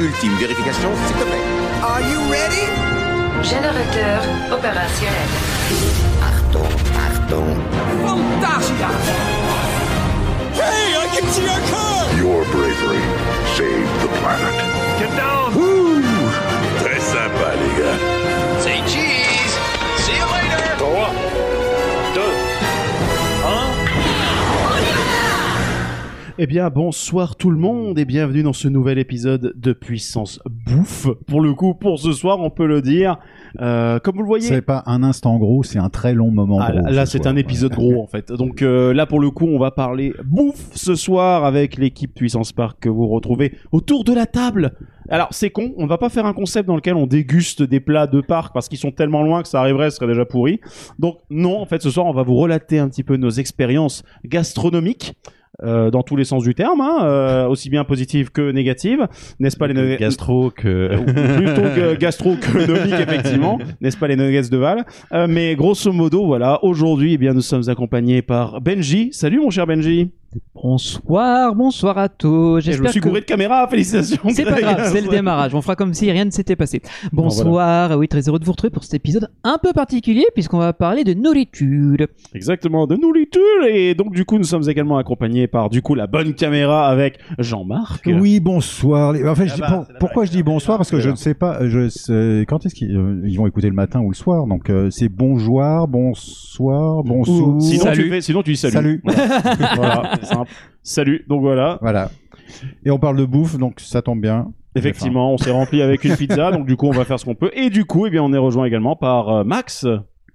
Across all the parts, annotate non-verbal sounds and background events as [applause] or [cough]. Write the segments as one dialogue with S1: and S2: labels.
S1: Ultime vérification, s'il te plaît.
S2: Are you ready?
S3: Générateur opérationnel.
S1: Pardon, pardon.
S2: Hey, I can see our car!
S4: Your bravery saved the planet.
S5: Très sympa, les gars.
S6: Say cheese. See you later.
S5: 3, 2, 1.
S7: Eh bien, bonsoir tout le monde et bienvenue dans ce nouvel épisode de Puissance Bouffe. Pour le coup, pour ce soir, on peut le dire. Euh, comme vous le voyez,
S8: C'est pas un instant gros, c'est un très long moment
S7: Ah, là-
S8: gros.
S7: là,
S8: ce
S7: c'est
S8: soir.
S7: un épisode gros en fait. Donc euh, là, pour le coup, on va parler bouffe ce soir avec l'équipe Puissance Park que vous retrouvez autour de la table. Alors, c'est con, on va pas faire un concept dans lequel on déguste des plats de parc parce qu'ils sont tellement loin que ça arriverait, ce serait déjà pourri. Donc non, en fait, ce soir, on va vous relater un petit peu nos expériences gastronomiques. euh, dans tous les sens du terme, hein, euh, aussi bien positives que négatives, n'est-ce pas les nuggets
S9: gastro que
S7: plutôt
S9: [laughs]
S7: que gastro-économique effectivement, n'est-ce pas les nuggets de Val Euh, Mais grosso modo, voilà, aujourd'hui, eh bien, nous sommes accompagnés par Benji. Salut mon cher Benji.
S10: Bonsoir, bonsoir à tous.
S7: Et je me
S10: J'espère
S7: suis
S10: que
S7: gouré de Ah, caméra, félicitations.
S10: c'est pas grave,
S7: [laughs]
S10: c'est le démarrage. On fera comme si rien ne s'était passé. Bonsoir, Ah oui, très heureux de vous retrouver pour cet épisode un peu particulier puisqu'on va parler de nourriture.
S7: Exactement, de nourriture. Et donc du coup, nous sommes également accompagnés par du coup la bonne caméra avec Jean-Marc.
S8: [laughs] Oui, bonsoir. les- En
S7: Ah
S8: fait, je dis
S7: bah,
S9: Là-bas,
S8: bon-
S9: c'est là-bas,
S8: pourquoi je dis bonsoir Parce que je
S7: Là-bas.
S8: ne sais pas. euh, Je sais- quand est-ce qu'ils euh, ils vont écouter le matin ou le soir Donc euh, c'est bonjour, bonsoir, bonsoir.
S7: Sinon tu, fais, sinon tu dis salut.
S8: Salut.
S10: [laughs]
S7: Voilà, c'est simple. Salut. Donc voilà.
S8: Voilà. Et on parle de bouffe, donc ça tombe bien.
S7: Effectivement, on s'est rempli avec une pizza, donc du coup, on va faire ce qu'on peut. Et du coup, eh bien, on est rejoint également par euh, Max.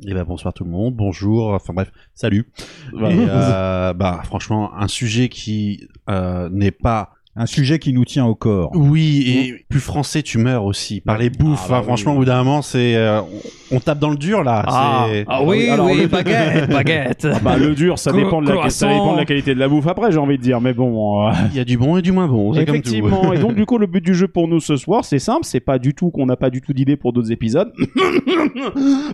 S9: Eh ben bonsoir tout le monde, bonjour, enfin bref, salut.
S7: Voilà.
S9: Et, euh, bah franchement, un sujet qui euh, n'est pas
S8: Un sujet qui nous tient au corps.
S9: oui et plus français tu meurs aussi par les bouffes.
S7: Mmh. Ah, bah
S9: hein, franchement,
S7: oui.
S9: au bout d'un moment, c'est euh, on- on tape dans le dur là.
S7: Ah.
S9: c'est-
S10: Ah
S7: alors, le-
S10: baguette, baguette.
S7: Bah, le dur, ça
S10: Cro-
S7: dépend, de la, ça
S10: croissant.
S7: dépend de la qualité de la bouffe après, j'ai envie de dire, mais bon. euh,
S9: Il y a du bon et du moins bon. c'est comme tout. [laughs]
S7: Effectivement, et donc du coup, le but du jeu pour nous ce soir, c'est simple, c'est pas du tout qu'on n'a pas du tout d'idée pour d'autres épisodes. [laughs]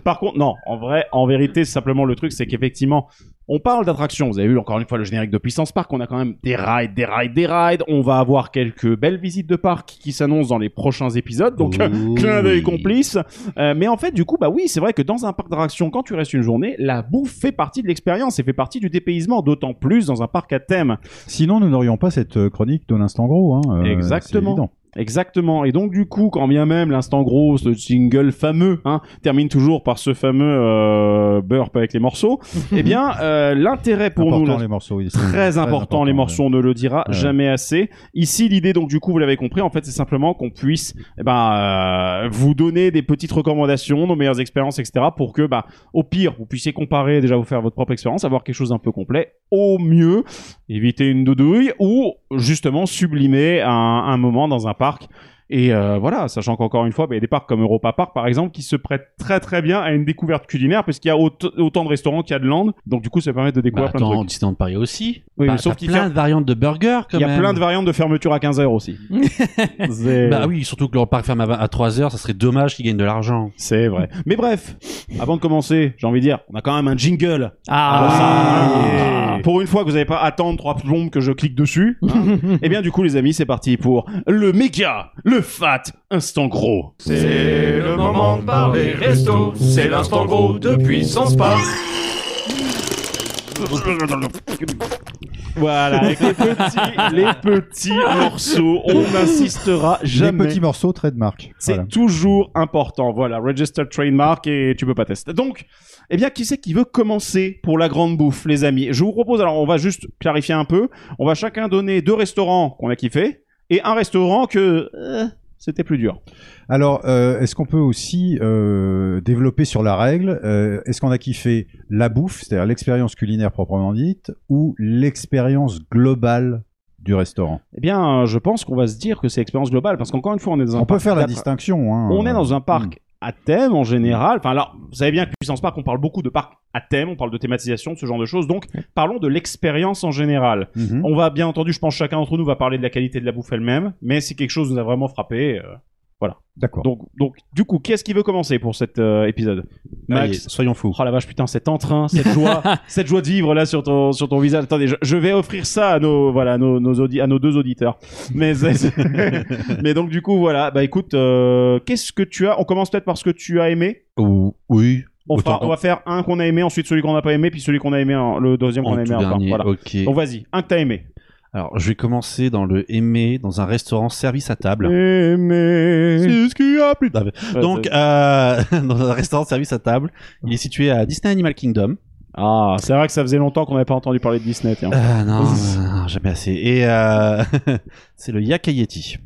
S7: Par contre, non, en vrai, en vérité, simplement le truc, c'est qu'effectivement, on parle d'attractions. Vous avez vu encore une fois le générique de Puissance Park, on a quand même des rides, des rides, des rides. On va avoir quelques belles visites de parc qui s'annoncent dans les prochains épisodes, donc [laughs]
S9: Ouh,
S7: clin d'œil
S9: oui.
S7: complice. Euh, mais en fait, du coup, bah oui, c'est vrai que dans un parc d'attractions, quand tu restes une journée, la bouffe fait partie de l'expérience et fait partie du dépaysement, d'autant plus dans un parc à thème.
S8: Sinon, nous n'aurions pas cette euh, chronique de l'instant gros. Hein. euh,
S7: Exactement.
S8: c'est évident.
S7: Exactement. Et donc, du coup, quand bien même l'instant gros, ce single fameux, hein, termine toujours par ce fameux euh, burp avec les
S8: [laughs]
S7: morceaux, eh bien, euh, l'intérêt pour
S8: important,
S7: nous, là-
S8: les morceaux. ici.
S7: très important, les morceaux, on ne le dira
S8: Ouais.
S7: jamais assez. Ici, l'idée, donc du coup, vous l'avez compris, en fait, c'est simplement qu'on puisse eh ben, euh, vous donner des petites recommandations, nos meilleures expériences, etc., pour que, bah, au pire, vous puissiez comparer, déjà vous faire votre propre expérience, avoir quelque chose d'un peu complet, au mieux, éviter une doudouille ou justement sublimer un, un moment dans un parc. Et euh, voilà, sachant qu'encore une fois, bah, il y a des parcs comme Europa Park, par exemple, qui se prêtent très très bien à une découverte culinaire, parce qu'il y a aut- autant de restaurants qu'il y a de landes, donc du coup, ça permet de
S9: Bah,
S7: découvrir plein de trucs.
S9: attends, Disneyland Paris aussi.
S7: Oui,
S9: Bah,
S7: mais sauf
S9: t'as
S7: qu'il
S9: plein
S7: fait-
S9: de variantes de burgers quand
S7: Il y a
S9: même.
S7: plein de variantes de fermeture à 15h
S9: [laughs]
S7: aussi. c'est...
S9: Bah oui, surtout que leur parc ferme à, 20 à 3 heures, ça serait dommage qu'ils gagnent de l'argent.
S7: C'est vrai. Mais bref, avant de commencer, j'ai envie de dire, on a quand même un jingle.
S10: Ah,
S7: Ah, Pour une fois que vous n'avez pas à attendre trois plombes que je clique dessus.
S8: [laughs]
S7: Et bien du coup les amis, c'est parti pour le méga, le fat, instant gros.
S6: C'est le moment de parler resto. C'est l'instant gros de puissance par.
S7: Voilà, avec les petits, les
S8: [laughs]
S7: petits morceaux, on n'assistera jamais.
S8: Les petits morceaux, trait de marque.
S7: C'est
S8: Voilà.
S7: toujours important. Voilà, registered trademark et tu peux pas tester. Donc, eh bien, qui c'est qui veut commencer pour la grande bouffe, les amis Je vous propose, alors on va juste clarifier un peu. On va chacun donner deux restaurants qu'on a kiffé et un restaurant que euh, c'était plus dur.
S8: Alors, euh, est-ce qu'on peut aussi euh, développer sur la règle euh, Est-ce qu'on a kiffé la bouffe, c'est-à-dire l'expérience culinaire proprement dite, ou l'expérience globale du restaurant
S7: Eh bien, euh, je pense qu'on va se dire que c'est expérience globale parce qu'encore une fois, on est dans un
S8: On peut
S7: parc
S8: faire la
S7: d'attra-
S8: distinction. hein.
S7: On est dans un parc à thème en général. Enfin, là, vous savez bien que Puissance Park, on parle beaucoup de parcs à thème, on parle de thématisation, de ce genre de choses. Donc, parlons de l'expérience en général.
S8: Mhm.
S7: On va bien entendu, je pense chacun d'entre nous va parler de la qualité de la bouffe elle-même, mais si quelque chose nous a vraiment frappé, euh,
S8: D'accord.
S7: Donc, donc, du coup, qui est-ce qui veut commencer pour cet euh, épisode Max
S9: Allez, soyons fous.
S7: Oh la vache, putain, cet entrain, cette
S9: [laughs]
S7: joie, cette joie de vivre là sur ton, sur ton visage. Attendez, je, je vais offrir ça à nos, voilà, à nos, nos audi- à nos deux auditeurs. Mais, c'est-
S9: [laughs]
S7: c'est- mais donc, du coup, voilà, bah écoute, euh, qu'est-ce que tu as On commence peut-être par ce que tu as aimé.
S9: Ou- oui.
S7: On, fera-
S9: Autant-
S7: on va faire un qu'on a aimé, ensuite celui qu'on n'a pas aimé, puis celui qu'on a aimé, en- le deuxième qu'on
S9: en
S7: a
S9: tout
S7: aimé. Enfin,
S9: dernier.
S7: voilà.
S9: Ok.
S7: Donc, vas-y, un que t'as aimé.
S9: Alors, je vais commencer dans le aimé, dans un restaurant service à table.
S7: Aimé.
S9: C'est ce qu'il y a plus tard.
S7: Ouais,
S9: Donc,
S7: c'est-
S9: euh, [laughs] dans un restaurant service à table, il est situé à Disney Animal Kingdom.
S7: ah, c'est vrai que ça faisait longtemps qu'on n'avait pas entendu parler de Disney. tiens.
S9: Euh, non, non, non, jamais assez. Et euh, [laughs] c'est le Yak et Yeti.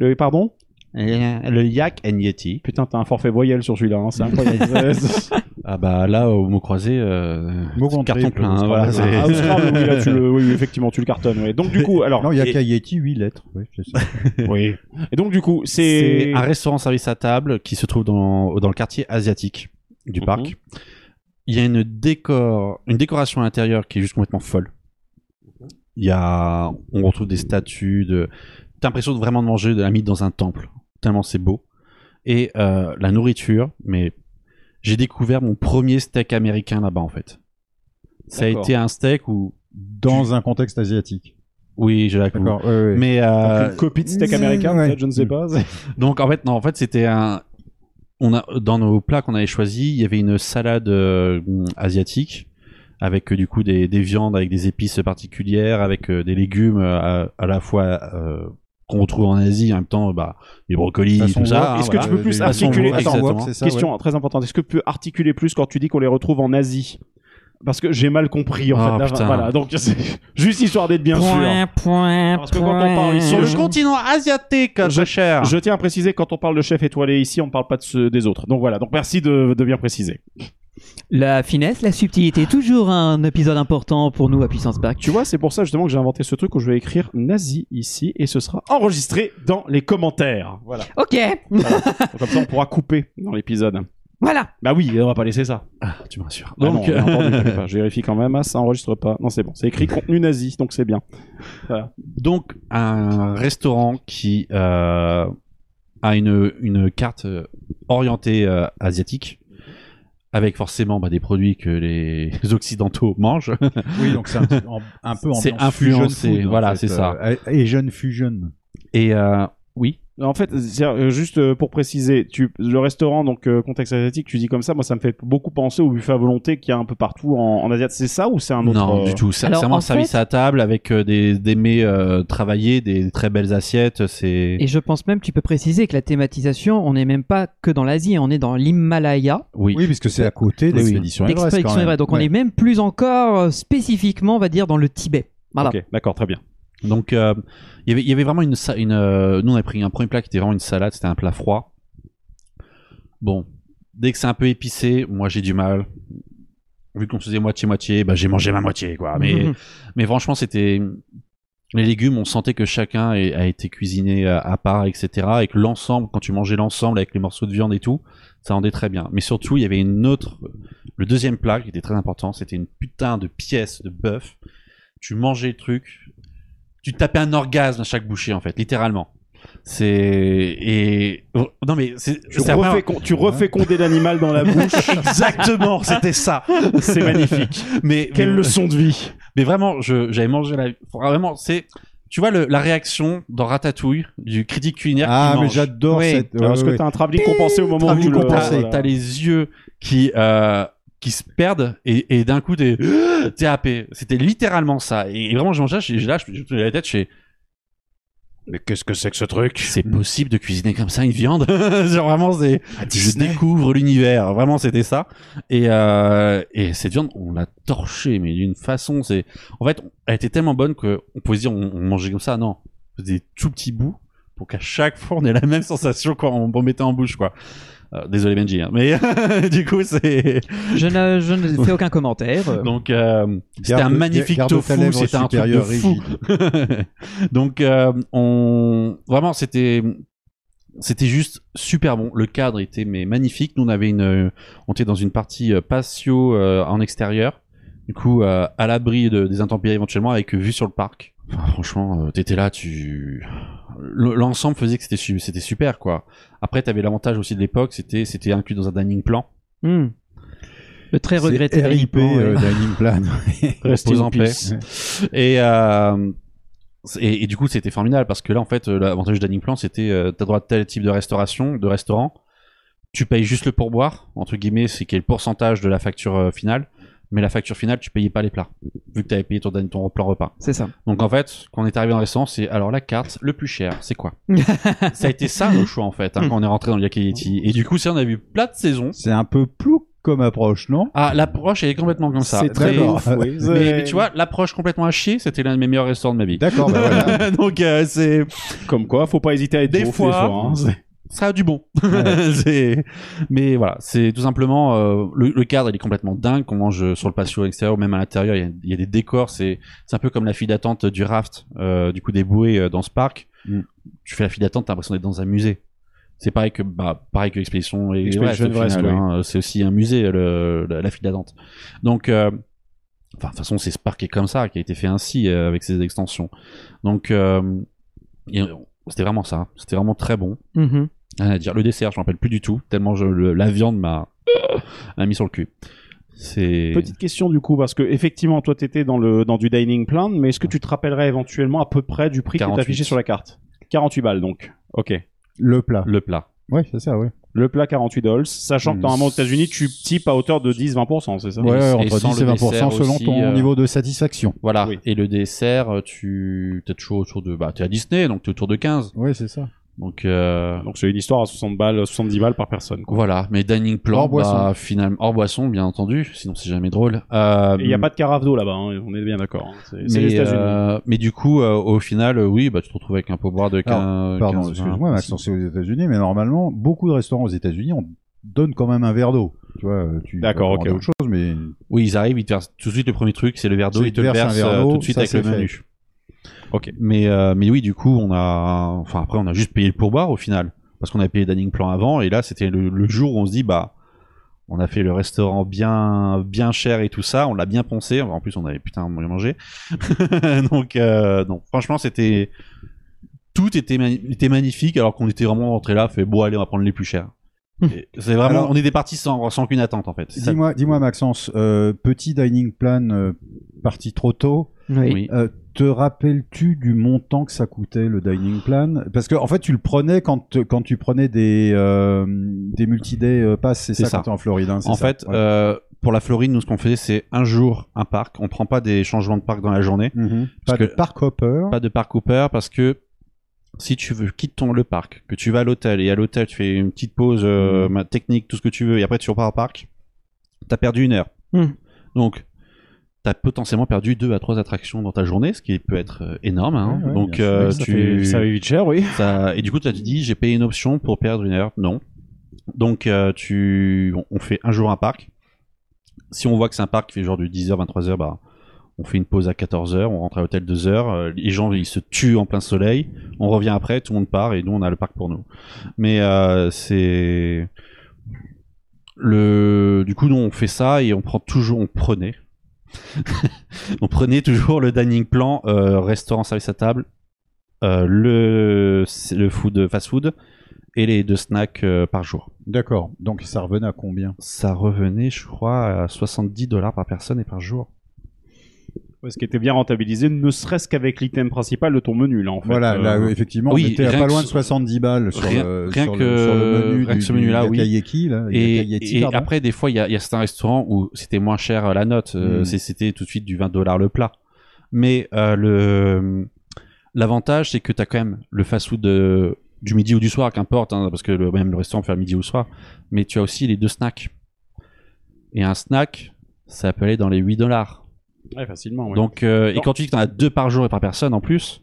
S9: euh,
S7: Le, pardon
S9: Le Yak and Yeti.
S7: Putain, t'as un forfait voyelle sur celui-là, hein, c'est incroyable.
S9: Ah bah là, au mot croisé, euh,
S8: Mot
S9: c'est
S8: contre
S9: carton
S8: triple,
S9: plein. hein,
S8: c'est
S9: voilà,
S8: pas
S9: c'est-
S7: Ah, au Scrabble, oui, là, tu le- oui, oui, effectivement, tu le cartonnes. ouais. Donc, du coup, alors.
S8: Non, il y a
S9: et-
S8: qu'à Yeti, 8 lettres. Oui, c'est ça.
S7: oui. Et donc, du coup, c'est.
S9: C'est un restaurant service à table qui se trouve dans, dans le quartier asiatique du
S7: Mhm.
S9: parc. Il y a une, décor, une décoration à l'intérieur qui est juste complètement folle. Il y a, on retrouve des statues de. T'as l'impression de vraiment de manger de la mythe dans un temple. Tellement c'est beau. Et euh, la nourriture, mais j'ai découvert mon premier steak américain là-bas en fait. Ça a
S7: D'accord.
S9: été un steak où.
S8: Dans un contexte asiatique.
S9: Oui, j'ai la coupe.
S8: D'accord. ouais, ouais.
S9: Mais euh,
S7: Donc, une copie de steak
S8: euh,
S7: américain,
S8: ouais.
S7: peut-être, je ne sais pas. c'est-
S9: Donc en fait non, en fait c'était un on a dans nos plats qu'on avait choisis, il y avait une salade euh, asiatique avec euh, du coup des, des viandes avec des épices particulières, avec euh, des légumes euh, à, à la fois euh, qu'on retrouve en Asie en même temps bah les brocolis
S8: Façon
S9: tout ça.
S8: wok,
S9: hein,
S7: est-ce que
S9: voilà.
S7: tu peux plus
S8: les-
S7: articuler-
S8: façon
S9: Attends,
S8: wok, c'est ça, ouais.
S7: Question très importante. Est-ce que tu peux articuler plus quand tu dis qu'on les retrouve en Asie Parce que j'ai mal compris, en
S9: Ah,
S7: fait. là,
S9: putain.
S7: voilà, donc, [laughs] c'est juste histoire d'être bien sûr. Ah,
S10: point,
S7: Parce que quand on parle ici,
S9: Sur le
S7: Je-
S9: continent asiatique,
S7: Je-
S9: très cher.
S7: Je tiens à préciser, quand on parle de chef étoilé ici, on ne parle pas de ceux des autres. Donc voilà, donc merci de, de bien préciser.
S10: La finesse, la subtilité, toujours un épisode important pour nous à Puissance Park.
S7: Tu vois, c'est pour ça justement que j'ai inventé ce truc où je vais écrire nazi ici et ce sera enregistré dans les commentaires. Voilà.
S10: Ok,
S7: Donc, comme ça, on pourra couper dans l'épisode.
S10: voilà.
S7: Bah oui, on va pas laisser ça.
S9: Ah, tu me rassures.
S7: Ah non,
S9: Donc, euh,
S7: bien entendu,
S9: [laughs]
S7: t'inquiète pas, je vérifie quand même. Ah, ça enregistre pas. Non, c'est bon. C'est écrit contenu nazi, donc c'est bien.
S9: Donc un restaurant qui euh, a une, une carte euh, orientée euh, asiatique, avec forcément bah, des produits que les [laughs] occidentaux mangent.
S8: Oui, donc c'est un, petit- en- un peu
S9: C'est
S8: ambiance fusion
S9: influencé,
S8: food, en
S9: voilà,
S8: fait,
S9: c'est ça.
S8: euh, Et jeune fusion.
S9: Et euh, oui,
S7: En fait, c'est- euh, juste euh, pour préciser, tu, le restaurant, donc euh, contexte asiatique, tu dis comme ça, moi ça me fait beaucoup penser au buffet à volonté qu'il y a un peu partout en, en Asie. C'est ça ou c'est un autre
S9: non
S7: euh,
S9: du tout. C'est
S10: Alors,
S9: c'est vraiment
S10: en
S9: un service
S10: fait-
S9: à table avec euh, des, des mets euh, travaillés, des très belles assiettes. C'est
S10: Et je pense même, tu peux préciser que la thématisation, on n'est même pas que dans l'Asie, on est dans l'Himalaya.
S9: oui.
S8: Oui, puisque c'est à côté de
S9: Oui, oui.
S8: l'expédition Everest.
S10: L'expédition
S8: quand même.
S10: Everest. Donc on
S8: Ouais.
S10: est même plus encore euh, spécifiquement, on va dire, dans le Tibet. Voilà.
S7: Ok, d'accord, très bien.
S9: Donc euh, il y avait- il y avait vraiment une, sa- une euh, nous on a pris un premier plat qui était vraiment une salade, c'était un plat froid. Bon, dès que c'est un peu épicé, moi j'ai du mal. Vu qu'on faisait moitié moitié, bah j'ai mangé ma moitié quoi. Mais
S10: Mhm.
S9: mais franchement c'était les légumes, on sentait que chacun est- a été cuisiné euh, à, à part, etc. Et que l'ensemble, quand tu mangeais l'ensemble avec les morceaux de viande et tout, ça rendait très bien. Mais surtout, il y avait une autre, le deuxième plat qui était très important, c'était une putain de pièce de bœuf. Tu mangeais le truc, tu tapais un orgasme à chaque bouchée en fait, littéralement. C'est et oh, non mais c'est
S7: Tu
S9: c'est la
S7: refais,
S9: première-
S7: con- tu refais condé l'animal dans
S9: [laughs]
S7: la bouche.
S9: exactement, c'était ça.
S7: [laughs] C'est magnifique.
S9: Mais
S7: Quelle
S9: mais-
S7: leçon de vie.
S9: Mais vraiment, je- j'avais mangé la. Vraiment, c'est. Tu vois le- la réaction dans Ratatouille du critique culinaire
S8: Ah,
S9: qui
S8: mais
S9: mange.
S8: j'adore
S9: Oui.
S8: cette.
S7: Alors,
S8: ouais,
S7: est-ce
S8: ouais,
S7: que t'as un travelling compensé au moment
S9: T'as
S7: où tu le
S9: t'as-
S7: voilà.
S9: t'as les yeux qui euh, qui se perdent et, et d'un coup t'es [gasps] t'es happé. C'était littéralement ça. Et, et vraiment, je mangeais, j'ai- là, je me la tête, je fais,
S6: Mais qu'est-ce que c'est que ce truc
S9: C'est possible de cuisiner comme ça une viande [laughs] Genre vraiment, c'est. Je découvre l'univers. Vraiment, c'était ça. Et, euh, et cette viande, on l'a torchée, mais d'une façon, c'est. En fait, elle était tellement bonne que on pouvait se dire, on, on mangeait comme ça. Non, on faisait des tout petits bouts pour qu'à chaque fois, on ait la même sensation quand on, on mettait en bouche, quoi. Euh, désolé Benji, hein. mais [laughs] du coup c'est
S10: Je, ne, je
S7: [laughs]
S10: ne fais aucun commentaire.
S9: donc euh, c'était
S8: garde-
S9: un magnifique
S8: garde ta
S9: tofu,
S8: lèvre
S9: c'était un truc de
S8: supérieure
S9: fou.
S8: rigide.
S9: [laughs] Donc euh, on vraiment c'était c'était juste super bon. Le cadre était mais magnifique. Nous on avait une on était dans une partie euh, patio euh, en extérieur. Du coup euh, à l'abri de- des intempéries éventuellement avec vue sur le parc. Enfin, franchement euh, t'étais là euh, tu le- l'ensemble faisait que c'était su- c'était super quoi. Après t'avais l'avantage aussi de l'époque, c'était c'était inclus dans un dining plan.
S10: Hmm. Le très
S8: C'est
S10: regretté
S8: RIP
S10: Dining Plan, ouais.
S8: euh, Dining Plan.
S9: [laughs] Reste
S7: Restez
S9: en paix. Et, euh, c'est- et, et du coup, c'était formidable parce que là, en fait, euh, l'avantage d'Anning Plan, c'était euh, t'as droit à tel type de restauration, de restaurant. Tu payes juste le pourboire, entre guillemets, c'est qui est le pourcentage de la facture euh, finale. Mais la facture finale, tu payais pas les plats, vu que t'avais payé ton, dan- ton plan repas.
S10: C'est ça.
S9: Donc en fait, quand on est arrivé dans le restaurant, c'est alors la carte, le plus cher,
S7: [laughs]
S9: c'est quoi Ça a été ça le choix en fait,
S7: Hmm.
S9: hein, quand on est rentré dans le Yakayeti. Et du coup, ça, on a vu plein de saisons.
S8: C'est un peu plouc comme approche, non
S9: Ah, l'approche, elle est complètement comme ça.
S7: C'est très
S9: Mais-
S8: d'accord.
S7: ouf, oui.
S9: mais, mais tu vois, l'approche complètement à chier, c'était l'un de mes meilleurs restaurants de ma
S8: [laughs]
S9: vie.
S8: D'accord, bah
S9: [laughs]
S8: voilà.
S9: Donc euh, c'est
S7: Comme quoi, faut pas hésiter à être
S9: Des
S7: beauf,
S9: fois,
S7: hein. C'est-
S9: ça a du bon. [laughs]
S8: Ouais.
S9: C'est- mais voilà, c'est tout simplement euh, le, le cadre, il est complètement dingue. On mange euh, sur le patio extérieur, ou même à l'intérieur, il y a- il y, a des décors. C'est c'est un peu comme la file d'attente du raft, euh, du coup des bouées euh, dans ce parc.
S8: Mm.
S9: Tu fais la file d'attente, t'as l'impression d'être dans un musée. C'est pareil que bah pareil que Expédition et
S7: Expédition
S9: Everest, au
S7: Everest,
S9: final,
S7: oui.
S9: hein. C'est aussi un musée le- la, la file d'attente. Donc euh, Enfin, de toute façon, c'est ce parc qui est comme ça, qui a été fait ainsi euh, avec ses extensions. Donc, euh, et on- c'était vraiment ça. hein. C'était vraiment très bon.
S10: Mhm.
S9: Rien à dire. Le dessert, je m'en rappelle plus du tout, tellement je- le- la viande m'a m'a mis sur le cul. C'est.
S7: Petite question du coup, parce que effectivement, toi, t'étais dans le dans du dining plan, mais est-ce que tu te rappellerais éventuellement à peu près du prix qui est
S9: 48.
S7: affiché sur la carte 48 balles donc. Ok.
S8: Le plat.
S9: Le plat.
S8: Ouais, c'est ça, ouais.
S7: Le plat 48 dollars, sachant
S9: Mm.
S7: que normalement aux États-Unis, tu types à hauteur de 10-20%, c'est ça
S8: Ouais,
S9: et
S8: entre
S9: sans
S8: 10 et
S9: le
S8: 20
S9: dessert
S8: selon
S9: aussi,
S8: ton
S9: euh,
S8: niveau de satisfaction.
S9: Voilà.
S7: Oui.
S9: Et le dessert, euh, tu t'es toujours autour de. Bah, t'es à Disney, donc t'es autour de 15.
S8: Ouais, c'est ça.
S9: Donc. euh,
S7: Donc c'est une histoire à 60 balles, 70 balles par personne. Quoi.
S9: Voilà, mais dining plan,
S8: Hors boisson.
S9: bah, finalement, hors boisson, bien entendu, sinon c'est jamais drôle. Euh,
S7: Et il n'y a pas de carafe d'eau là-bas, hein, on est bien d'accord. hein. C'est c'est
S9: mais,
S7: les États-Unis.
S9: euh, mais du coup, euh, au final, euh, oui, bah, tu te retrouves avec un pourboire de
S8: Alors,
S9: 15.
S8: Pardon,
S9: 15,
S8: excuse-moi,
S9: 20.
S8: Maxence, c'est aux États-Unis, mais normalement, beaucoup de restaurants aux États-Unis, on donne quand même un verre d'eau. Tu vois, euh, tu vas
S7: D'accord, ok,
S8: commander
S7: ouais.
S8: autre chose, mais
S9: Oui, ils arrivent, ils te versent tout de suite le premier truc, c'est le verre d'eau,
S8: C'est
S9: ils te
S8: le
S9: le
S8: verse, un
S9: versent
S8: verre
S9: euh,
S8: d'eau,
S9: tout de suite
S8: ça,
S9: avec
S8: c'est
S9: le menu. Ok. Mais, euh, mais oui, du coup, on a. Enfin, après, on a juste payé le pourboire au final. Parce qu'on a payé Dining Plan avant, et là, c'était le, le jour où on se dit, bah. On a fait le restaurant bien, bien cher et tout ça, on l'a bien poncé. En plus, on avait putain bien mangé. [laughs] Donc, euh, non, franchement, c'était. Tout était, mani- était magnifique, alors qu'on était vraiment rentré là, fait bon, allez, on va prendre les plus chers. Et C'est vraiment,
S8: Alors-
S9: on était parti sans, sans aucune attente en fait. C'est ça le
S8: dis-moi, dis-moi, Maxence, euh, petit dining plan euh, parti trop tôt.
S10: Oui.
S9: Oui.
S8: Euh, te rappelles-tu du montant que ça coûtait le dining plan Parce que en fait, tu le prenais quand te- quand tu prenais des euh, des multi-day euh, pass, c'est
S9: C'est
S8: ça,
S9: ça.
S8: quand t'es en Floride. hein, c'est
S9: En
S8: ça
S9: fait,
S8: Ouais.
S9: euh, pour la Floride, nous, ce qu'on faisait, c'est un jour un parc. On prend pas des changements de parc dans la journée.
S8: Mhm. pas
S9: euh, parce
S8: de
S9: que-
S8: park hopper.
S9: Pas de parc Hooper parce que si tu veux quittes ton le parc, que tu vas à l'hôtel et à l'hôtel tu fais une petite pause euh,
S8: Mm.
S9: ma- technique, tout ce que tu veux, et après tu repars au parc, t'as perdu une heure.
S8: Mm.
S10: Mhm.
S9: Donc t'as potentiellement perdu deux à trois attractions dans ta journée, ce qui peut être euh, énorme. hein.
S8: Ouais, ouais,
S9: Donc
S8: bien sûr.
S9: euh,
S7: Ça
S9: tu
S7: fait- ça fait vite cher, oui.
S9: Ça- Et du coup, tu as dit, j'ai payé une option pour perdre une heure. Non. Donc, euh, tu... on- on fait un jour un parc. Si on voit que c'est un parc qui fait genre du 10h, 23h, bah, on fait une pause à 14h, on rentre à l'hôtel 2h. les gens, ils se tuent en plein soleil. On revient après, tout le monde part et nous, on a le parc pour nous. Mais euh, c'est. Le... Du coup, nous, on fait ça et on prend toujours, on prenait. [laughs] on prenait toujours le dining plan, euh, restaurant, service à table, euh, le, c'est le food fast food et les deux snacks euh, par jour.
S8: D'accord. Donc ça revenait à combien
S9: Ça revenait, je crois, à 70 dollars par personne et par jour.
S7: Ouais, Ce qui était bien rentabilisé, ne serait-ce qu'avec l'item principal de ton menu, là, en fait.
S8: Voilà,
S7: Euh,
S8: là effectivement,
S9: oui,
S8: on était à
S9: rien
S8: pas
S9: que
S8: loin de
S9: ce-
S8: 70 balles sur,
S9: rien-
S8: le,
S9: rien
S8: sur,
S9: que-
S8: le, sur le menu
S9: rien que
S8: du,
S9: ce menu-là,
S8: du
S9: oui.
S8: Yakayaki, là, Yakayeti,
S9: Et, et
S8: pardon.
S9: après, des fois, il y a, il y a certains restaurants où c'était moins cher euh, la note. Euh,
S8: Mm.
S9: c'est- C'était tout de suite du 20 dollars le plat. Mais euh, le l'avantage, c'est que tu as quand même le fast-food euh, du midi ou du soir, qu'importe, hein, parce que le, même le restaurant fait le midi ou le soir. Mais tu as aussi les deux snacks. Et un snack, ça peut aller dans les 8 dollars.
S7: Ouais, facilement, ouais.
S9: Donc, euh, et
S7: Non.
S9: quand tu dis que t'en as deux par jour et par personne en plus,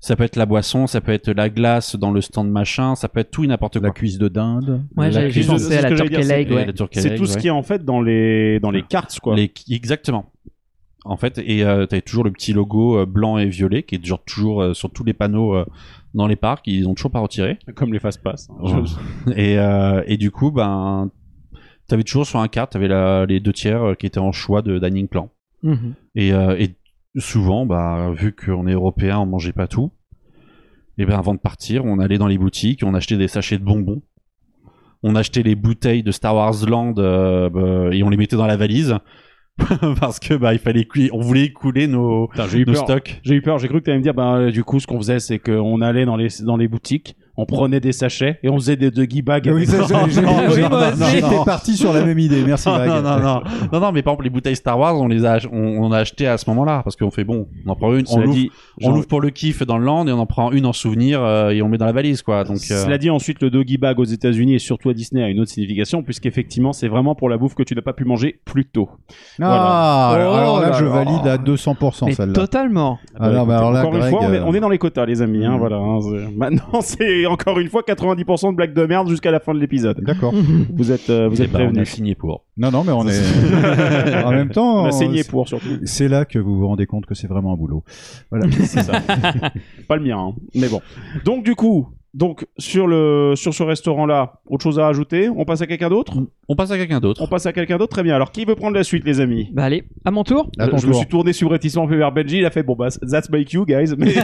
S9: ça peut être la boisson, ça peut être la glace dans le stand machin, ça peut être tout et n'importe quoi.
S8: la cuisse de dinde.
S10: Ouais,
S9: La
S10: j'avais
S9: cuisse
S10: juste
S9: de-
S10: pensé
S7: c'est
S10: à
S7: ce
S10: la
S7: que j'allais
S10: turkey
S7: dire,
S10: leg,
S9: Et
S10: ouais.
S9: la turkey
S7: c'est
S9: leg,
S7: tout ce
S9: ouais.
S7: qui est en fait dans les, dans les cartes, quoi.
S9: Les- Exactement. En fait, et euh, t'as toujours le petit logo euh, blanc et violet qui est genre toujours euh, sur tous les panneaux euh, dans les parcs, ils ont toujours pas retiré. [laughs]
S7: Comme les fast-pass. hein.
S9: Ouais. Et, euh, et du coup, ben, t'avais toujours sur un carte, t'avais la- les deux tiers euh, qui étaient en choix de dining plan.
S10: Mhm.
S9: Et, euh, et souvent, bah, vu qu'on est européen, on mangeait pas tout. Et bien avant de partir, on allait dans les boutiques, on achetait des sachets de bonbons, on achetait les bouteilles de Star Wars Land euh, bah, et on les mettait dans la valise [laughs] parce que bah il fallait cou- on voulait écouler nos,
S7: [laughs] Putain, j'ai eu
S9: nos
S7: peur. [laughs]
S9: stocks.
S7: J'ai eu peur, j'ai cru que tu allais me dire, bah, euh, du coup, ce qu'on faisait, c'est qu'on allait dans les, dans les boutiques, on prenait des sachets et on faisait des doggy bags.
S8: [laughs] Oui, ça,
S7: [laughs]
S8: j'ai- j'ai-
S9: non,
S8: j'ai-
S9: non, non, non,
S8: J'étais
S9: non.
S8: parti sur la même idée, merci
S9: [laughs] Non,
S8: Greg. Ah,
S9: non, non, non. non, non, mais par exemple, les bouteilles Star Wars, on les a, ach- on, on a acheté à ce moment-là, parce qu'on fait bon, on en prend une, on
S7: Cela
S9: l'ouvre,
S7: dit,
S9: on
S7: j'en-
S9: l'ouvre pour le kiff dans le land et on en prend une en souvenir euh, et on met dans la valise, quoi. Donc, euh,
S7: Cela dit, ensuite, le doggy bag aux États-Unis et surtout à Disney a une autre signification, puisqu'effectivement, c'est vraiment pour la bouffe que tu n'as pas pu manger plus tôt.
S8: Ah,
S7: Voilà.
S8: alors, alors là,
S7: Oh là
S8: je
S7: là.
S8: valide à 200%
S10: Mhm. Mais
S8: celle-là.
S10: totalement.
S8: Ah non,
S7: Écoute,
S8: mais alors là,
S7: encore une
S8: Greg,
S7: fois, on est,
S8: euh, Mm.
S7: on est dans les quotas, les amis. hein, voilà, hein, c'est- [laughs] Maintenant, c'est encore une fois 90% de blagues de merde jusqu'à la fin de l'épisode.
S8: D'accord.
S7: Vous êtes, euh, vous
S9: eh
S7: êtes
S9: ben, on a
S7: prévenus.
S9: signé pour.
S8: Non, non,
S7: [laughs]
S8: mais on est. en même temps,
S7: On a saigné
S8: c'est-
S7: pour, surtout.
S8: c'est là que vous vous rendez compte que c'est vraiment un boulot. Voilà.
S7: C'est ça. pas le mien, hein. mais bon. Donc, du coup, donc, sur, le, sur ce restaurant-là, autre chose à ajouter On passe à quelqu'un d'autre
S9: On passe à quelqu'un d'autre.
S7: On passe à quelqu'un d'autre Très bien. Alors, qui veut prendre la suite, les amis
S10: Bah allez, à mon tour.
S8: À
S7: je,
S8: ton
S7: je me
S8: tour.
S7: suis tourné subrepticement vers Benji, il a fait bon bah that's my cue guys. [laughs] Mais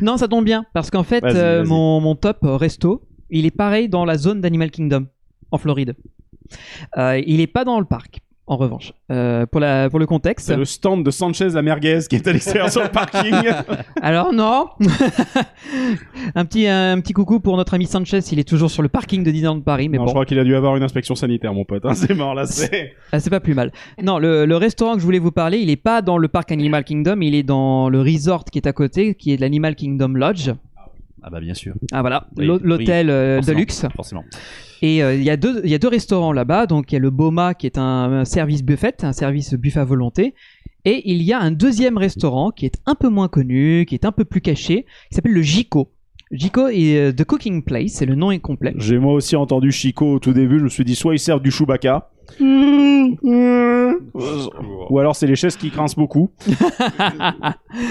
S10: Non, ça tombe bien, parce qu'en fait,
S7: Vas-y,
S10: euh,
S7: vas-y.
S10: mon, mon top euh, resto, il est pareil dans la zone d'Animal Kingdom, en Floride. Euh, il est pas dans le parc, en revanche. Euh, pour, la, pour le contexte.
S7: c'est le stand de Sanchez la merguez qui est à l'extérieur sur le parking.
S10: Alors non [laughs] un, petit, un petit coucou pour notre ami Sanchez, il est toujours sur le parking de Disneyland Paris, mais
S7: non,
S10: bon.
S7: je crois qu'il a dû avoir une inspection sanitaire mon pote. hein. C'est mort là. C'est
S10: Ah, c'est pas plus mal. Non, le, le restaurant que je voulais vous parler, il est pas dans le parc Animal Kingdom, il est dans le resort qui est à côté, qui est de l'Animal Kingdom Lodge.
S9: Ah bah bien sûr,
S10: Ah voilà,
S9: Oui,
S10: l'hô- l'hôtel euh, de
S9: forcément.
S10: luxe.
S9: forcément.
S10: Et euh, il y, a deux- il y a deux restaurants là-bas. Donc il y a le Boma qui est un, un service buffet, un service buffet à volonté. Et il y a un deuxième restaurant qui est un peu moins connu, qui est un peu plus caché, qui s'appelle le Jico. Jico est euh, The Cooking Place, c'est le nom incomplet.
S7: J'ai moi aussi entendu Chico au tout début, je me suis dit soit ils servent du Chewbacca.
S8: Mmh.
S7: Ou alors c'est les chaises qui grincent
S10: [laughs]
S7: beaucoup.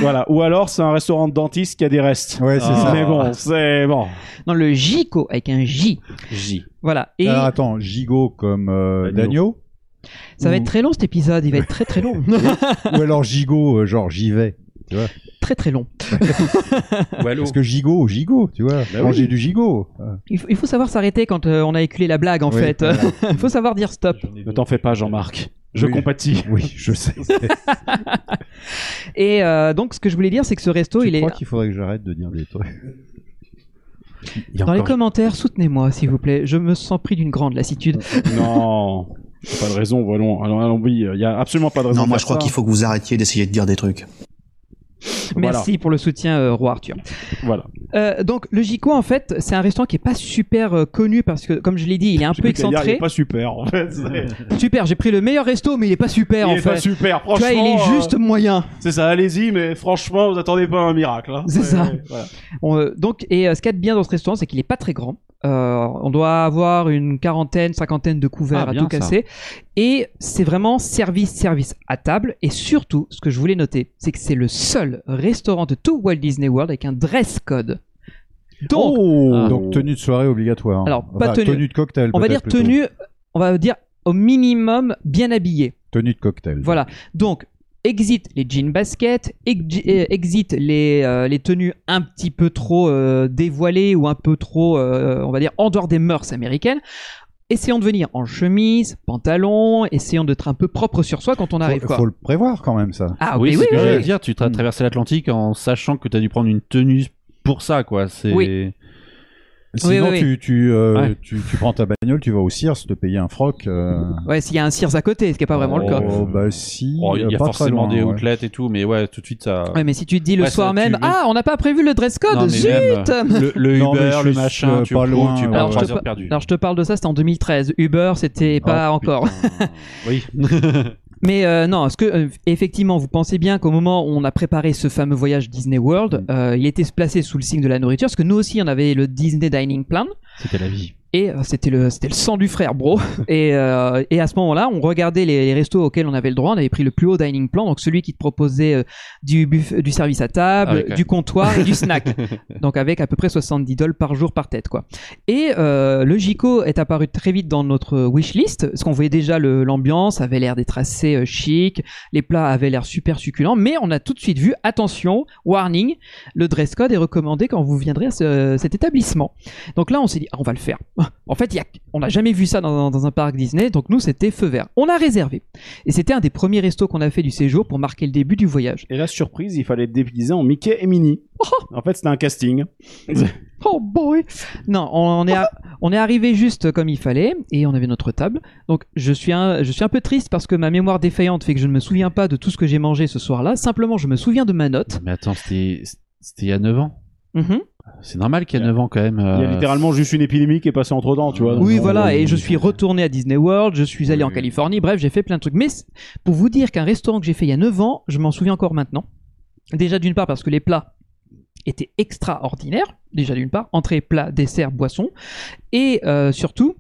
S7: voilà. Ou alors c'est un restaurant de dentiste qui a des restes.
S8: Ouais, c'est
S9: Ah.
S8: ça.
S7: Mais bon, c'est bon.
S10: Non, le Jico avec un J.
S7: J.
S10: Voilà. Et
S8: Alors attends, gigot comme euh, d'agneau
S10: ça va être très long cet épisode,
S8: [laughs]
S10: il va être très très long.
S8: Ou alors gigot, euh, genre j'y vais
S7: [laughs]
S10: très très long.
S8: Parce que gigot, gigot, tu vois.
S7: Bah
S8: Manger
S7: oui.
S8: du gigot. Ah.
S10: Il faut, il faut savoir s'arrêter quand euh, on a éculé la blague en
S8: Oui,
S10: fait.
S8: voilà.
S10: [laughs] Il faut savoir dire stop.
S7: Ne t'en fais pas Jean-Marc. Je
S8: Oui. [laughs]
S7: compatis.
S8: Oui, je sais.
S10: Et euh, donc ce que je voulais dire c'est que ce resto il
S8: je
S10: est...
S8: crois qu'il faudrait que j'arrête de dire des trucs.
S9: Il y a
S10: Dans les
S9: encore-
S10: commentaires, soutenez-moi s'il vous plaît. Je me sens pris d'une grande lassitude.
S7: Non, j'ai pas de raison, allons, allons, allons, oui, il y a absolument pas de raison.
S2: Non,
S7: de
S2: moi
S7: faire
S2: je crois
S7: ça.
S2: qu'il faut que vous arrêtiez d'essayer de dire des trucs.
S7: Voilà.
S10: Merci pour le soutien, euh, roi Arthur.
S7: Voilà.
S10: Euh, donc le Gico en fait, c'est un restaurant qui est pas super euh, connu parce que, comme je l'ai dit, il est un
S7: J'ai
S10: peu
S7: cru qu'à dire, il est
S10: excentré.
S7: pas super, en fait. c'est-
S10: Super, j'ai pris le meilleur resto, mais il est pas
S7: Il
S10: super en
S7: est pas
S10: fait.
S7: super,
S10: tu
S7: franchement.
S10: vois, il est
S7: euh,
S10: juste moyen.
S7: C'est ça, allez-y, mais franchement, vous attendez pas un miracle. hein.
S10: C'est ça.
S7: voilà.
S10: On, euh, donc, et euh, ce qu'il y a de bien dans ce restaurant, c'est qu'il est pas très grand. Euh, on doit avoir une quarantaine, cinquantaine de couverts
S9: Ah,
S10: à
S9: bien
S10: tout
S9: ça.
S10: casser. Et c'est vraiment service, service à table. Et surtout, ce que je voulais noter, c'est que c'est le seul restaurant de tout Walt Disney World avec un dress code. Donc,
S9: Ah.
S8: Donc tenue de soirée obligatoire.
S10: Alors, pas
S8: Enfin,
S10: tenue.
S8: de cocktail.
S10: on va dire
S8: peut-être plutôt.
S10: tenue, on va dire au minimum bien habillé.
S8: Tenue de cocktail.
S10: Voilà. Donc, exit les jeans baskets, ex- euh, exit les, euh, les tenues un petit peu trop euh, dévoilées ou un peu trop, euh, on va dire, en dehors des mœurs américaines. Essayons de venir en chemise, pantalon, essayons d'être un peu propre sur soi quand on
S8: Faut,
S10: arrive. quoi.
S8: faut le prévoir quand même ça.
S10: Ah mais
S9: oui, c'est
S10: oui,
S9: ce que
S10: oui,
S9: j'allais
S10: oui.
S9: dire. Tu as traversé l'Atlantique en sachant que tu as dû prendre une tenue pour ça, quoi. C'est
S10: Oui.
S8: Sinon
S10: oui, oui.
S8: Tu, tu, euh,
S9: Ouais.
S8: tu, tu prends ta bagnole, tu vas au Sears te payer un froc. euh,
S10: Ouais, s'il y a un Sears à côté, ce qui n'est pas vraiment le cas.
S8: oh, bah si.
S9: Oh, il y a
S8: pas très
S9: forcément
S8: loin,
S9: des
S8: ouais.
S9: outlets et tout, mais ouais, tout de suite ça.
S10: Ouais, mais si tu te dis le
S9: Ouais, ça,
S10: soir
S9: tu-
S10: même,
S9: même-
S10: ah, on n'a pas prévu le dress code,
S9: Non, mais
S10: zut
S9: même, euh, le, le
S8: Non, mais
S9: Uber,
S8: je
S9: le
S8: suis,
S9: machin,
S8: euh,
S9: tu
S8: pas
S9: retrouves,
S8: loin,
S9: tu
S8: ouais.
S9: pars
S10: Alors, je te
S9: 3 heures
S10: pa-
S9: perdues.
S10: Alors je te parle de ça, c'était en 2013. Uber, c'était pas encore.
S9: Ah, Putain. [laughs] oui.
S10: Mais euh, non, ce que euh, effectivement, vous pensez bien qu'au moment où on a préparé ce fameux voyage Disney World, euh, il était placé sous le signe de la nourriture, parce que nous aussi, on avait le Disney Dining Plan.
S9: C'était la vie.
S10: Et euh, c'était le, c'était le sang du frère, bro. [laughs] Et, euh, et à ce moment-là, on regardait les, les restos auxquels on avait le droit. On avait pris le plus haut dining plan, donc celui qui te proposait euh, du, buff- du service à table,
S9: Ah ouais, quand
S10: du comptoir et du snack. Donc avec à peu près 70 dollars par jour par tête, quoi. Et euh, le Gico est apparu très vite dans notre wishlist, parce qu'on voyait déjà le- l'ambiance, avait l'air d'être assez euh, chic, les plats avaient l'air super succulents, mais on a tout de suite vu, attention, warning, le dress code est recommandé quand vous viendrez à ce- cet établissement. Donc là, on s'est dit, ah, on va le faire. [laughs] En fait, il y a- on n'a jamais vu ça dans, dans un parc Disney, donc nous, c'était feu vert. On a réservé. Et c'était un des premiers restos qu'on a fait du séjour pour marquer le début du voyage.
S7: Et la surprise, il fallait déguiser en Mickey et Minnie. En fait, c'était un casting.
S10: Oh boy Non, on est, a- on est arrivé juste comme il fallait, et on avait notre table. Donc je suis, un, je suis un peu triste parce que ma mémoire défaillante fait que je ne me souviens pas de tout ce que j'ai mangé ce soir-là, simplement je me souviens de ma note.
S9: Mais attends, c'était c'était il y a 9 ans.
S10: Mhm.
S9: C'est normal qu'il y a 9 ans quand même.
S7: Il y a
S9: euh,
S7: littéralement juste une épidémie qui est passée entre temps, tu vois.
S10: Oui,
S7: Donc,
S10: voilà,
S7: on-
S10: et je suis retourné à Disney World, je suis allé en
S9: Oui.
S10: Californie, bref, j'ai fait plein de trucs. Mais c'est- pour vous dire qu'un restaurant que j'ai fait il y a 9 ans, je m'en souviens encore maintenant. Déjà d'une part parce que les plats étaient extraordinaires, déjà d'une part, entrée, plat, dessert, boisson, et euh, surtout,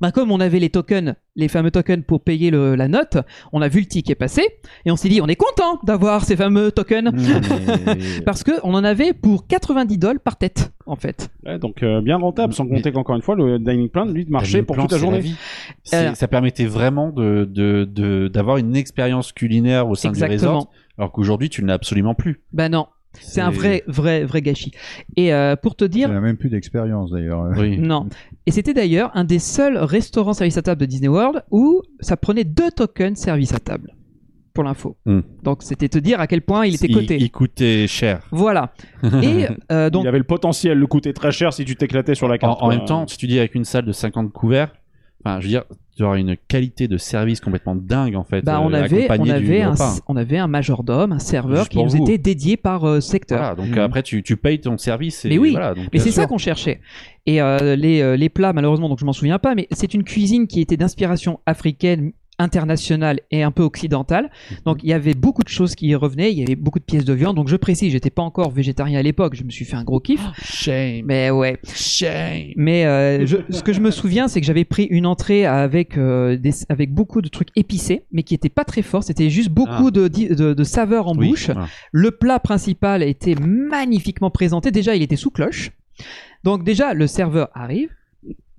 S10: bah, comme on avait les tokens, les fameux tokens pour payer le- la note, on a vu le ticket passer, et on s'est dit, on est content d'avoir ces fameux tokens, [laughs]
S9: mais-
S10: parce que on en avait pour 90 dollars par tête, en fait.
S7: Ouais, donc euh, bien rentable, sans
S9: Mais-
S7: compter qu'encore une fois, le dining plan, lui, marchait
S9: Dining
S7: pour
S9: plan,
S7: toute la
S9: c'est
S7: journée.
S9: vie. C'est-
S10: Alors-
S9: Ça permettait vraiment de de- de- d'avoir une expérience culinaire au sein du
S10: Exactement.
S9: resort, alors qu'aujourd'hui tu ne l'as absolument plus.
S10: Bah non, C'est un vrai, vrai, vrai gâchis. Et euh, pour te
S8: Il
S10: dire,
S8: n'a même plus d'expérience d'ailleurs.
S9: Oui.
S10: non. Et c'était d'ailleurs un des seuls restaurants service à table de Disney World où ça prenait deux tokens service à table, pour l'info.
S9: Hmm.
S10: Donc c'était te dire à quel point il était coté.
S9: Il, coûtait cher.
S10: Voilà.
S9: [laughs]
S10: Et euh, donc,
S7: Il avait le potentiel, le coûtait très cher si tu t'éclatais sur la
S9: En,
S7: carte.
S9: en
S7: quoi.
S9: même temps, si tu dis avec une salle de 50 couverts, enfin, je veux dire, tu auras une qualité de service complètement dingue en fait.
S10: bah, on,
S9: euh,
S10: avait, on,
S9: accompagnée du
S10: avait un,
S9: repas.
S10: on avait un majordome, un serveur
S9: Juste
S10: qui
S9: pour
S10: nous
S9: vous.
S10: était dédié par euh, secteur.
S9: Voilà, donc
S8: Mhm.
S9: après tu, tu payes ton service. Et
S10: Mais oui,
S9: voilà, donc,
S10: Mais
S9: bien
S10: c'est ça
S9: sûr.
S10: qu'on cherchait. Et euh, les, euh, les plats, malheureusement, donc je m'en souviens pas, mais c'est une cuisine qui était d'inspiration africaine, internationale et un peu occidentale.
S9: Mhm.
S10: Donc il y avait beaucoup de choses qui y revenaient, il y avait beaucoup de pièces de viande. Donc je précise, j'étais pas encore végétarien à l'époque, je me suis fait un gros kiff.
S9: Ah, Shame,
S10: Mais ouais.
S9: shame.
S10: Mais euh, je- ce que je me souviens, c'est que j'avais pris une entrée avec, euh, des- avec beaucoup de trucs épicés, mais qui étaient pas très forts. C'était juste beaucoup de, de, de saveurs en
S9: Ah. Oui,
S10: bouche.
S9: voilà.
S10: Le plat principal a été magnifiquement présenté. Déjà, il était sous cloche. Donc déjà, le serveur arrive,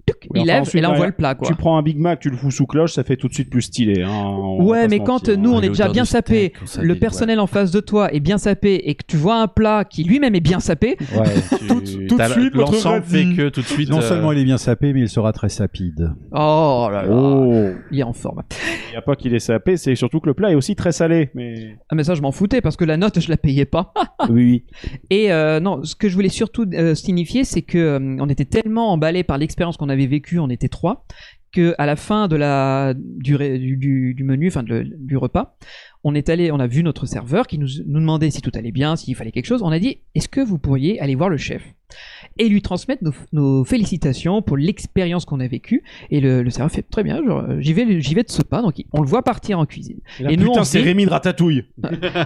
S10: tuc,
S7: Oui,
S10: il
S7: enfin,
S10: lève
S7: ensuite,
S10: et là on
S7: derrière,
S10: voit le plat quoi.
S7: Tu prends un Big Mac, tu le fous sous cloche, ça fait tout de suite plus stylé. hein, on va
S10: Ouais,
S7: pas
S10: mais
S7: se
S10: quand
S7: mentir,
S10: nous
S7: hein.
S10: on est
S9: Et
S10: déjà
S9: l'odeur
S10: bien
S9: du steak,
S10: sapé,
S9: quand ça
S10: le
S9: délivre.
S10: personnel en face de toi est bien sapé et que tu vois un plat qui lui-même est bien sapé,
S7: [laughs]
S9: Ouais, tu-
S7: tout de
S9: t'as la-
S7: suite, votre
S9: l'ensemble
S7: rêve-
S9: fait que tout de suite.
S8: Non
S9: euh,
S8: seulement il est bien sapé, mais il sera très sapide.
S10: oh là là,
S7: Oh,
S10: il est en forme.
S7: il n'y a pas qu'il est sapé, c'est surtout que le plat est aussi très salé. Mais
S10: Ah mais ça je m'en foutais parce que la note je la payais pas.
S7: oui,
S10: Et euh, non, ce que je voulais surtout euh, signifier, c'est que euh, on était tellement emballés par l'expérience qu'on avait vécue, on était trois, que à la fin de la du, ré- du, du- du menu, enfin de le- du repas, on est allé, on a vu notre serveur qui nous, nous demandait si tout allait bien, s'il fallait quelque chose. On a dit, est-ce que vous pourriez aller voir le chef et lui transmettre nos, nos félicitations pour l'expérience qu'on a vécue. Et le, le serveur fait très bien, genre, euh, j'y vais, j'y vais de ce pas. Donc il- on le voit partir en cuisine.
S7: oui.
S10: Et nous,
S7: putain,
S10: on
S7: c'est
S10: dit-
S7: Rémi de Ratatouille.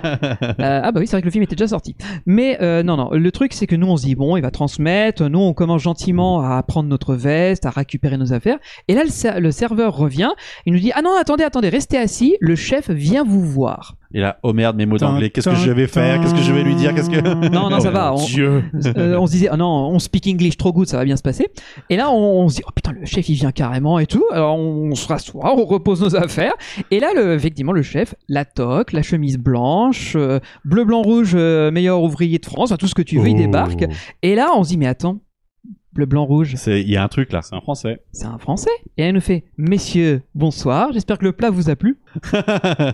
S10: Euh, ah bah oui, c'est vrai que le film était déjà sorti. Mais euh, non, non, le truc c'est que nous on se dit, bon, il va transmettre, nous on commence gentiment à prendre notre veste, à récupérer nos affaires, et là le, ser- le serveur revient, il nous dit, ah non, attendez, attendez, restez assis, le chef vient vous voir.
S9: Et là, oh merde, mes mots
S8: Tin,
S9: d'anglais, qu'est-ce que
S8: tin,
S9: je vais faire Qu'est-ce que je vais lui dire Qu'est-ce que.
S10: [laughs]
S9: Oh
S10: Non, non, ça va, on,
S7: Dieu.
S10: euh, on se disait, ah non, on speak English trop good, ça va bien se passer. Et là on, on se dit, oh putain, le chef il vient carrément et tout, alors on, se rassoit, on repose nos affaires, et là le, effectivement le chef, la toque, la chemise blanche, euh, bleu, blanc, rouge, euh, meilleur ouvrier de France, enfin, tout ce que tu veux, il débarque. Et là, on se dit, mais attends, bleu, blanc, rouge,
S9: C'est- Il y a un truc là.
S7: C'est un français.
S10: c'est un Français. Et elle nous fait, messieurs, bonsoir, j'espère que le plat vous a plu. ah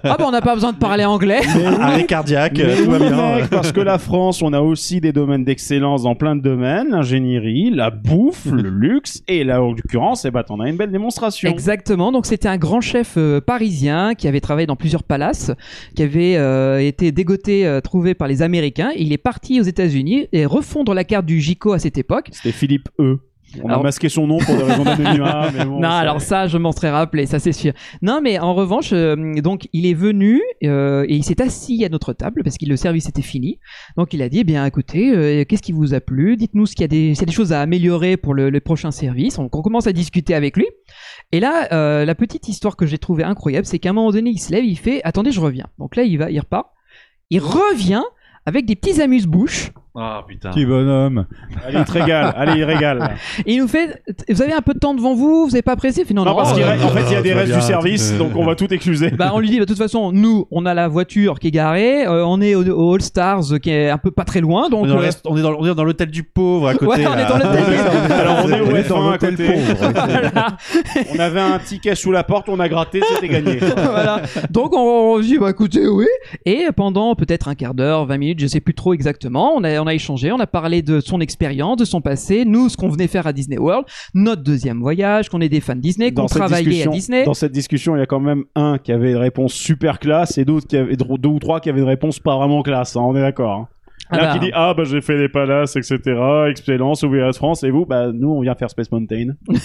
S10: bah on n'a pas besoin de parler anglais.
S9: Arrêt cardiaque,
S7: Mais
S9: tout va
S7: oui,
S9: bien.
S7: mec, parce que la France, on a aussi des domaines d'excellence dans plein de domaines, l'ingénierie, la bouffe, le luxe, et là, en l'occurrence, eh ben, t'en as une belle démonstration.
S10: Exactement, donc c'était un grand chef euh, parisien qui avait travaillé dans plusieurs palaces, qui avait euh, été dégoté, euh, trouvé par les Américains. Il est parti aux États-Unis et refondre la carte du Gico à cette époque.
S7: C'était Philippe E. On
S10: Alors-
S7: a masqué son nom pour des raisons d'anonymat, mais bon.
S10: [laughs] non,
S7: ça-
S10: alors ça, je m'en serais rappelé, ça c'est sûr. Non, mais en revanche, euh, donc il est venu euh, et il s'est assis à notre table parce que le service était fini. Donc il a dit, eh bien écoutez, euh, qu'est-ce qui vous a plu Dites-nous s'il y, a des- s'il y a des choses à améliorer pour le, le prochain service. Donc on commence à discuter avec lui. Et là, euh, la petite histoire que j'ai trouvée incroyable, c'est qu'à un moment donné, il se lève, il fait, attendez, je reviens. Donc là, il va, il repart. Il revient avec des petits amuse-bouches.
S9: [laughs] Ah putain.
S8: Petit bonhomme.
S7: Allez, il te régale. Allez, il régale.
S10: Et il nous fait, vous avez un peu de temps devant vous, vous n'avez pas pressé Il fait, Non,
S7: Non,
S10: non,
S7: parce
S10: euh,
S7: qu'en fait, il y a des
S8: tout va
S7: restes
S8: bien,
S7: du service,
S8: tout-
S7: donc on va tout excuser.
S10: Bah, on lui dit, bah, de toute façon, nous, on a la voiture qui est garée, euh, on est au, au All Stars euh, qui est un peu pas très loin, donc.
S9: On est dans
S10: euh,
S9: le rest- on est dans- on est dans l'hôtel du pauvre à côté.
S10: Ouais, on
S9: là.
S10: est dans l'hôtel du-
S9: [laughs]
S7: Alors, on est au
S8: Vous êtes
S7: F1
S8: dans
S7: à
S8: l'hôtel
S7: côté.
S8: pauvre.
S10: voilà,
S7: On avait un ticket sous la porte, on a gratté, c'était gagné.
S10: voilà. Donc on, on dit bah écoutez oui et pendant peut-être un quart d'heure, 20 minutes, je sais plus trop exactement, on a on a échangé, on a parlé de son expérience, de son passé, nous ce qu'on venait faire à Disney World, notre deuxième voyage, qu'on est des fans Disney, qu'on travaillait à
S7: discussion,
S10: Disney.
S7: dans cette discussion, il y a quand même un qui avait une réponse super classe et d'autres qui avaient dro- deux ou trois qui avaient une réponse pas vraiment classe. hein, on est d'accord. hein.
S10: Ah
S7: Là
S10: bah,
S7: qui dit ah bah j'ai fait les palaces etc excellence au de France et vous bah nous on vient faire Space Mountain.
S10: Non,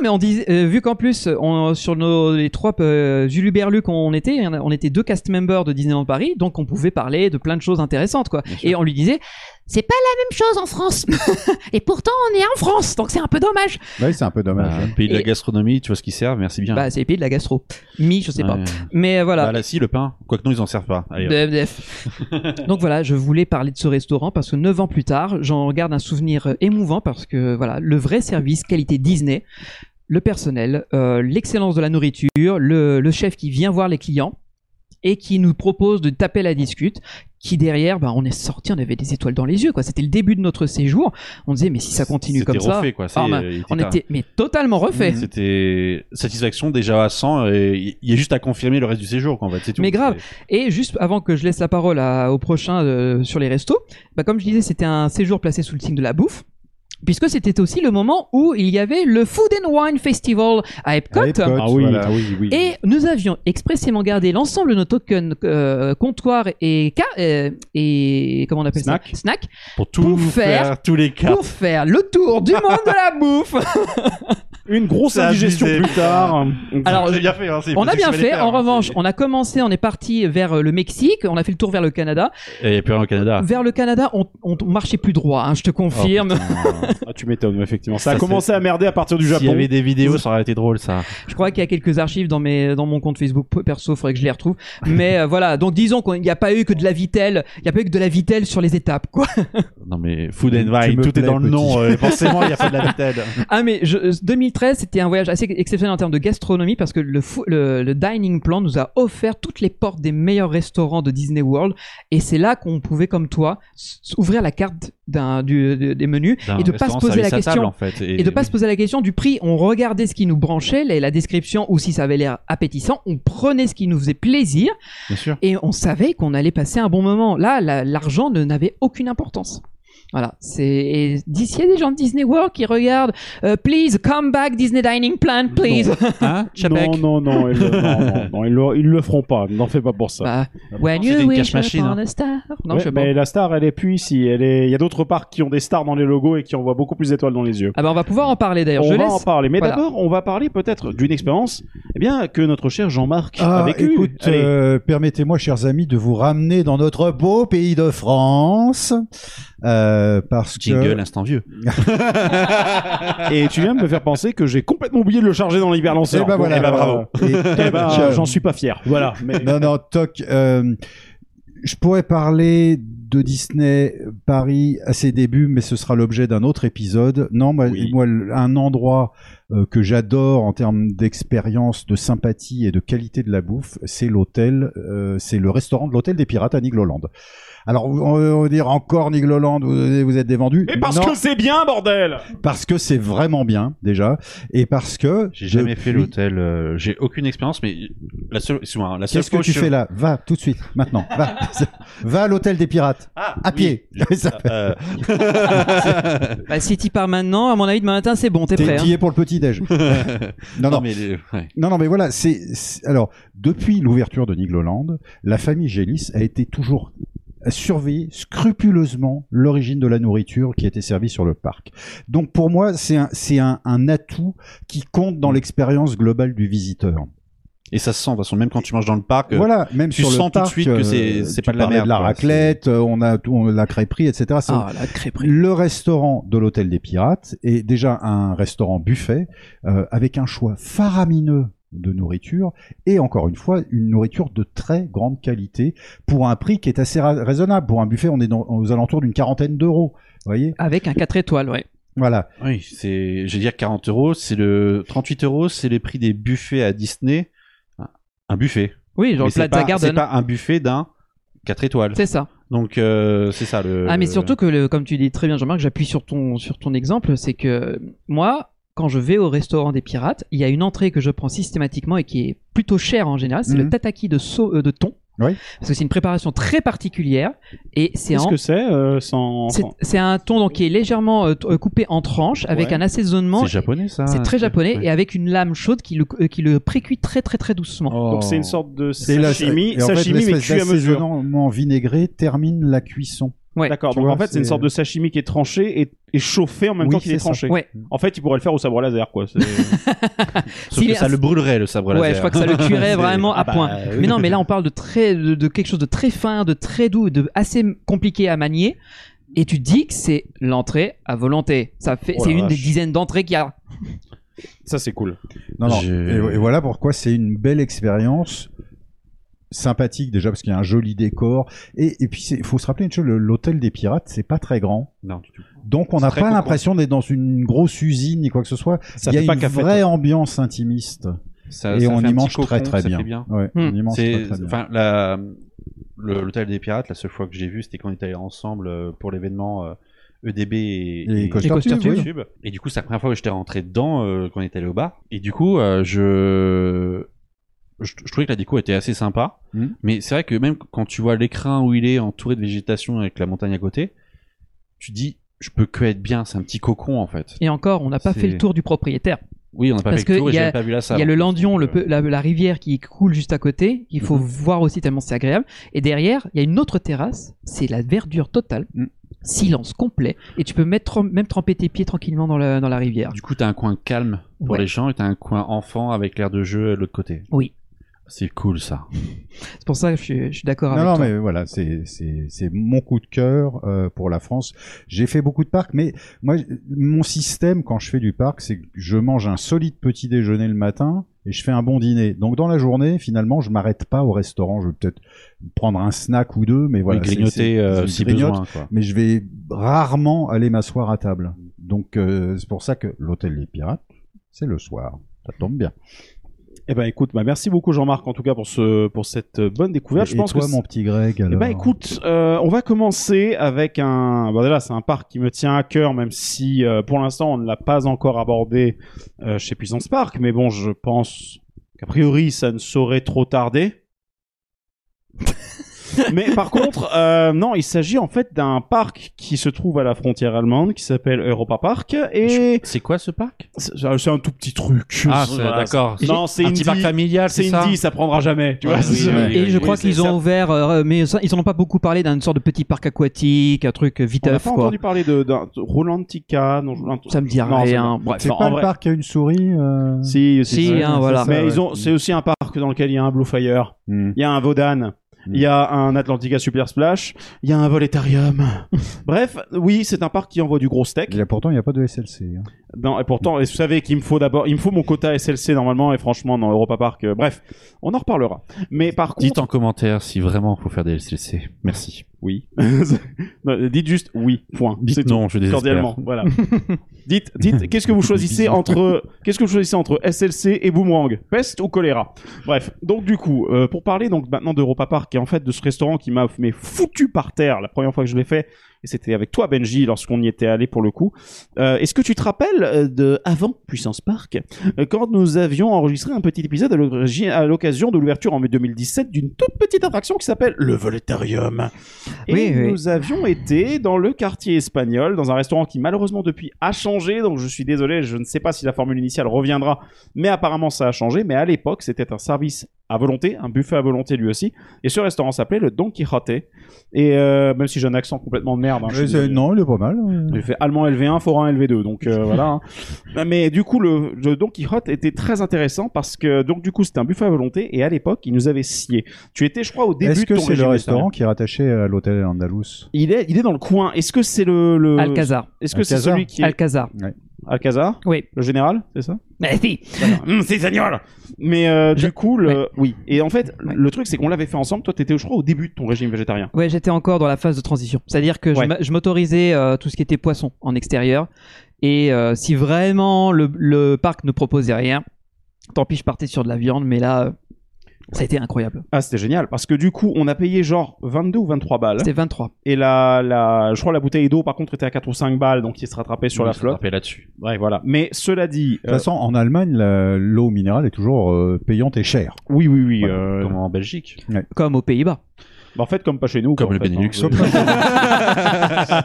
S10: mais on disait, euh, vu qu'en plus, on, sur nos, les trois euh, Berlu qu'on était, il y en a- on était deux cast members de Disneyland Paris, donc on pouvait parler de plein de choses intéressantes, quoi. Et on lui disait, c'est pas la même chose en France. [laughs] Et pourtant, on est en France, donc c'est un peu dommage.
S8: Bah oui, c'est un peu dommage.
S9: Bah,
S10: Ah.
S8: hein.
S9: pays de la
S10: Et-
S9: gastronomie, tu vois ce qu'ils servent, merci bien.
S10: Bah, c'est les pays de la gastro. Mi, je sais pas.
S9: Ouais.
S10: Mais euh, voilà. Bah,
S9: Bah, là, si, le pain. Quoique non, ils en servent pas. Allez,
S10: De MDF.
S9: [laughs]
S10: Donc voilà, je voulais parler de ce restaurant parce que 9 ans plus tard, j'en garde un souvenir euh, émouvant parce que voilà, le vrai service qualité Disney, le personnel, euh, l'excellence de la nourriture, le, le chef qui vient voir les clients et qui nous propose de taper la discute, qui derrière, bah, on est sorti, on avait des étoiles dans les yeux, quoi. C'était le début de notre séjour. On disait, mais si ça continue
S9: C'était
S10: comme ça,
S9: refait, quoi. C'est-
S10: Ah, bah,
S9: il était
S10: on
S9: pas-
S10: était mais totalement refait.
S9: Mm. C'était satisfaction déjà à 100 et il y a juste à confirmer le reste du séjour quoi, en fait, c'est tout.
S10: Mais grave.
S9: C'est-
S10: Et juste avant que je laisse la parole à- au prochain euh, sur les restos, bah comme je disais, c'était un séjour placé sous le signe de la bouffe. Puisque c'était aussi le moment où il y avait le Food and Wine Festival à Epcot.
S8: À Epcot,
S7: Ah oui.
S8: voilà, oui, oui.
S10: Et nous avions expressément gardé l'ensemble de nos tokens euh, comptoir et, ca- euh, et comment on appelle
S7: Snack.
S10: ça snack
S9: Pour tout
S10: Pour
S9: faire,
S10: faire-
S9: tous les cas.
S10: pour faire le tour du monde de la
S9: [laughs]
S10: bouffe.
S7: Une grosse
S9: Ça
S7: indigestion
S9: abusait.
S7: plus tard.
S9: [laughs]
S10: Alors,
S9: bien fait. hein, c'est-
S10: on a
S9: c'est
S10: bien
S9: ce qu'il fallait
S10: fait.
S9: faire,
S10: En
S9: hein,
S10: revanche,
S9: c'est-
S10: on a commencé, on est parti vers euh, le Mexique, on a fait le tour vers le Canada.
S9: Et il n'y a plus rien au Canada.
S10: Vers le Canada, on, on marchait plus droit. hein, je te
S9: Oh,
S10: confirme.
S9: putain.
S7: Ah, tu m'étonnes effectivement. Ça,
S9: Ça,
S7: a commencé à merder à partir du
S9: S'il y
S7: Japon.
S9: avait des vidéos, ça aurait été drôle ça.
S10: Je crois qu'il y a quelques archives dans, mes, dans mon compte Facebook perso, faudrait que je les retrouve. Mais euh, voilà, donc disons qu'il n'y a pas eu que de la vitelle, il n'y a pas eu que de la vitelle sur les étapes,
S9: Mm.
S10: quoi.
S9: Non mais Food and
S8: Tu
S9: Wine,
S8: me
S9: tout est
S8: plais,
S9: dans le
S8: petit. [laughs]
S9: nom. euh, forcément, il y a pas de la vitelle.
S10: Ah mais je, 2013, c'était un voyage assez exceptionnel en termes de gastronomie parce que le, fou- le, le dining plan nous a offert toutes les portes des meilleurs restaurants de Disney World et c'est là qu'on pouvait, comme toi, s- ouvrir la carte d'un, du, de- des menus et de pas se poser la question.
S9: en fait,
S10: Et de pas se poser la question du prix, on regardait ce qui nous branchait, la, la description ou si ça avait l'air appétissant, on prenait ce qui nous faisait plaisir
S9: Bien sûr.
S10: [laughs] et on savait qu'on allait passer un bon moment. Là, la- l'argent ne n'avait aucune importance. Voilà, c'est et d'ici il y a des gens de Disney World qui regardent euh, please come back Disney dining plan please.
S9: Hein Chapek
S7: non, non, non, ils le, non, non, non, ils le, ils le feront pas. N'en fais pas pour ça.
S10: Bah, when
S9: C'était
S10: you
S9: une
S10: wish
S9: cache machine,
S10: upon
S9: hein.
S10: a star. Non,
S7: Ouais,
S10: je sais pas.
S7: mais la star, elle est plus ici. Elle est. Il y a d'autres parcs qui ont des stars dans les logos et qui envoient beaucoup plus d'étoiles dans les yeux.
S10: Ah bah on va pouvoir en parler d'ailleurs.
S7: on
S10: Je
S7: va
S10: laisse.
S7: en parler. Mais
S10: Voilà.
S7: d'abord, on va parler peut-être d'une expérience, eh bien, que notre cher Jean-Marc
S8: Ah,
S7: a vécue.
S8: écoute,
S7: Allez.
S8: euh, permettez-moi, chers amis, de vous ramener dans notre beau pays de France, euh, parce
S9: Jingle,
S8: que
S9: instant vieux.
S7: Et tu viens de me faire penser que j'ai complètement oublié de le charger dans l'hyperlanceur.
S8: Eh ben voilà.
S7: euh, Eh ben bravo.
S8: Et
S7: Eh ben,
S8: toc, euh,
S7: j'en suis pas fier. Voilà. Mais
S8: non, non, toc. euh, je pourrais parler de Disney Paris à ses débuts, mais ce sera l'objet d'un autre épisode. Non, moi,
S7: Oui.
S8: moi, le- un endroit euh, que j'adore en termes d'expérience, de sympathie et de qualité de la bouffe, c'est l'hôtel, euh, c'est le restaurant de l'hôtel des pirates à Nigloland. Alors, on, on va dire encore Nigloland, vous, vous êtes des vendus.
S7: Mais parce
S8: Non,
S7: que c'est bien, bordel
S8: parce que c'est vraiment bien déjà, et parce que
S9: J'ai jamais fait
S8: depuis-
S9: l'hôtel. euh, j'ai aucune expérience, mais la seule, excuse-moi, hein, la seule
S8: Qu'est-ce que
S9: fois
S8: tu
S9: je-
S8: fais là Va tout de suite, maintenant. Va, [laughs] va à l'hôtel des pirates,
S9: Ah,
S8: à
S9: oui.
S8: pied. Ça fait-
S9: Euh, [laughs]
S10: Bah, si t'y pars maintenant, à mon avis demain matin c'est bon, t'es
S8: T'es
S10: prêt. hein.
S8: t'y es pour le petit
S9: [laughs]
S8: déj. [laughs] non,
S9: non,
S8: non,
S9: mais les- ouais.
S8: non, non, mais voilà. C'est c'est- alors depuis l'ouverture de Nigloland, la famille Gélis a été toujours surveiller scrupuleusement l'origine de la nourriture qui était servie sur le parc. Donc pour moi, c'est un, c'est un, un atout qui compte dans l'expérience globale du visiteur.
S9: Et ça se sent, de toute façon, même quand tu manges dans le parc. euh,
S8: voilà, même
S9: tu
S8: sur
S9: sens
S8: le
S9: tout de
S8: parc,
S9: suite que
S8: euh,
S9: c'est- c'est
S8: tu
S9: pas de la
S8: parlais
S9: merde,
S8: la
S9: quoi.
S8: raclette, euh, on a tout- on- la crêperie, etc. C'est-
S10: Ah, la crêperie.
S8: le restaurant de l'hôtel des pirates est déjà un restaurant buffet euh, avec un choix faramineux de nourriture et encore une fois une nourriture de très grande qualité pour un prix qui est assez ra- raisonnable pour un buffet on est dans- aux alentours d'une quarantaine d'euros vous voyez
S10: Avec un 4 étoiles, ouais.
S8: voilà
S9: Oui, c'est, je vais dire 40 euros, c'est le 38 euros, c'est les prix des buffets à Disney. Un- Un buffet.
S10: Oui, genre
S9: Mais
S10: le
S9: c'est
S10: Plaza
S9: pas, C'est
S10: Garden.
S9: pas un buffet d'un 4 étoiles.
S10: C'est ça.
S9: Donc euh, c'est ça le.
S10: Ah, mais surtout que, le- comme tu dis très bien, Jean-Marc, j'appuie sur ton, sur ton exemple, c'est que moi, quand je vais au restaurant des pirates, il y a une entrée que je prends systématiquement et qui est plutôt chère en général, c'est le
S8: Mhm.
S10: tataki de, sau- euh, de thon.
S8: Oui.
S10: Parce que c'est une préparation très particulière et c'est
S7: Qu'est-ce
S10: en-
S7: que c'est euh, sans.
S10: c'est- c'est un thon donc, qui est légèrement euh, t- euh, coupé en tranches avec
S7: Ouais.
S10: un assaisonnement.
S9: c'est japonais ça.
S8: Ah,
S10: C'est très japonais
S9: Ouais.
S10: et avec une lame chaude qui le, euh, qui le précuit très très très doucement.
S8: Ah,
S7: Donc c'est une sorte de sashimi,
S8: Oh. et en fait,
S7: sashimi mais
S8: l'espèce
S7: cuit à mesure.
S8: d'assaisonnement vinaigré termine la cuisson
S10: Ouais.
S7: D'accord.
S8: Tu
S7: Donc
S8: vois,
S7: en fait, c'est une
S8: c'est-
S7: sorte de sashimi qui est tranché et, et chauffé en même
S8: Oui,
S7: temps qu'il
S8: c'est
S7: est,
S8: ça.
S7: tranché.
S10: Ouais.
S7: En fait, il pourrait le faire au sabre laser, quoi.
S8: [laughs]
S7: C'est-
S9: Sauf
S10: S'il
S9: que
S10: est-
S9: ça le brûlerait le sabre laser.
S10: Ouais, je crois que ça le
S9: [laughs]
S10: cuirait vraiment à
S9: Ah bah,
S10: point.
S9: oui.
S10: Mais non, mais là on parle de très de, de quelque chose de très fin, de très doux, de assez compliqué à manier. Et tu dis que c'est l'entrée à volonté. Ça fait,
S7: Oh
S10: c'est
S7: la
S10: une des
S7: vache.
S10: dizaines d'entrées qu'il y a.
S7: Ça, c'est cool.
S8: Non, non.
S9: Je-
S8: Et, et voilà pourquoi c'est une belle expérience sympathique déjà parce qu'il y a un joli décor et, et puis il faut se rappeler une chose le- l'hôtel des pirates c'est pas très grand
S9: Non, du tout.
S8: donc on
S9: C'est
S8: n'a
S9: très
S8: pas
S9: cocon.
S8: l'impression d'être dans une grosse usine ni quoi que ce soit
S7: Ça
S8: il y a
S7: fait pas
S8: une
S7: qu'à fête.
S8: vraie ambiance intimiste
S9: Ça-
S8: et
S9: Euh, ça
S8: on
S9: fait un
S8: y
S9: petit
S8: mange
S9: cocon,
S8: très très
S9: ça
S8: bien,
S9: fait bien.
S8: Ouais,
S10: Hmm.
S8: on y mange très
S9: C'est,
S8: très bien
S9: enfin, la, le- l'hôtel des pirates, la seule fois que j'ai vu, c'était quand on était allés ensemble euh, pour l'événement euh, EDB et,
S8: Et
S9: et-
S8: Coaster
S10: Et Coaster
S8: Tube,
S10: Tube.
S8: oui.
S9: Tube. Et du coup, c'est la première fois que j'étais rentré dedans, euh, qu'on était allé au bar. Et du coup, euh, je... je je trouvais que la déco était assez sympa.
S10: Hmm.
S8: Mhm.
S9: Mais c'est vrai que même quand tu vois l'écrin où il est entouré de végétation avec la montagne à côté, tu dis, je peux que être bien, c'est un petit cocon en fait.
S10: Et encore, on n'a pas
S9: C'est-
S10: fait le tour du propriétaire.
S9: Oui, on n'a pas
S10: Parce
S9: fait le
S10: que
S9: tour et
S10: y a-
S9: j'avais pas vu la salle.
S10: Il y a le
S9: en fait.
S10: Landion, le
S9: Donc, euh,
S10: peu- la, la rivière qui coule juste à côté. Il faut voir aussi tellement c'est agréable. Et derrière, il y a une autre terrasse. C'est la verdure totale.
S9: Mhm.
S10: Silence complet. Et tu peux mettre, même tremper tes pieds tranquillement dans la, dans la rivière.
S9: Du coup, t'as un coin calme pour
S10: Ouais.
S9: les gens et t'as un coin enfant avec l'air de jeu de l'autre côté.
S10: Oui.
S9: C'est cool ça.
S10: C'est pour ça que je, suis- je suis d'accord
S8: non,
S10: avec
S8: non,
S10: toi.
S8: mais voilà, c'est c'est- c'est mon coup de cœur euh, pour la France. J'ai fait beaucoup de parcs, mais moi, j- mon système quand je fais du parc, c'est que je mange un solide petit déjeuner le matin et je fais un bon dîner. Donc dans la journée, finalement, je m'arrête pas au restaurant. Je vais peut-être prendre un snack ou deux, mais voilà.
S9: Oui,
S8: c'est-
S9: grignoter
S8: c'est-
S9: euh,
S8: je
S9: si
S8: grignote,
S9: besoin. Quoi.
S8: Mais je vais rarement aller m'asseoir à table. Donc euh, c'est pour ça que l'hôtel des pirates, c'est le soir. Ça tombe bien.
S7: Eh ben, écoute, bah, merci beaucoup, Jean-Marc, en tout cas, pour ce, pour cette bonne découverte.
S8: et
S7: je pense
S8: toi,
S7: que
S8: mon petit Greg.
S7: Eh
S8: Alors...
S7: ben écoute, euh, on va commencer avec un. Bon là, c'est un parc qui me tient à cœur, même si euh, pour l'instant on ne l'a pas encore abordé euh, chez Puissance Park. Mais bon, je pense qu'a priori ça ne saurait trop
S9: [laughs]
S7: tarder. mais par contre, euh, non, il s'agit en fait d'un parc qui se trouve à la frontière allemande, qui s'appelle Europa Park, et
S9: C'est quoi ce parc
S7: c'est Ah, c'est un tout petit truc.
S9: Ah, c'est-
S7: Voilà,
S9: d'accord.
S7: c'est- Non, c'est
S9: un petit parc
S7: indie.
S9: familial,
S7: C'est
S9: c'est ça
S7: indie, ça prendra jamais. Tu vois.
S9: Ouais, oui,
S7: c'est-
S9: oui, oui.
S10: Et je crois
S7: c'est-
S10: qu'ils
S7: ça-
S10: ont ouvert, euh, mais ça- ils en ont pas beaucoup parlé d'une sorte de petit parc aquatique, un truc vite
S7: On n'a
S10: off,
S7: pas
S10: quoi.
S7: entendu parler de, d'un- de Rolantica. Non, je-
S10: Ça me dit
S7: Non, ça
S10: rien.
S7: me-
S10: Bref,
S8: c'est
S7: non,
S8: pas
S7: en
S8: le
S7: vrai-
S8: parc à une souris. euh
S7: Si, si,
S10: Si,
S7: si.
S10: hein, voilà.
S7: Mais
S8: ouais.
S7: ils ont, c'est aussi un parc dans lequel il y a un Blue Fire,
S8: Hmm.
S7: il y a un Vodan,
S8: Mm.
S7: il y a un Atlantica Super Splash, il y a un
S10: [laughs]
S7: Voletarium. Bref, oui, c'est un parc qui envoie du gros steak.
S8: Il y a- pourtant, il n'y a pas de SLC. hein.
S7: Non, et pourtant, et vous savez qu'il me faut d'abord, il me faut mon quota SLC normalement, et franchement, dans Europa Park, euh, bref, on en reparlera. Mais par contre,
S9: Dites en commentaire si vraiment faut faire des LCC. Merci.
S7: oui. Non, [laughs] dites juste oui, point. C'est
S9: Dites
S7: tout.
S9: non, je désespère.
S7: Cordialement, voilà. [laughs] dites, dites, qu'est-ce que vous choisissez entre, qu'est-ce que vous choisissez entre SLC et Boomerang, peste ou choléra Bref, donc du coup, euh, pour parler donc maintenant d'Europa Park et en fait de ce restaurant qui m'a mais foutu par terre la première fois que je l'ai fait, et c'était avec toi Benji lorsqu'on y était allé pour le coup. Euh, Est-ce que tu te rappelles euh, de avant Puissance Park, euh, quand nous avions enregistré un petit épisode à l'origi- à l'occasion de l'ouverture en mai 2017 d'une toute petite attraction qui s'appelle le Voletarium. Et
S10: Oui, oui.
S7: nous avions été dans le quartier espagnol, dans un restaurant qui malheureusement depuis a changé, donc je suis désolé, je ne sais pas si la formule initiale reviendra, mais apparemment ça a changé, mais à l'époque c'était un service à volonté, un buffet à volonté lui aussi. Et ce restaurant s'appelait le Don Quixote. Et euh, même si j'ai un accent complètement de merde, hein, je
S8: Mais
S7: suis
S8: c'est-
S7: désolé.
S8: non, il est pas mal. euh.
S7: J'ai fait allemand LV1, forain LV2, donc euh, voilà.
S8: [laughs]
S7: hein. Mais du coup, le, le Don Quichotte était très intéressant parce que donc du coup, c'était un buffet à volonté et à l'époque, il nous avait scié. Tu étais, je crois, au début
S8: Est-ce
S7: de
S8: que
S7: ton
S8: c'est le
S7: régime
S8: restaurant
S7: végétarien.
S8: qui est rattaché à l'hôtel Andalus
S7: Il est, il est dans le coin. Est-ce que c'est le, le-
S10: Alcazar.
S7: Est-ce que c'est
S8: Alcazar.
S7: celui qui est
S10: Alcazar.
S7: Alcazar
S10: Oui. [laughs]
S7: Le général, c'est ça
S10: Mais si. [laughs]
S7: C'est génial. Mais euh,
S10: Hum, Je-
S7: du coup, le... oui. Et en fait,
S10: Ouais.
S7: le truc, c'est qu'on l'avait fait ensemble. Toi, t'étais, je crois, au début de ton régime végétarien.
S10: Ouais, j'étais encore dans la phase de transition. C'est-à-dire que je
S7: Ouais.
S10: m'a- je m'autorisais euh, tout ce qui était poisson en extérieur. Et euh, si vraiment le, le parc ne proposait rien, tant pis, je partais sur de la viande. Mais là, euh, ça a été incroyable.
S7: Ah, c'était génial parce que du coup, on a payé genre 22 ou 23 balles.
S10: C'était 23.
S7: Et la, la, je crois la bouteille d'eau, par contre, était à 4 ou 5 balles, donc il se rattrapait sur la flotte.
S9: Attrapé là-dessus.
S7: Ouais, voilà. Mais cela dit, euh,
S8: De toute façon, en Allemagne, la- l'eau minérale est toujours euh, payante et chère.
S7: euh, oui, oui, oui.
S9: Voilà,
S7: euh,
S9: Comme en Belgique.
S10: Comme aux Pays-Bas.
S7: bah, en fait, comme pas chez nous.
S9: Comme
S7: quoi,
S9: le
S7: en fait,
S9: Benelux.
S7: hein.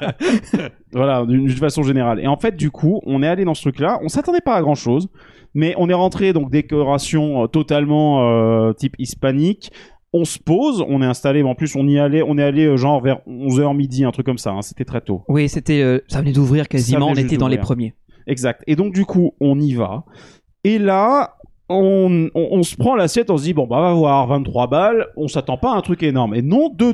S7: voilà, d'une d'une façon générale. Et en fait, du coup, on est allé dans ce truc-là. On s'attendait pas à grand-chose, mais on est rentré donc décoration euh, totalement euh, type hispanique. On se pose, on est installé. En plus, on y allait, on est allé euh, genre vers 11h midi, un truc comme ça. hein. C'était très tôt.
S10: Oui, c'était, euh, ça venait d'ouvrir quasiment. On
S7: juste
S10: était dans les
S7: d'ouvrir.
S10: premiers.
S7: Exact. Et donc, du coup, on y va. Et là, on, on- on se prend l'assiette, on se dit, bon, bah, va voir, 23 balles, on s'attend pas à un truc énorme. Et non, de. de-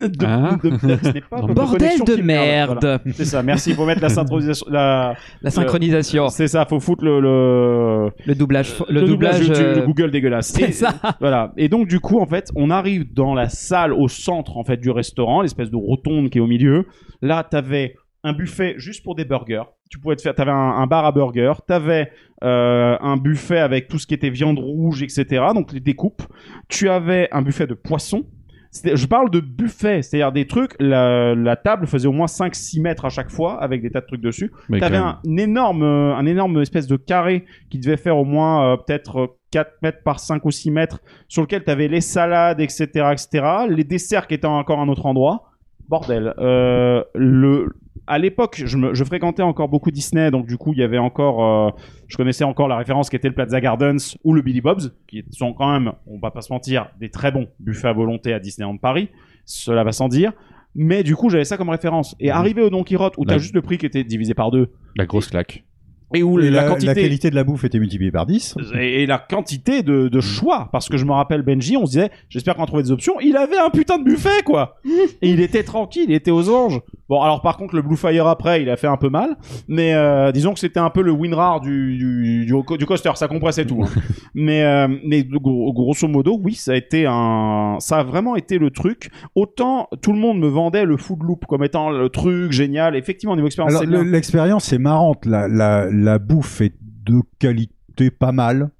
S7: de-
S9: Hein
S7: de- ce n'est
S10: [laughs]
S7: pas votre
S10: Ah. Bordel
S7: connexion
S10: de
S7: qui merde.
S10: merde.
S7: Voilà. Euh, C'est ça, merci. Faut mettre la synchronisation. La...
S10: La synchronisation,
S7: C'est ça, faut foutre le, le...
S10: le doublage, le,
S7: le
S10: doublage.
S7: YouTube,
S10: euh,
S7: le Google dégueulasse.
S10: c'est [laughs] ça.
S7: Voilà. Et donc, du coup, en fait, on arrive dans la salle au centre, en fait, du restaurant, l'espèce de rotonde qui est au milieu. Là, t'avais un buffet juste pour des burgers. Tu pouvais te faire, t'avais un, un bar à burgers. T'avais euh, un buffet avec tout ce qui était viande rouge, etc. Donc les découpes. Tu avais un buffet de poissons. C'était- Je parle de buffet, c'est-à-dire des trucs, la, la table faisait au moins 5-6 mètres à chaque fois avec des tas de trucs dessus.
S9: Mais
S7: T'avais
S9: quand
S7: un énorme, euh, un énorme espèce de carré qui devait faire au moins euh, peut-être euh, 4 mètres par 5 ou 6 mètres, sur lequel t'avais les salades, etc., etc., les desserts qui étaient encore à un autre endroit. Bordel. Euh, le, à l'époque, je, me- je fréquentais encore beaucoup Disney, donc du coup, il y avait encore, euh, je connaissais encore la référence qui était le Plaza Gardens ou le Billy Bob's, qui sont quand même, on va pas se mentir, des très bons buffets à volonté à Disneyland Paris. Cela va sans dire. Mais du coup, j'avais ça comme référence. Et
S9: Mhm.
S7: arrivé au Don Quirote, où
S9: La-
S7: t'as juste le prix qui était divisé par deux,
S9: La grosse claque.
S7: [laughs] et où
S8: Et
S7: la,
S8: la,
S7: quantité
S8: la qualité de la bouffe était multipliée par 10.
S7: et, et la quantité de, de choix parce que je me rappelle Benji on se disait j'espère qu'on va trouver des options il avait un putain de buffet quoi et il était tranquille il était aux anges bon alors par contre le Blue Fire après il a fait un peu mal mais euh, disons que c'était un peu le win rare du, du, du, du coaster ça compressait tout hein. mais, euh, mais de gros- grosso modo oui ça a été un ça a vraiment été le truc autant tout le monde me vendait le food loop comme étant le truc génial effectivement au niveau expérience
S8: Alors
S7: c'est
S8: le-
S7: bien.
S8: l'expérience est marrante. La, la, la bouffe est de qualité pas mal.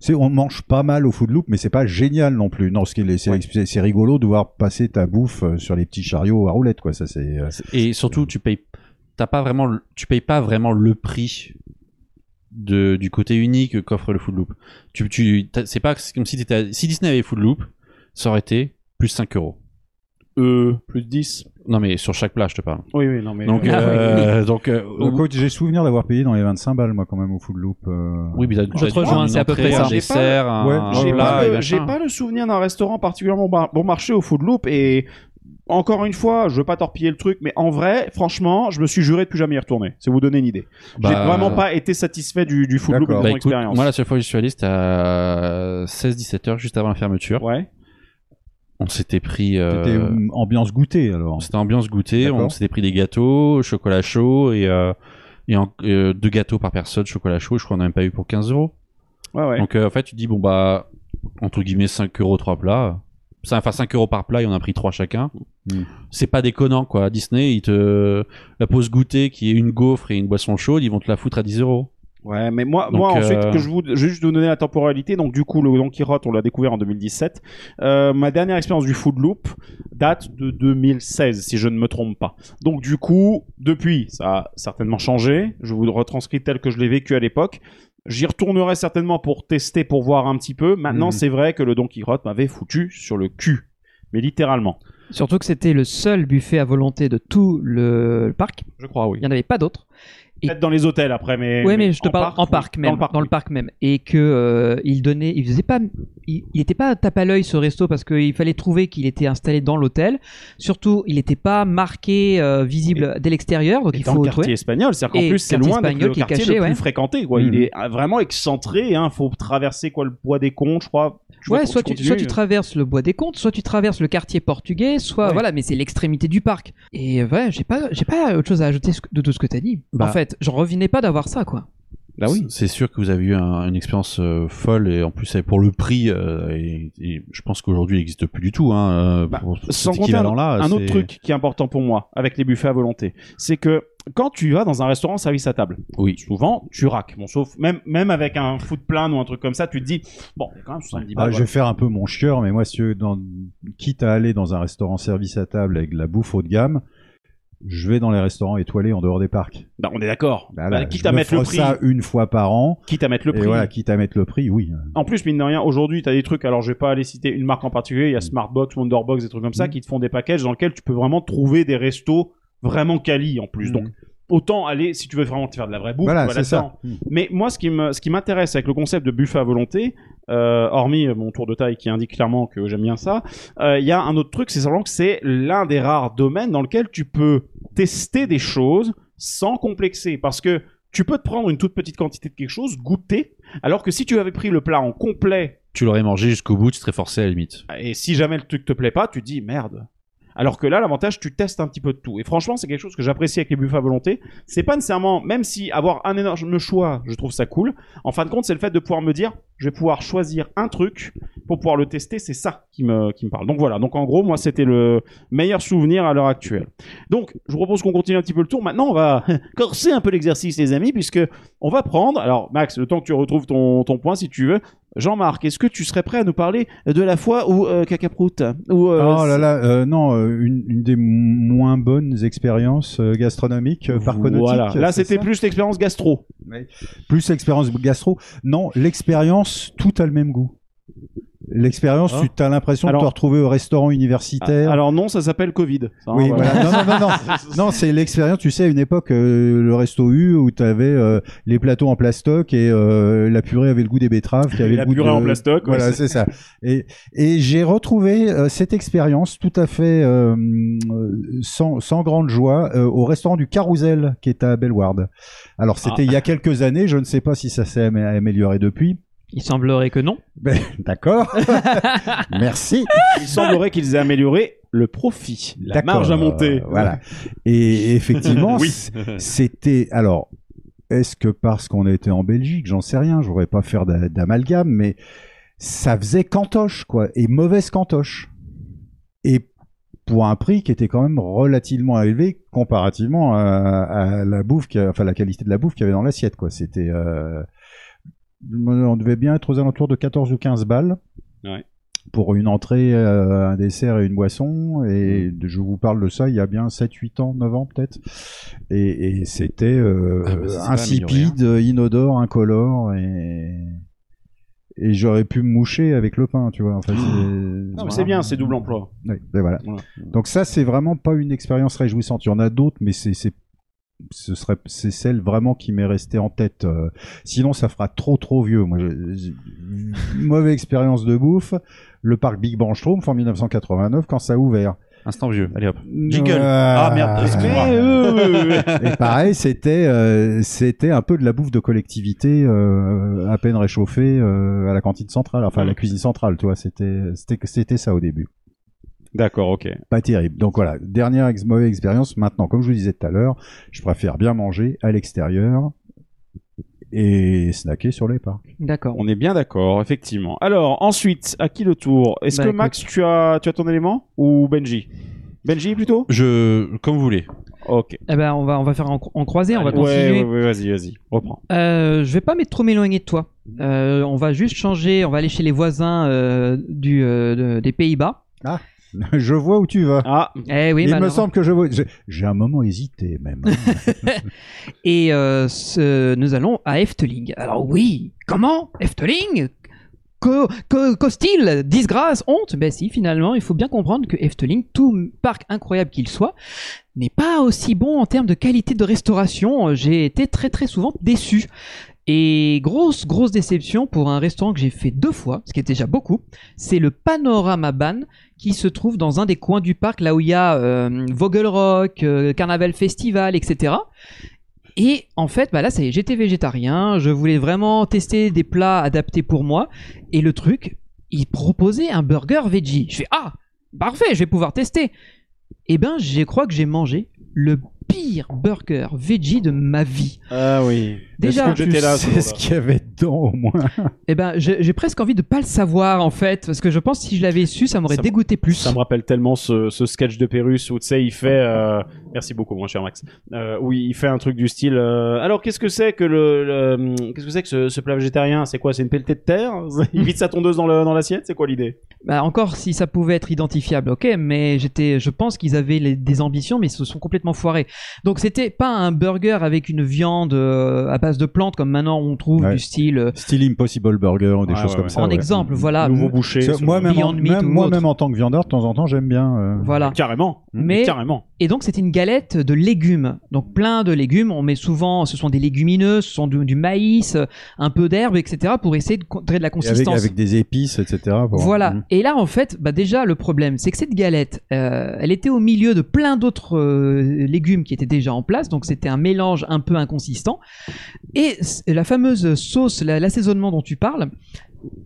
S8: C'est, on mange pas mal au Food Loop, mais c'est pas génial non plus. Non, ce qui est, c'est, c'est- c'est rigolo de voir passer ta bouffe euh, sur les petits chariots à roulettes, quoi. Ça, c'est. euh,
S9: Et surtout, tu payes, t'as pas vraiment, le- tu payes pas vraiment le prix de, du côté unique qu'offre le Food Loop. Tu, tu, t'as- c'est pas comme si t'étais, à- si Disney avait Food Loop, ça aurait été plus 5 euros.
S7: Euh, plus de 10
S9: Non mais sur chaque plat, je te parle.
S7: oui oui non mais
S9: Donc,
S7: euh, [laughs]
S9: euh, donc, euh,
S8: Euh, coach, j'ai souvenir d'avoir payé dans les 25 balles, moi, quand même, au Food Loop. euh.
S9: oui, mais t'as- t'as dû
S10: rejoins,
S9: une
S10: c'est à peu
S9: entrée,
S10: près ça.
S9: Un
S7: J'ai pas-
S9: dessert, un,
S8: Ouais,
S9: un
S7: J'ai
S9: plat,
S7: pas,
S9: et
S7: le,
S9: machin. Bah,
S7: j'ai pas le souvenir d'un restaurant particulièrement bar- bon marché au Food Loop et encore une fois, je veux pas torpiller le truc, mais en vrai, franchement, je me suis juré de plus jamais y retourner. C'est vous donner une idée. J'ai
S9: Bah,
S7: vraiment pas été satisfait du, du Food Loop et de
S8: D'accord.
S7: mon
S9: Bah écoute,
S7: expérience.
S9: moi la seule fois que je suis allé, c'était à 16-17 heures, juste avant la fermeture.
S7: Ouais.
S9: On s'était pris. euh,
S8: C'était euh, ambiance goûtée, alors.
S9: C'était ambiance goûter,
S8: D'accord.
S9: on s'était pris des gâteaux, chocolat chaud et, euh, et en- euh, deux gâteaux par personne, chocolat chaud, je crois qu'on n'a même pas eu pour 15 euros.
S7: Ouais, ouais.
S9: Donc euh, en fait, tu te dis, bon bah, entre guillemets, 5 euros, 3 plats. Ça, Enfin, 5 euros par plat et on a pris 3 chacun.
S7: Hmm.
S8: Mm.
S9: C'est pas déconnant quoi. Disney, ils te. La pause goûter qui est une gaufre et une boisson chaude, ils vont te la foutre à 10 euros.
S7: Ouais, mais moi,
S9: Donc,
S7: moi
S9: euh,
S7: ensuite, que je vous, je vais juste vous donner la temporalité. Donc, du coup, le Don Quirote, on l'a découvert en 2017. Euh, ma dernière expérience du Food Loop date de 2016, si je ne me trompe pas. Donc, du coup, depuis, ça a certainement changé. Je vous le retranscris tel que je l'ai vécu à l'époque. J'y retournerai certainement pour tester, pour voir un petit peu. Maintenant,
S8: Mhm.
S7: c'est vrai que le Don Quirote m'avait foutu sur le cul. Mais littéralement.
S10: Surtout que c'était le seul buffet à volonté de tout le parc.
S7: Je crois, oui.
S10: Il n'y en avait pas d'autres. Et-
S7: Peut-être dans les hôtels après, mais.
S10: Ouais, mais je te parle en
S7: oui.
S10: parc même,
S7: Dans le parc. oui.
S10: même, et que euh, il donnait, il faisait pas, il, il était pas tape à l'œil ce resto parce qu'il fallait trouver qu'il était installé dans l'hôtel. Surtout, il n'était pas marqué euh, visible dès l'extérieur, donc
S7: Et
S10: il
S7: dans le
S10: faut
S7: quartier
S10: trouver.
S7: espagnol, c'est-à-dire qu'en
S10: Et
S7: plus c'est
S10: quartier
S7: loin d'être le
S10: espagnol qui est
S7: quartier
S10: caché,
S7: le plus
S10: ouais. Mm.
S7: fréquenté. Quoi. Il
S8: Mhm.
S7: est euh, vraiment excentré. Il faut traverser quoi le poids des comptes, je crois. Je vois
S10: Ouais,
S7: pas
S10: soit
S7: si
S10: tu,
S7: continue.
S10: soit tu traverses le bois des comptes, soit tu traverses le quartier portugais, soit
S7: Ouais.
S10: voilà, mais c'est l'extrémité du parc. Et euh, ouais, j'ai pas, j'ai pas autre chose à ajouter de tout ce que t'as dit.
S9: Bah.
S10: En fait, j'en revenais pas d'avoir ça, quoi.
S7: Bah
S8: Bah
S9: Là oui.
S7: euh,
S9: C'est sûr que vous avez eu un- une expérience euh, folle et en plus euh, pour le prix, euh, et, et je pense qu'aujourd'hui il n'existe plus du tout. Hein, euh,
S7: Bah,
S9: pour
S7: sans
S9: cet
S7: compter
S9: équivalent-là,
S7: un autre
S9: c'est-
S7: truc qui est important pour moi avec les buffets à volonté, c'est que quand tu vas dans un restaurant service à table,
S9: Oui.
S7: souvent tu raques. Bon, sauf même même avec un foot plein ou un truc comme ça, tu te dis bon, quand même 70
S8: Ah,
S7: balles.
S8: Je vais faire un peu mon chieur, mais moi, si tu veux, dans... quitte à aller dans un restaurant service à table avec de la bouffe haut de gamme, je vais dans les restaurants étoilés en dehors des parcs.
S7: Bah, on est d'accord.
S8: Bah,
S7: Bah,
S8: là,
S7: quitte
S8: je
S7: à
S8: me
S7: mettre le
S8: ferai
S7: prix,
S8: ça une fois par an.
S7: quitte à mettre le
S8: et
S7: prix.
S8: voilà, quitte à mettre le prix, oui.
S7: Euh, En plus, mine de rien, aujourd'hui, tu as des trucs, alors je vais pas aller citer une marque en particulier, il y a
S8: Mm.
S7: Smartbox, Wonderbox, des trucs comme ça, qui te font des packages dans lesquels tu peux vraiment trouver des restos vraiment quali en plus.
S8: Mhm.
S7: Donc, autant aller, si tu veux vraiment te faire de la vraie bouffe,
S8: voilà,
S7: tu vas
S8: c'est
S7: là-dedans.
S8: ça.
S7: Mais moi, ce qui me- ce qui m'intéresse avec le concept de buffet à volonté, euh, hormis euh, mon tour de taille qui indique clairement que j'aime bien ça, euh, il y a un autre truc, c'est simplement que c'est l'un des rares domaines dans lequel tu peux tester des choses sans complexer. Parce que tu peux te prendre une toute petite quantité de quelque chose, goûter, alors que si tu avais pris le plat en complet,
S9: Tu l'aurais mangé jusqu'au bout, tu serais forcé à la limite.
S7: et si jamais le truc te plaît pas, tu te dis merde. Alors que là, l'avantage, tu testes un petit peu de tout. Et franchement, c'est quelque chose que j'apprécie avec les buffets à volonté. C'est pas nécessairement, même si avoir un énorme choix, je trouve ça cool. En fin de compte, c'est le fait de pouvoir me dire, je vais pouvoir choisir un truc pour pouvoir le tester. C'est ça qui me, qui me parle. Donc voilà. Donc en gros, moi, c'était le meilleur souvenir à l'heure actuelle. Donc, je vous propose qu'on continue un petit peu le tour. Maintenant, on va [laughs] corser un peu l'exercice, les amis, puisque on va prendre. Alors, Max, le temps que tu retrouves ton, ton point, si tu veux, Jean-Marc, est-ce que tu serais prêt à nous parler de la fois où euh, Cacaproute ou euh,
S8: oh là là, euh, non, euh, une, une des moins bonnes expériences euh, gastronomiques euh, par
S7: Voilà.
S8: Conotique,
S7: Là,
S8: c'est
S7: c'était
S8: ça
S7: plus l'expérience gastro.
S8: plus l'expérience gastro. Non, l'expérience, tout a le même goût. L'expérience,
S9: Ah.
S8: tu as l'impression
S7: Hein Alors-
S8: de te retrouver au restaurant universitaire.
S7: Ah, Alors non, ça s'appelle Covid. Ça,
S8: oui,
S7: hein,
S8: voilà. Non, non, non, non. Non, c'est l'expérience. Tu sais, à une époque, euh, le resto U où tu avais les plateaux en plastoc et euh, la purée avait le goût des betteraves, qui avait
S7: La
S8: le goût
S7: purée
S8: de-
S7: en plastoc, ouais,
S8: Voilà, c'est ça. Et, et j'ai retrouvé euh, cette expérience tout à fait euh, euh, sans, sans grande joie euh, au restaurant du Carousel qui est à Bellward. Alors,
S7: Ah.
S8: c'était il y a quelques années. Je ne sais pas si ça s'est amé- amélioré depuis.
S10: Il semblerait que non.
S8: Ben,
S7: [laughs]
S8: D'accord. Merci.
S7: Il semblerait qu'ils aient amélioré le profit, la
S8: D'accord,
S7: marge à monter.
S8: euh, voilà. Et effectivement,
S7: [laughs] Oui.
S8: c- c'était. Alors, est-ce que parce qu'on était en Belgique, j'en sais rien, je voudrais pas faire d'a- d'amalgame, mais ça faisait cantoche, quoi, et mauvaise cantoche. Et pour un prix qui était quand même relativement élevé comparativement à, à la bouffe, qu'il y a- enfin la qualité de la bouffe qu'il y avait dans l'assiette, quoi. C'était. euh, on devait bien être aux alentours de 14 ou 15 balles
S7: Ouais.
S8: pour une entrée, euh, un dessert et une boisson. Et
S7: Mmh.
S8: de- je vous parle de ça il y a bien 7, 8 ans, 9 ans peut-être. Et, et c'était euh,
S9: Ah bah, ça s'est pas
S8: insipide,
S7: hein.
S8: inodore, incolore. Et, et j'aurais pu me moucher avec le pain, tu vois. Enfin,
S7: Ah. Non, mais c'est bien, c'est double emploi.
S8: oui, ben voilà.
S7: Voilà.
S8: Donc ça, c'est vraiment pas une expérience réjouissante. Il y en a d'autres, mais c'est c'est- ce serait c'est celle vraiment qui m'est restée en tête. Euh, sinon, ça fera trop trop vieux. Moi, je- je- mauvaise expérience de bouffe. Le parc Big Bang Schtroumpf en 1989 quand ça a ouvert. Euh,
S9: Instant vieux. Allez hop.
S8: Jiggle.
S7: Ah merde, excuse-moi. [laughs]
S8: Et pareil, c'était euh, c'était un peu de la bouffe de collectivité euh, à peine réchauffée euh, à la cantine centrale, enfin à la cuisine centrale, tu vois. C'était c'était c'était ça au début.
S7: D'accord, ok.
S8: pas terrible. Donc voilà, dernière ex- mauvaise expérience. Maintenant, comme je vous disais tout à l'heure, je préfère bien manger à l'extérieur et snacker sur les parcs. [laughs]
S10: D'accord.
S7: On est bien d'accord, effectivement. Alors, ensuite, à qui le tour Est-ce
S10: Bah,
S7: que
S10: écoute.
S7: Max, tu as, tu as ton élément Ou Benji Benji plutôt
S9: Je, comme vous voulez.
S7: Ok.
S10: Eh ben, on va, on va faire en, cro- en croisé, on va
S7: ouais,
S10: continuer.
S7: ouais, ouais, vas-y, vas-y. Reprends.
S10: Euh, je vais pas m'être trop m'éloigner de toi. Euh, on va juste changer, on va aller chez les voisins euh, du, euh, de- des Pays-Bas.
S8: je vois où tu vas.
S7: Ah,
S10: Eh oui,
S8: Il me
S10: malheureux.
S8: semble que je vois. j'ai- J'ai un moment hésité
S10: [laughs]
S8: même.
S10: Et euh, ce- nous allons à Efteling. Alors oui, comment Efteling que, que, qu'hostile, disgrâce, honte. Ben si, finalement, il faut bien comprendre que Efteling, tout parc incroyable qu'il soit, n'est pas aussi bon en termes de qualité de restauration. Euh, J'ai été très très souvent déçu. Et grosse grosse déception pour un restaurant que j'ai fait deux fois, ce qui est déjà beaucoup, c'est le Panorama Ban qui se trouve dans un des coins du parc, là où il y a euh, Vogel Rock, euh, Carnaval Festival, etc. Et en fait, bah là, ça y est, j'étais végétarien, je voulais vraiment tester des plats adaptés pour moi, et le truc, il proposait un burger veggie. Je fais ah, parfait, je vais pouvoir tester. Eh ben, je crois que j'ai mangé le pire burger veggie de ma vie.
S7: Ah oui.
S10: Déjà,
S7: Est-ce que j'étais là, à ce
S8: C'est ce
S7: moment-là
S8: qu'il y avait dedans au moins.
S10: Eh ben, j'ai j'ai presque envie de pas le savoir en fait, parce que je pense que si je l'avais su, ça m'aurait
S7: Ça me-
S10: dégoûté plus.
S7: Ça me rappelle tellement ce, ce sketch de Pérus où tu sais il fait euh, merci beaucoup mon cher Max euh, où il fait un truc du style euh, alors qu'est-ce que c'est que le, le, hum, qu'est-ce que c'est que ce, ce plat végétarien c'est quoi c'est une pelletée de
S10: [laughs]
S7: terre il vide sa tondeuse dans le- dans l'assiette c'est quoi l'idée
S10: Bah, encore si ça pouvait être identifiable, ok, mais j'étais, je pense qu'ils avaient les- des ambitions, mais ils se sont complètement foirés. Donc c'était pas un burger avec une viande euh, à base de plantes comme maintenant on trouve
S8: Ouais.
S10: du style. euh,
S8: Style Impossible Burger ou des
S7: Ouais,
S8: choses
S7: ouais,
S8: comme
S7: ouais.
S8: ça. ouais.
S10: en
S8: Mm.
S10: exemple, voilà. Mm.
S7: nouveau boucher
S8: Parce que
S7: ce-
S8: Moi, même,
S10: Beyond
S8: en,
S10: Meat
S8: même-
S10: ou
S8: moi
S10: autre.
S8: même en tant que viandeur, de temps en temps, j'aime bien. euh,
S10: Voilà.
S7: carrément
S10: Mais-
S7: carrément
S10: Et donc c'est une galette de légumes, donc plein de légumes. On met souvent, ce sont des légumineux, ce sont du, du maïs, euh, un peu d'herbe, etc. pour essayer de contrer de la
S8: et avec,
S10: consistance.
S8: avec des épices, etc. pour-
S10: Voilà.
S8: Mm.
S10: Et là, en fait, bah déjà, le problème, c'est que cette galette, euh, elle était au milieu de plein d'autres euh, légumes qui étaient déjà en place, donc c'était un mélange un peu inconsistant. Et c- la fameuse sauce, la- l'assaisonnement dont tu parles,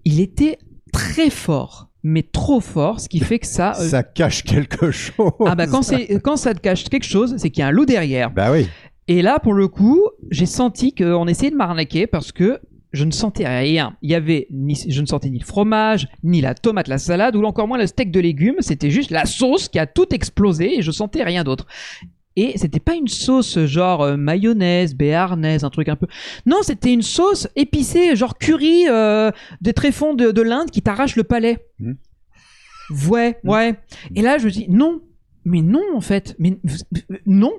S10: il était très fort, mais trop fort, ce qui fait que ça. euh,
S8: Ça cache quelque [laughs] chose.
S10: ah bah quand, c'est- quand ça te cache quelque chose, c'est qu'il y a un lot derrière.
S8: Bah oui.
S10: Et là, pour le coup, j'ai senti qu'on essayait de m'arnaquer parce que je ne sentais rien. Il y avait ni, je ne sentais ni le fromage, ni la tomate, la salade, ou encore moins le steak de légumes. C'était juste la sauce qui a tout explosé et je sentais rien d'autre. Et c'était pas une sauce genre euh, mayonnaise, béarnaise, un truc un peu. Non, c'était une sauce épicée, genre curry, euh, des tréfonds de, de l'Inde qui t'arrache le palais.
S8: Mhm.
S10: Ouais, ouais. Et là, je me dis non, mais non en fait, mais euh, non.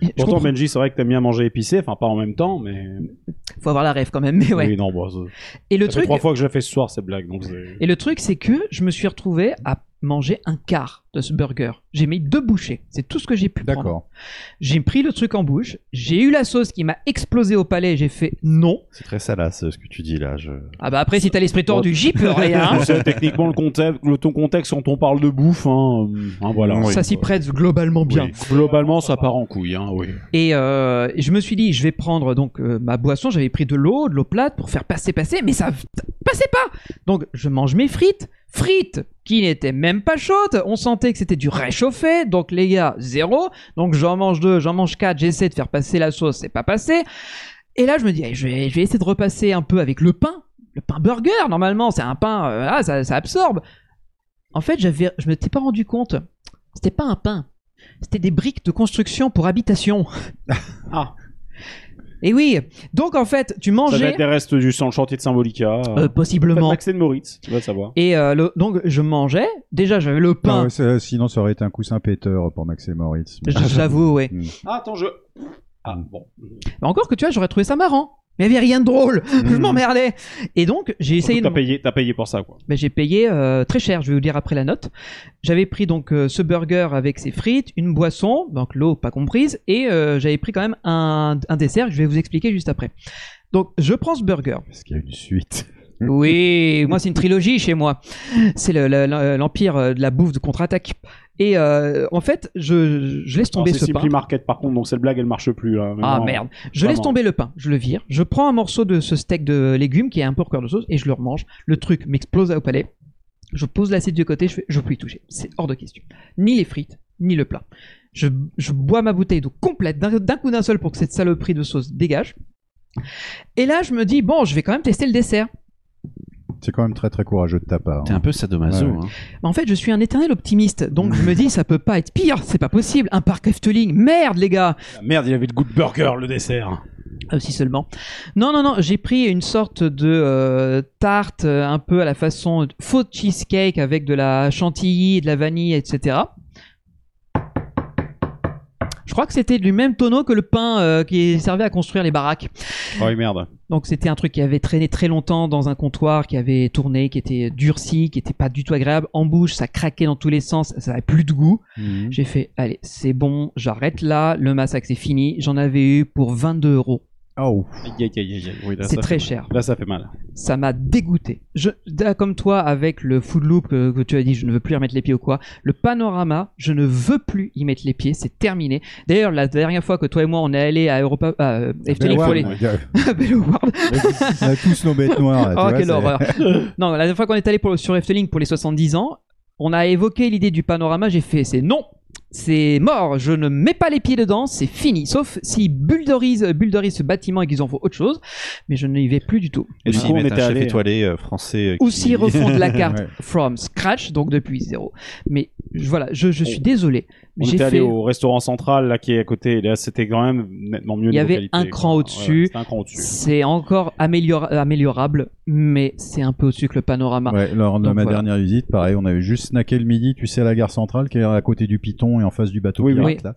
S10: Je
S7: pourtant
S10: comprends-
S7: Benji c'est vrai que t'aimes bien manger épicé enfin pas en même temps mais
S10: faut avoir la rêve quand même mais [laughs] ouais
S7: oui non bon, ça-
S10: et le
S7: ça fait
S10: truc
S7: trois fois que je la fais ce soir cette blague donc c'est-
S10: et le truc c'est que je me suis retrouvé à manger un quart de ce burger j'ai mis deux bouchées c'est tout ce que j'ai pu prendre
S8: D'accord.
S10: j'ai pris le truc en bouche j'ai eu la sauce qui m'a explosé au palais j'ai fait non
S9: C'est très salace euh, ce que tu dis là. Je...
S10: ah bah après si t'as l'esprit tordu j'y
S7: [laughs]
S10: peux rien
S7: Bon, Ah, c'est techniquement le contexte, le ton contexte quand on parle de bouffe, hein, euh, hein, voilà.
S10: ça s'y prête globalement bien
S7: Oui. Globalement, ça part en couille, hein, oui.
S10: Et euh, je me suis dit, je vais prendre donc euh, ma boisson. J'avais pris de l'eau, de l'eau plate pour faire passer, passer, mais ça ça passait pas. Donc je mange mes frites, frites qui n'étaient même pas chaudes. On sentait que c'était du réchauffé. Donc les gars, zéro. Donc j'en mange deux, j'en mange quatre. J'essaie de faire passer la sauce, c'est pas passé. Et là je me dis, eh, je vais, je vais essayer de repasser un peu avec le pain, le pain burger. Normalement, c'est un pain, euh, ah, ça, ça absorbe. En fait, j'avais, je m'étais pas rendu compte. C'était pas un pain. C'était des briques de construction
S7: [laughs]
S10: pour habitation.
S7: Ah.
S10: Et oui. Donc en fait, tu
S7: Ça va
S10: mangeais
S7: être des restes du sang, le chantier de Symbolica.
S10: euh,
S7: euh,
S10: possiblement.
S7: Maxime Moritz, tu vas le savoir.
S10: Et euh, le- donc je mangeais. Déjà, j'avais le
S8: Ah
S10: pain.
S8: ouais, ça- sinon, ça aurait été un coussin péteur pour Max et Moritz.
S10: Je- J'avoue, ouais.
S7: Ah, attends, je. Ah, bon.
S10: Mais encore que tu vois, j'aurais trouvé ça marrant. Mais il y avait rien de drôle. [laughs] je m'emmerdais. Et donc j'ai essayé.
S7: Hmm. Surtout que T'as
S10: de-
S7: payé, t'as payé pour ça, quoi.
S10: Mais j'ai payé euh, très cher, je vais vous dire après la note. J'avais pris donc euh, ce burger avec ses frites, une boisson, donc l'eau pas comprise, et euh, j'avais pris quand même un, un dessert que je vais vous expliquer juste après. Donc je prends ce burger.
S8: Parce qu'il y a une suite. [laughs]
S10: Oui, moi c'est une trilogie chez moi. C'est le- le- le- l'empire euh, de la bouffe de contre-attaque. Et euh, en fait, je, je laisse
S7: Alors,
S10: tomber
S7: C'est
S10: ce pain.
S7: Simply Market, par contre, donc cette blague, elle marche plus, là.
S10: Ah
S7: Maintenant,
S10: merde. Je laisse
S7: Vraiment.
S10: tomber le pain, je le vire, je prends un morceau de ce steak de légumes qui est un peu encore de sauce et je le remange. Le truc m'explose au palais. Je pose l'assiette de côté, je fais, je peux y toucher. C'est hors de question. Ni les frites, ni le plat. Je, je bois ma bouteille d'eau complète d'un d'un coup d'un seul pour que cette saloperie de sauce dégage. Et là, je me dis, bon, je vais quand même tester le dessert.
S8: C'est quand même très très courageux de ta part.
S9: T'es un peu sadomaso.
S8: Ouais, ouais.
S9: hein.
S10: Mais en fait, je suis un éternel optimiste, donc je me dis, ça peut pas être pire, c'est pas possible. Un parc Efteling, merde les gars
S7: Ah, Merde, il avait le goût de burger, le dessert.
S10: Euh, Si seulement. Non, non, non, j'ai pris une sorte de euh, tarte euh, un peu à la façon de- faux cheesecake avec de la chantilly, de la vanille, etc. Je crois que c'était du même tonneau que le pain euh, qui servait à construire les baraques.
S7: Oh oui, merde.
S10: Donc c'était un truc qui avait traîné très longtemps dans un comptoir, qui avait tourné, qui était durci, qui était pas du tout agréable. En bouche, ça craquait dans tous les sens, ça avait plus de goût. J'ai fait, allez, c'est bon, j'arrête là, le massacre c'est fini. J'en avais eu pour 22 euros.
S8: Oh,
S7: Aïe, aïe, aïe, aïe, aïe. Oui, là,
S10: C'est
S7: Ah, ça
S10: très
S7: fait mal.
S10: cher.
S7: Là, ça fait mal.
S10: Ça m'a dégoûté. Je, là, comme toi, avec le food loop euh, que, que tu as dit, je ne veux plus y remettre les pieds ou quoi. Le panorama, je ne veux plus y mettre les pieds, c'est terminé. D'ailleurs, la dernière fois que toi et moi on est allé à Europa, à euh,
S8: Belle
S10: FTL pour aller-
S8: One, ouais.
S10: [laughs] Belle World,
S8: On a tous nos bêtes noires. là, tu
S10: Oh,
S8: vois,
S10: quelle
S8: c'est- [laughs]
S10: horreur. non, la dernière fois qu'on est allé pour, sur Efteling pour les 70 ans, on a évoqué l'idée du panorama. J'ai fait, c'est non, c'est mort, je ne mets pas les pieds dedans, c'est fini. Sauf si bulldorient bulldorient ce bâtiment et qu'ils en font autre chose, mais je n'y vais plus du tout.
S7: Et du
S9: S'ils
S7: coup, on
S9: mettent un
S7: était
S9: chef
S7: allé.
S9: étoilé euh, français. euh,
S10: Ou
S9: qui-
S10: s'ils refont de la
S8: [laughs]
S10: carte
S8: Ouais.
S10: from scratch, donc depuis zéro. Mais je- voilà, je, je suis désolé.
S7: On
S10: J'ai
S7: était allé
S10: fait.
S7: au restaurant central, là, qui est à côté. et Là, c'était quand même nettement mieux.
S10: Il y
S7: niveau
S10: avait
S7: qualité,
S10: un
S7: quoi.
S10: cran au-dessus.
S7: Ouais, c'était un cran au-dessus.
S10: C'est encore amélior- améliorable, mais c'est un peu au-dessus que le panorama.
S8: Ouais, lors de
S10: Donc,
S8: ma
S10: voilà.
S8: dernière visite, pareil, on avait juste snacké le midi, tu sais, à la gare centrale, qui est à côté du Piton et en face du bateau
S10: Oui,
S8: pirate,
S10: oui.
S8: là.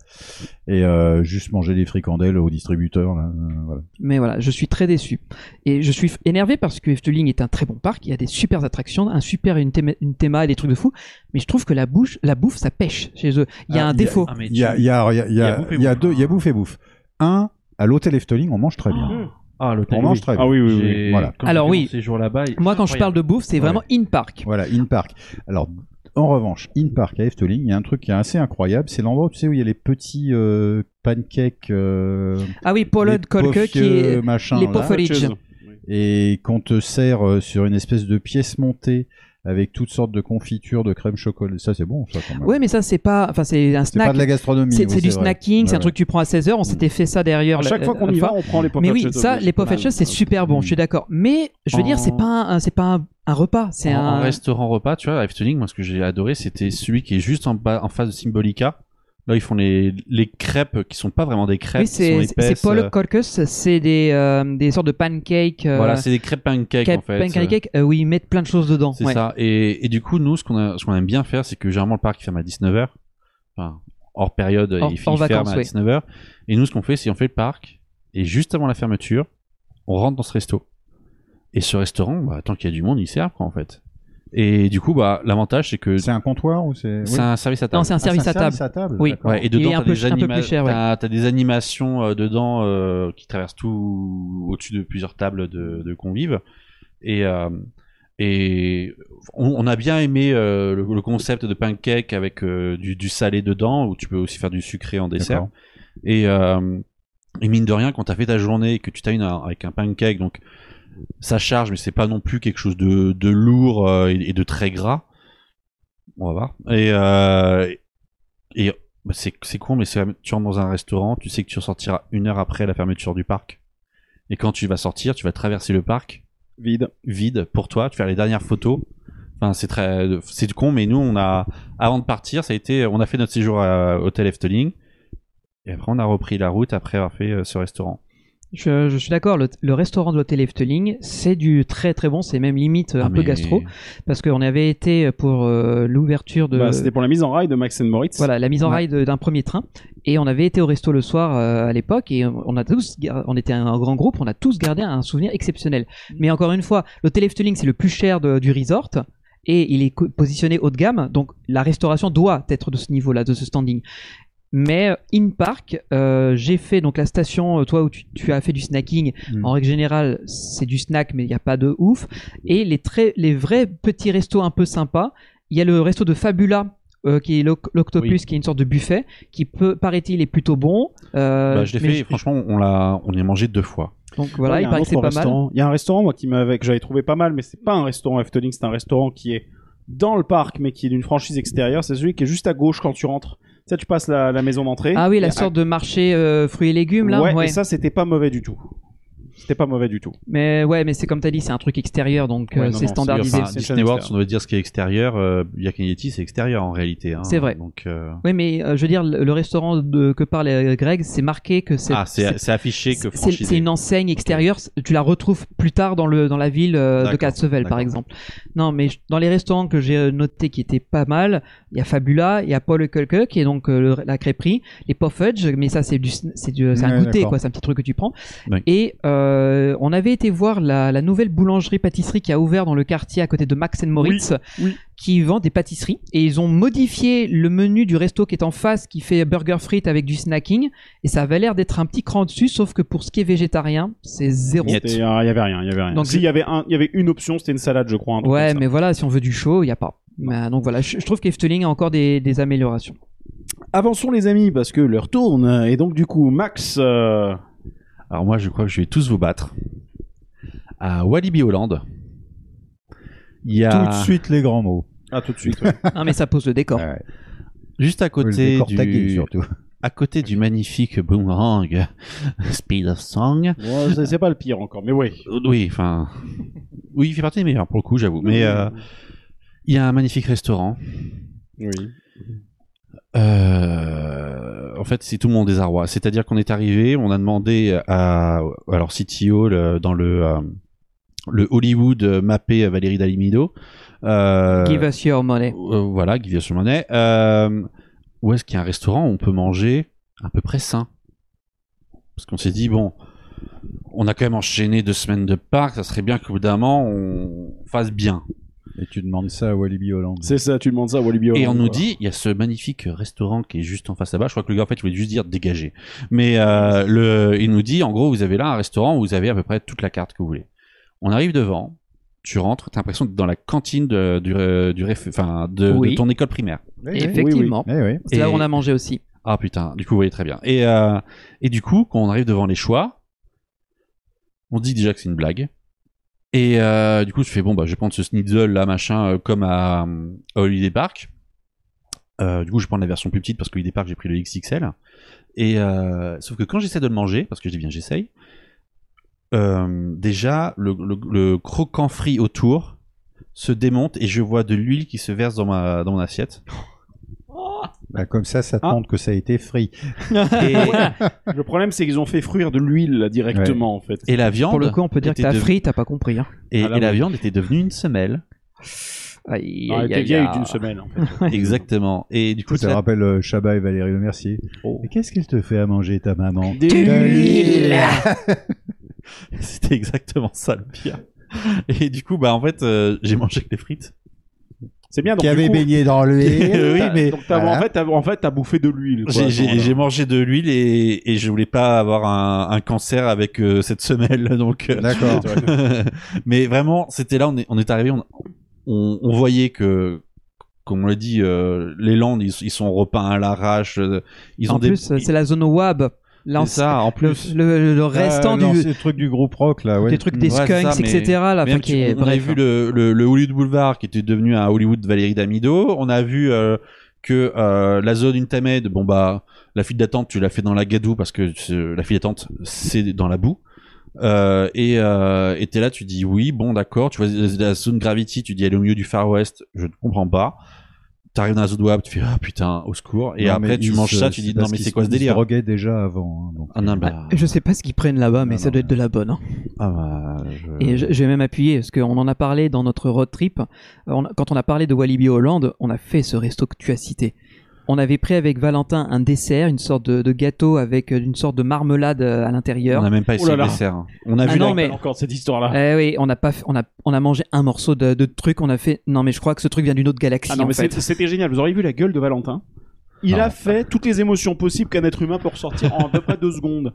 S8: Et euh, juste manger des fricandelles au distributeur, là. euh, voilà.
S10: Mais voilà, je suis très déçu. Et je suis énervé parce que Efteling est un très bon parc, il y a des super attractions, un super une théma, une théma et des trucs de fou, mais je trouve que la bouche, la bouffe, ça pêche chez eux. Il y a
S8: Ah, il y
S10: un
S8: a-
S10: défaut.
S9: Ah, mais
S8: Il y a,
S9: tu-
S8: il y a, il y a, il y
S9: Il y a
S8: a,
S9: bouffe et
S8: il y a
S9: bouffe,
S8: deux, il y a
S9: hein.
S8: bouffe et bouffe. Un, à l'hôtel Efteling, on mange très bien.
S9: Ah, le
S8: On mange très bien.
S7: Ah oui, oui, oui.
S9: J'ai-
S8: Voilà.
S9: quand
S10: Alors
S9: j'ai fait
S10: oui.
S9: mon séjour là-bas. il-
S10: Moi, quand je parle de bouffe, c'est vraiment in park.
S8: Voilà, in park. Alors, en revanche, in park à Efteling, il y a un truc qui est assez incroyable, c'est l'endroit tu sais, où il y a les petits euh, pancakes, euh,
S10: Ah oui,
S8: les
S10: Polod Kolke qui est
S8: poffieux machin,
S10: les
S8: là,
S10: poffery- Porridge.
S7: Chose.
S8: et qu'on te sert euh, sur une espèce de pièce montée avec toutes sortes de confitures, de crème chocolat. Ça, c'est bon, ça quand même.
S10: Ouais, mais ça c'est pas enfin c'est un
S8: c'est pas
S10: snack.
S8: de la gastronomie.
S10: C'est
S8: oui,
S10: c'est du
S8: vrai.
S10: snacking, c'est
S8: Ouais,
S10: un truc que tu prends à 16h, on s'était fait ça derrière
S7: À
S10: la-
S7: chaque fois qu'on
S10: la
S7: y
S10: fois.
S7: va, on prend les
S10: Euh, Mais
S7: pop-up
S10: oui, ça, les pop
S7: chefs
S10: c'est super bon, je suis d'accord. Mais je veux dire, c'est pas un, c'est pas un, un repas, c'est
S9: en, en
S10: un.
S9: restaurant repas, tu vois, à Efteling, moi, ce que j'ai adoré, c'était celui qui est juste en bas, en face de Symbolica. Là, ils font les, les crêpes qui sont pas vraiment des crêpes,
S10: Oui,
S9: qui sont
S10: c'est
S9: épaisses.
S10: c'est Pollock
S9: euh,
S10: Colcus, c'est des, euh, des sortes de pancakes. euh,
S9: Voilà, c'est des crêpes pancakes,
S10: ca-
S9: en fait.
S10: pancakes, euh, où ils mettent plein de choses dedans.
S9: C'est
S10: ouais.
S9: ça. Et, et du coup, nous, ce qu'on a- ce qu'on aime bien faire, c'est que généralement, le parc il ferme à 19h. Enfin, hors période,
S10: Hors-
S9: il, il
S10: hors
S9: ferme
S10: vacances,
S9: à
S10: ouais.
S9: 19h. Et nous, ce qu'on fait, c'est on fait le parc. Et juste avant la fermeture, on rentre dans ce resto. Et ce restaurant, bah, tant qu'il y a du monde, il sert, quoi, en fait. Et du coup, bah, l'avantage, c'est que
S8: ouais. C'est un comptoir ou c'est. oui.
S9: c'est un service à table.
S10: Non, c'est un
S8: Ah,
S10: service
S8: un
S10: à table. Oui.
S8: d'accord.
S9: Ouais, et
S10: Il
S9: dedans,
S10: est un
S9: t'as
S10: peu-
S9: des,
S10: un peu
S9: anima-
S10: plus cher, ouais.
S9: t'as- t'as des animations euh, dedans euh, qui traversent tout au-dessus de plusieurs tables de, de convives. Et, euh, et on, on a bien aimé euh, le, le concept de pancake avec euh, du, du salé dedans, où tu peux aussi faire du sucré en dessert.
S8: D'accord.
S9: Et, euh, et mine de rien, quand t'as fait ta journée et que tu t'as une avec un pancake, donc ça charge, mais c'est pas non plus quelque chose de, de lourd euh, et, et de très gras. On va voir. Et, euh, et bah, c'est c'est con, mais c'est la- tu rentres dans un restaurant, tu sais que tu ressortiras une heure après la fermeture du parc. Et quand tu vas sortir, tu vas traverser le parc
S7: Vide.
S9: vide pour toi, tu faire les dernières photos. Enfin, c'est très, c'est con, mais nous, on a, avant de partir, ça a été, on a fait notre séjour à Hôtel Efteling. Et après, on a repris la route après avoir fait euh, ce restaurant.
S10: Je, je suis d'accord, le, le restaurant de l'hôtel Efteling, c'est du très très bon, c'est même limite euh, un
S9: Ah,
S10: peu
S9: mais-
S10: gastro, parce qu'on avait été pour euh, l'ouverture de.
S7: Bah, c'était pour la mise en rail de Max and Moritz.
S10: Voilà, la mise en
S7: Ouais.
S10: rail de- d'un premier train. Et on avait été au resto le soir euh, à l'époque et on a tous, gar- on était un grand groupe, on a tous gardé un souvenir exceptionnel.
S7: Mm.
S10: Mais encore une fois, l'hôtel Efteling, c'est le plus cher de- du resort et il est co- positionné haut de gamme, donc la restauration doit être de ce niveau-là, de ce standing. Mais euh, in park, euh, j'ai fait donc la station, euh, toi où tu, tu as fait du snacking.
S8: Mm.
S10: En règle générale, c'est du snack, mais il n'y a pas de ouf. Et les très, les vrais petits restos un peu sympas. Il y a le resto de Fabula. euh, qui est l'oc- l'octopus,
S9: Oui.
S10: qui est une sorte de buffet, qui peut, paraît-il, est plutôt bon. Euh,
S9: Bah, je l'ai
S10: mais
S9: fait, et franchement, on l'a, on y a mangé deux fois.
S10: Donc voilà,
S7: Ouais, y a
S10: il
S7: un
S10: paraît que
S7: autre
S10: c'est pas mal.
S7: restaurant. Il y a un restaurant moi qui m'avait que j'avais trouvé pas mal, mais c'est pas un restaurant Efteling, c'est un restaurant qui est dans le parc, mais qui est d'une franchise extérieure. C'est celui qui est juste à gauche quand tu rentres. Tu sais, tu passes la, la maison d'entrée.
S10: Ah oui,
S7: Et
S10: la
S7: à-
S10: sorte de marché euh, fruits et légumes, là.
S7: Ouais,
S10: ouais.
S7: Et ça, c'était pas mauvais du tout. C'était pas mauvais du tout.
S10: Mais ouais, mais c'est comme t'as dit, c'est un truc extérieur, donc
S7: Ouais,
S10: euh,
S7: non,
S10: c'est
S7: non,
S10: standardisé.
S9: Enfin,
S7: c'est une chaîne
S9: Disney World,
S7: extérieure.
S9: si on veut dire ce qui est extérieur, euh, Yakin Yeti, c'est extérieur en réalité. hein.
S10: C'est vrai.
S9: Donc, euh,
S10: Oui, mais euh, je veux dire, le le restaurant de, que parle euh, Greg, c'est marqué que c'est.
S9: Ah, c'est c'est affiché que
S10: c'est- c'est-
S9: franchisé.
S10: c'est une enseigne extérieure, c- tu la retrouves plus tard dans, le, dans la ville euh, de
S9: D'accord,
S10: Katsevel par
S9: d'accord.
S10: exemple. Non, mais je- dans les restaurants que j'ai euh, notés qui étaient pas mal, il y a Fabula, il y a Paul Kulke qui est donc euh, le- la crêperie, les Puff Fudge, mais ça c'est du, c'est du- c'est un
S8: Ouais,
S10: goûter
S8: d'accord.
S10: quoi, c'est un petit truc que tu prends.
S9: Oui.
S10: Et euh, on avait été voir la, la nouvelle boulangerie-pâtisserie qui a ouvert dans le quartier à côté de Max Moritz
S7: oui.
S10: qui vend des pâtisseries et ils ont modifié le menu du resto qui est en face qui fait burger frites avec du snacking et ça avait l'air d'être un petit cran dessus sauf que pour ce qui est végétarien c'est zéro
S9: Niet.
S7: C'était- ah, Il y avait rien, il y avait rien.
S10: Donc,
S7: si, il y avait un, il y avait une option, c'était une salade, je crois. un truc
S10: ouais
S7: comme ça.
S10: mais voilà si on veut du chaud il n'y a pas Bah, donc voilà je, je trouve qu'Efteling a encore des, des
S9: [laughs]
S10: améliorations
S7: Avançons les amis, parce que l'heure tourne. Et donc du coup, Max, euh,
S9: Alors moi, je crois que je vais tous vous battre. À Walibi Hollande, il y
S8: Tout
S9: a
S8: de suite les grands mots.
S7: à tout de
S9: [laughs]
S7: suite.
S10: non mais ça pose le
S9: Euh,
S10: décor
S8: Ouais.
S9: juste à
S8: Le
S9: côté
S8: décor tagué,
S9: du
S8: surtout.
S9: à côté du magnifique boomerang [laughs] Speed of Song. Euh,
S7: Bon, c'est- c'est pas le pire encore, mais oui.
S9: Oui, enfin, oui, il fait partie des meilleurs pour le coup, j'avoue. Mais euh, il y a un magnifique restaurant.
S7: Oui.
S9: Euh, en fait, c'est tout mon désarroi. C'est-à-dire qu'on est arrivé, on a demandé à alors CTO le- dans le euh, le Hollywood euh, mappé à Valérie Dalimido. Euh,
S10: give us your money
S9: euh, voilà, Give us your money. Euh, où est-ce qu'il y a un restaurant où on peut manger à peu près sain Parce qu'on s'est dit bon, on a quand même enchaîné deux semaines de parc, ça serait bien qu'au bout d'un moment on fasse bien.
S8: Et tu demandes ça à Walibi Hollande.
S7: C'est ça, tu demandes ça à Walibi
S9: Et on
S7: Hollande,
S9: nous
S7: quoi.
S9: dit, il y a ce magnifique restaurant qui est juste en face là-bas. Je crois que le gars, en fait, il voulait juste dire dégagez. Mais euh, le, il nous dit, en gros, vous avez là un restaurant où vous avez à peu près toute la carte que vous voulez. On arrive devant, tu rentres, t'as l'impression d'être dans la cantine de, du, euh, du réf- enfin, de, de
S10: Oui.
S9: ton école primaire.
S10: effectivement
S8: Eh oui.
S10: c'est là où
S9: Et-
S10: on a mangé aussi
S9: Ah putain, du coup, vous voyez très bien. Et, euh, et du coup, quand on arrive devant les choix, on dit déjà que c'est une blague. Et euh, du coup, je fais bon, bah, je vais prendre ce Snitzel là, machin, euh, comme à, euh, à Holiday Park. Euh, du coup, je vais prendre la version plus petite parce que Holiday Park, j'ai pris le XXL. Et euh, sauf que quand j'essaie de le manger, parce que je dis bien j'essaye, euh, déjà le, le, le croquant frit autour se démonte et je vois de l'huile qui se verse dans ma dans mon assiette.
S8: Bah, comme ça, ça te
S7: Ah.
S8: montre que ça a été frit.
S9: Et,
S7: Le problème, c'est qu'ils ont fait fruire de l'huile là, directement, en fait.
S9: et la viande.
S10: pour le coup on peut dire que
S9: était
S10: t'as
S9: devenue-
S10: frit t'as pas compris hein.
S9: Et,
S7: Ah, là,
S9: et la
S7: oui.
S9: viande était devenue une semelle.
S10: Aïe,
S9: Ah,
S7: Non, elle
S10: aïe,
S7: était
S10: aïe,
S7: vieille
S10: aïe.
S7: d'une semaine,
S10: [laughs]
S7: en fait.
S9: Exactement. Et du coup,
S8: ça
S9: ça-
S8: rappelle euh, Chabat et Valérie Le Mercier.
S10: Oh.
S8: Et qu'est-ce qu'elle te fait à manger, ta maman
S9: [laughs] c'était exactement ça le pire. Et du coup, bah en fait, euh, j'ai mangé que des frites.
S7: C'est bien, donc
S8: Qui
S7: du
S8: avait
S7: coup, [laughs]
S8: baigné dans l'huile.
S9: oui,
S7: t'as-
S9: mais
S7: donc, t'as-
S8: voilà.
S7: en fait, t'as en fait, t'as bouffé de l'huile. quoi, à ce
S9: J'ai- J'ai
S7: moment-là.
S9: j'ai mangé de l'huile et, et je voulais pas avoir un, un cancer avec euh, cette semelle. [laughs] Donc, euh, [laughs]
S8: D'accord.
S9: mais vraiment, c'était là, on est, on est arrivé, on, on, on voyait que, comme on l'a dit, euh, les Landes, ils, ils sont repeints à l'arrache. euh, Ils ont
S10: en
S9: des,
S10: plus c'est la zone WAB là on
S9: c'est ça, en
S10: le,
S9: plus.
S10: le, le
S8: Ah,
S10: restant
S8: non,
S10: du
S8: c'est le truc du groupe rock, là. ouais.
S10: des trucs des
S9: Ouais, c'est
S10: skunks,
S9: ça, mais-
S10: etc. Là,
S9: Même
S10: enfin, qui est-
S9: tu- on a
S10: bref,
S9: vu
S10: hein.
S9: le, le, le Hollywood Boulevard qui était devenu un Hollywood Valérie Damido. On a vu euh, que euh, la zone Untamed, bon bah la file d'attente tu l'as fait dans la gadoue parce que euh, la file d'attente c'est dans la boue. Euh, et euh, et t'es là, tu dis oui, bon d'accord. Tu vois la la zone Gravity, tu dis elle est au milieu du Far West, je ne comprends pas. T'arrives dans la zone Web, tu fais ah putain au secours. Et
S8: Non, mais
S9: après tu
S8: ils
S9: manges
S8: se-
S9: ça, tu dis non
S8: parce
S9: mais
S8: qu'ils
S9: c'est quoi ce
S8: se- ils se
S9: délire
S8: droguaient déjà avant. hein, donc.
S9: Ah non
S10: Ah,
S9: bah,
S10: Je sais pas ce qu'ils prennent là-bas, mais
S8: Non,
S10: ça
S8: non,
S10: doit être de la bonne. hein.
S9: ah, bah, je-
S10: Et je, je vais même appuyer, parce qu'on en a parlé dans notre road trip. Euh, on- quand on a parlé de Walibi Hollande, on a fait ce resto que tu as cité. On avait pris avec Valentin un dessert, une sorte de, de gâteau avec euh, une sorte de marmelade euh, à
S9: on
S10: l'intérieur.
S9: n'a même pas essayé
S7: là là.
S9: le dessert. hein. On a
S10: Ah
S9: vu
S10: non,
S9: la-
S10: mais-
S7: Encore cette histoire-là.
S10: Eh oui, on a pas, fait- on a, on a mangé un morceau de, de truc. On a fait. Non, mais je crois que ce truc vient d'une autre galaxie.
S7: Ah non,
S10: en
S7: mais
S10: fait.
S7: c'est- c'était génial. Vous auriez vu la gueule de Valentin. Il
S9: Ah.
S7: a fait toutes les émotions possibles qu'un être humain peut ressortir en à peu près deux secondes.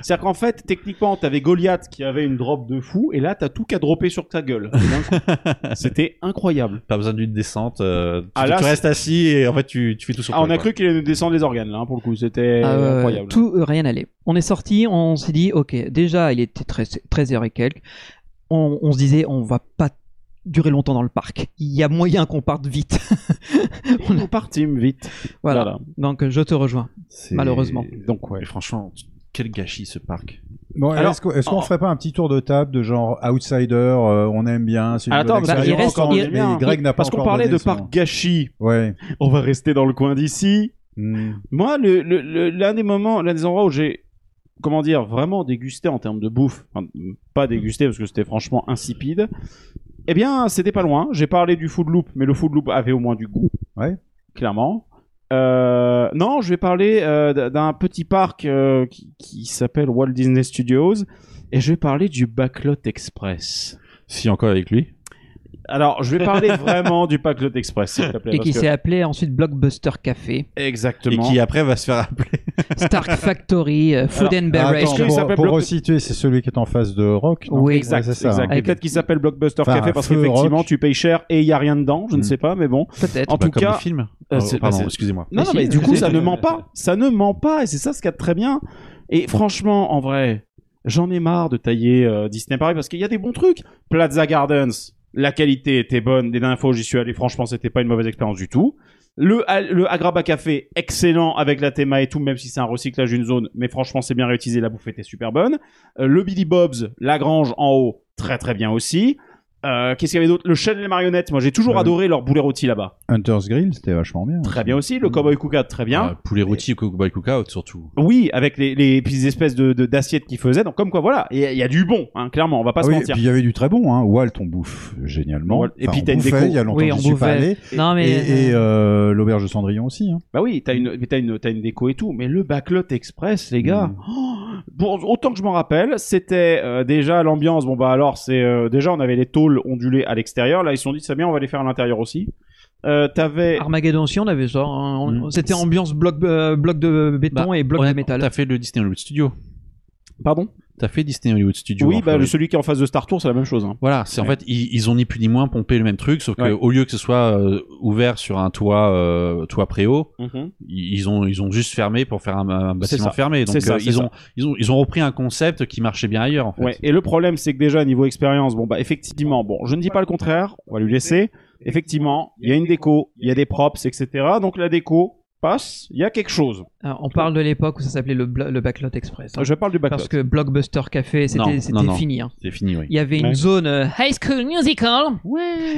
S7: C'est-à-dire qu'en fait, techniquement, t'avais Goliath qui avait une drop de fou, et là, t'as tout qu'à dropper sur ta
S10: [laughs]
S7: gueule. D'un coup. C'était incroyable.
S9: pas besoin d'une descente. euh, tu,
S7: Ah là,
S9: tu
S7: c'est-
S9: restes assis et en fait tu, tu fais tout sur
S7: Ah, on
S9: toi,
S7: a
S9: quoi.
S7: cru qu'il allait nous descendre les organes, là, hein, pour le coup. C'était
S10: Ah ouais, ouais,
S7: incroyable.
S10: Tout, euh, rien n'allait. On est sorti, on s'est dit, ok, déjà, il était 13, 13 heures et quelques. On, on se disait, on va pas durer longtemps dans le parc. Il y a moyen qu'on parte vite. [laughs]
S7: On nous partîmes vite.
S10: voilà. Donc, je te rejoins.
S9: C'est-
S10: malheureusement.
S7: Donc, ouais.
S9: Et franchement, quel gâchis ce parc.
S8: Bon,
S7: Alors-
S8: est-ce qu'on est-ce qu'on ferait pas un petit tour de table de genre outsider, euh, on aime bien, c'est une
S7: Ah, Attends,
S8: bonne
S7: parce qu'il
S8: expérience,
S7: reste-
S8: on
S7: il-
S8: aime bien, mais Greg n'a pas
S7: Parce qu'on
S8: encore
S7: parlait
S8: donné
S7: de
S8: son-
S7: parc gâchis,
S8: Ouais.
S7: on va rester dans le coin d'ici.
S8: Mm.
S7: Moi, le- le- le- l'un des moments, l'un des endroits où j'ai, comment dire, vraiment dégusté en termes de bouffe, enfin, pas dégusté parce que c'était franchement insipide, eh bien, c'était pas loin. J'ai parlé du Food Loop, mais le Food Loop avait au moins du goût.
S8: Ouais.
S7: Clairement. Euh, non, je vais parler euh, d'un petit parc euh, qui, qui s'appelle Walt Disney Studios et je vais parler du Backlot Express.
S9: Si encore avec lui.
S7: Alors, je vais parler vraiment du Backlot Express, s'il te plaît.
S10: Et
S7: Ben, parce
S10: qui
S7: que-
S10: s'est appelé ensuite Blockbuster Café,
S9: Et
S7: Exactement.
S9: qui après va se faire appeler.
S10: Stark Factory, euh, Food and
S8: Ah,
S10: Beverage.
S8: attends,
S7: Est-ce qu'il
S8: pour,
S7: s'appelle
S8: pour
S7: Bloc-
S8: resituer, c'est celui qui est en face de Rock. non
S10: Oui,
S7: Exact,
S8: Ouais, c'est ça,
S7: exact.
S8: hein.
S7: Et peut-être qu'il s'appelle Blockbuster
S8: Enfin,
S7: Café parce
S8: Feu
S7: qu'effectivement
S8: Rock.
S7: tu payes cher et il y a rien dedans, je ne
S8: Mm.
S7: sais pas, mais bon.
S10: Peut-être.
S7: En
S9: Bah,
S7: tout
S9: comme
S7: cas-
S9: le film.
S7: Euh,
S9: Oh,
S7: c'est-
S9: pardon,
S7: bah, c'est-
S9: excusez-moi.
S7: Non,
S10: Mais
S7: non,
S10: si.
S7: mais du coup ça ne ment pas, ça ne ment pas et c'est ça ce qu'il y a de très bien. Et franchement, en vrai, j'en ai marre de tailler euh, Disney Paris parce qu'il y a des bons trucs. Plaza Gardens, la qualité était bonne. Les dernières fois où j'y suis allé, franchement, c'était pas une mauvaise expérience du tout. Le, le Agraba Café, excellent avec la théma et tout, même si c'est un recyclage d'une zone, mais franchement, c'est bien réutilisé, la bouffe était super bonne. Euh, le Billy Bob's, la Grange en haut, très très bien aussi. Euh, Qu'est-ce qu'il y avait d'autre Le Chêne et les marionnettes, moi j'ai toujours
S8: Euh,
S7: adoré leur boulet rôti là-bas.
S8: Hunter's Grill, c'était vachement bien.
S7: Très bien aussi. Le Cowboy Cookout, très bien.
S9: Euh, poulet rôti, cowboy cookout surtout.
S7: Oui, avec les, les petites espèces de de- d'assiettes qu'ils faisaient. Donc comme quoi, voilà, il y a- il y, a du bon, hein, clairement, on va pas
S8: Ah
S7: se
S8: oui, et
S7: mentir.
S8: puis il y avait du très bon, hein. Walt, on bouffe génialement.
S7: Walt- et puis
S8: on
S7: t'as une
S8: bouffait,
S7: déco.
S8: Il y a longtemps
S10: Oui,
S8: que
S10: on
S8: je suis pas
S10: bouffait.
S8: allé.
S10: Non, mais.
S8: Et, et, euh, l'auberge de Cendrillon aussi. Hein.
S7: Bah oui, t'as une, mais t'as une, t'as une déco et tout, mais le Backlot Express, les gars.
S8: Mm.
S7: oh, bon, autant que je m'en rappelle, c'était euh, déjà l'ambiance. Bon bah alors, c'est euh, déjà on avait les tôles ondulées à l'extérieur. Là, ils se sont dit, c'est bien, on va les faire à l'intérieur aussi. Euh,
S8: Ah,
S7: t'avais
S10: Armageddon aussi, on avait ça. hein. On-
S9: Mm.
S10: C'était ambiance bloc, euh, bloc de béton
S9: Bah,
S10: et bloc de
S9: honnêtement,
S10: métal.
S9: T'as fait le Disney Hollywood Studio.
S7: pardon
S9: T'as fait Disney Hollywood Studio. en
S7: Oui, bah
S9: Floride.
S7: celui qui est en face de Star Tour, c'est la même chose. hein.
S9: Voilà, c'est en
S7: Ouais.
S9: fait ils, ils ont ni plus ni moins pompé le même truc, sauf
S7: Ouais.
S9: que au lieu que ce soit euh, ouvert sur un toit, euh, toit préau, ils ils ont ils ont juste fermé pour faire un, un
S7: C'est
S9: bâtiment
S7: ça.
S9: fermé. Donc
S7: C'est ça,
S9: euh,
S7: c'est
S9: ils
S7: ça.
S9: ont ils ont ils ont repris un concept qui marchait bien ailleurs en fait.
S7: Ouais. Et le problème, c'est que déjà niveau expérience, bon bah effectivement, bon, je ne dis pas le contraire, on va lui laisser. Effectivement, il y a une déco, il y a des props, etc. Donc la déco passe, il y a quelque chose.
S10: Alors, Euh, on parle de l'époque où ça s'appelait le, blo- le Backlot Express. hein.
S7: Ah, Je parle du Backlot.
S10: Parce que Blockbuster Café, c'était
S9: Non, non,
S10: c'était
S9: non.
S10: fini. hein.
S9: C'est fini, oui.
S10: Il y avait une
S7: Ouais.
S10: zone euh, High School Musical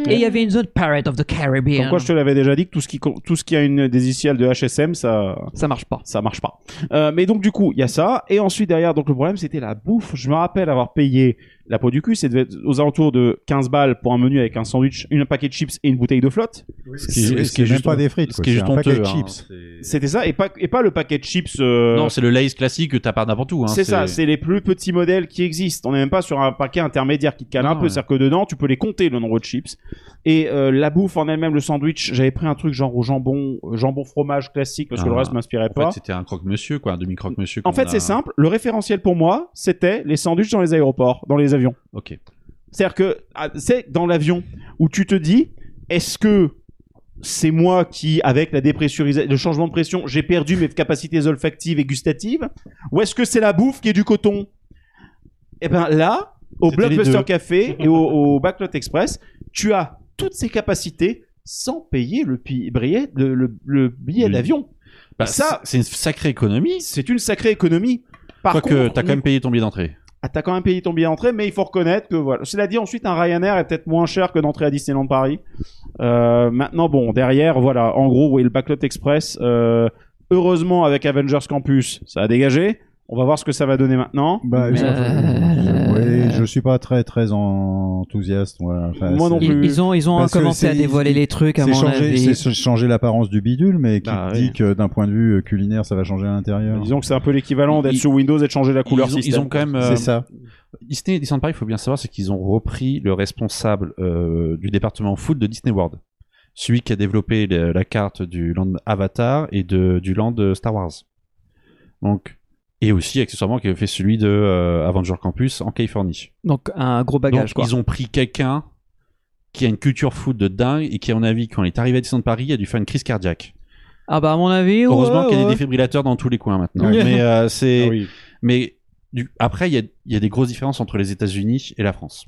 S10: et il y avait une zone Pirate of the Caribbean.
S7: Comme quoi, je te l'avais déjà dit que tout ce qui co- tout ce qui a une des initiales de HSM, ça
S10: Ça marche pas.
S7: ça marche pas. Euh, mais donc du coup, il y a ça. Et ensuite derrière, donc le problème, c'était la bouffe. Je me rappelle avoir payé la peau du cul. C'est devait être aux alentours de 15 balles pour un menu avec un sandwich, une paquet de chips et une bouteille de flotte.
S9: Ce
S8: C'est
S9: ce qui est
S8: c'est même pas des frites.
S9: ce
S8: quoi,
S9: qui est
S8: c'est
S9: juste
S8: un paquet
S9: honteux.
S8: de
S9: hein.
S8: chips.
S7: C'était ça et pas et pas le paquet de chips. euh,
S9: Non, c'est le Lays classique que t'as pas n'importe où. Hein.
S7: c'est ça, c'est les plus petits modèles qui existent. On n'est même pas sur un paquet intermédiaire qui te cale un
S9: Non,
S7: peu,
S9: ouais.
S7: c'est-à-dire que dedans, tu peux les compter le nombre de chips. Et euh, la bouffe en elle-même, le sandwich, j'avais pris un truc genre au jambon, euh, jambon fromage classique parce que
S9: Ah,
S7: le reste m'inspirait
S9: En
S7: pas.
S9: fait, c'était un croque-monsieur, quoi, un demi-croque-monsieur.
S7: en
S9: qu'on
S7: fait,
S9: a-
S7: c'est simple. Le référentiel pour moi, c'était les sandwichs dans les aéroports, dans les avions.
S9: Ok.
S7: C'est-à-dire que ah, c'est dans l'avion où tu te dis, est-ce que c'est moi qui, avec la dépressurisation, le changement de pression, j'ai perdu mes capacités olfactives et gustatives, ou est-ce que c'est la bouffe qui est du coton Eh ben là, au
S9: C'était les
S7: Blockbuster
S9: deux.
S7: Café et au, au Backlot Express, tu as toutes ces capacités sans payer le, pi- billet, le, le- le billet
S9: Oui.
S7: d'avion.
S9: Bah,
S7: Ça-
S9: ça, c'est une sacrée économie.
S7: C'est une sacrée économie. Par
S9: Quoique,
S7: contre,
S9: t'as quand même payé ton billet d'entrée.
S7: ah, t'as quand même payé ton billet d'entrée, mais il faut reconnaître que voilà. Cela dit, ensuite, un Ryanair est peut-être moins cher que d'entrer à Disneyland Paris. Euh, maintenant, bon, derrière, voilà, en gros, oui, le Backlot Express, euh, heureusement, avec Avengers Campus, ça a dégagé. On va voir ce que ça va donner maintenant.
S8: Bah,
S10: Mais-
S8: je,
S10: Euh,
S8: ouais, je suis pas très très en- enthousiaste. voilà. Enfin,
S7: Moi non
S8: c'est-
S7: plus.
S10: Ils, ils ont, ils ont
S8: Parce que
S10: commencé à
S8: c'est-
S10: dévoiler les trucs à
S8: C'est
S10: mon
S8: changer,
S10: avis.
S8: c'est changer l'apparence du bidule, mais qui
S9: Bah,
S8: te
S9: oui.
S8: dit que d'un point de vue euh, culinaire, ça va changer à l'intérieur.
S7: Disons que c'est un peu l'équivalent d'être
S9: Ils-
S7: sur Windows et de changer la couleur
S9: ils, ont,
S7: système.
S9: ils ont quand même. euh,
S8: C'est ça.
S9: Disney et Disneyland Paris, il faut bien savoir, c'est qu'ils ont repris le responsable euh, du département foot de Disney World. Celui qui a développé le- la carte du land Avatar et de, du land euh, Star Wars. Donc, et aussi, accessoirement, qui a fait celui de euh, Avenger Campus en Californie.
S10: Donc un gros
S9: Donc,
S10: bagage quoi.
S9: ils ont pris quelqu'un qui a une culture foot de dingue et qui, à mon avis, quand il est arrivé à Disneyland Paris, a dû faire une crise cardiaque.
S10: Ah bah à mon avis. euh,
S9: Heureusement
S10: ouais,
S9: qu'il y a des
S10: ouais.
S9: défibrillateurs dans tous les coins maintenant.
S10: Ouais.
S9: Mais euh, c'est.
S7: Ah oui.
S9: Mais du- après, il y a, il y a des grosses différences entre les États-Unis et la France.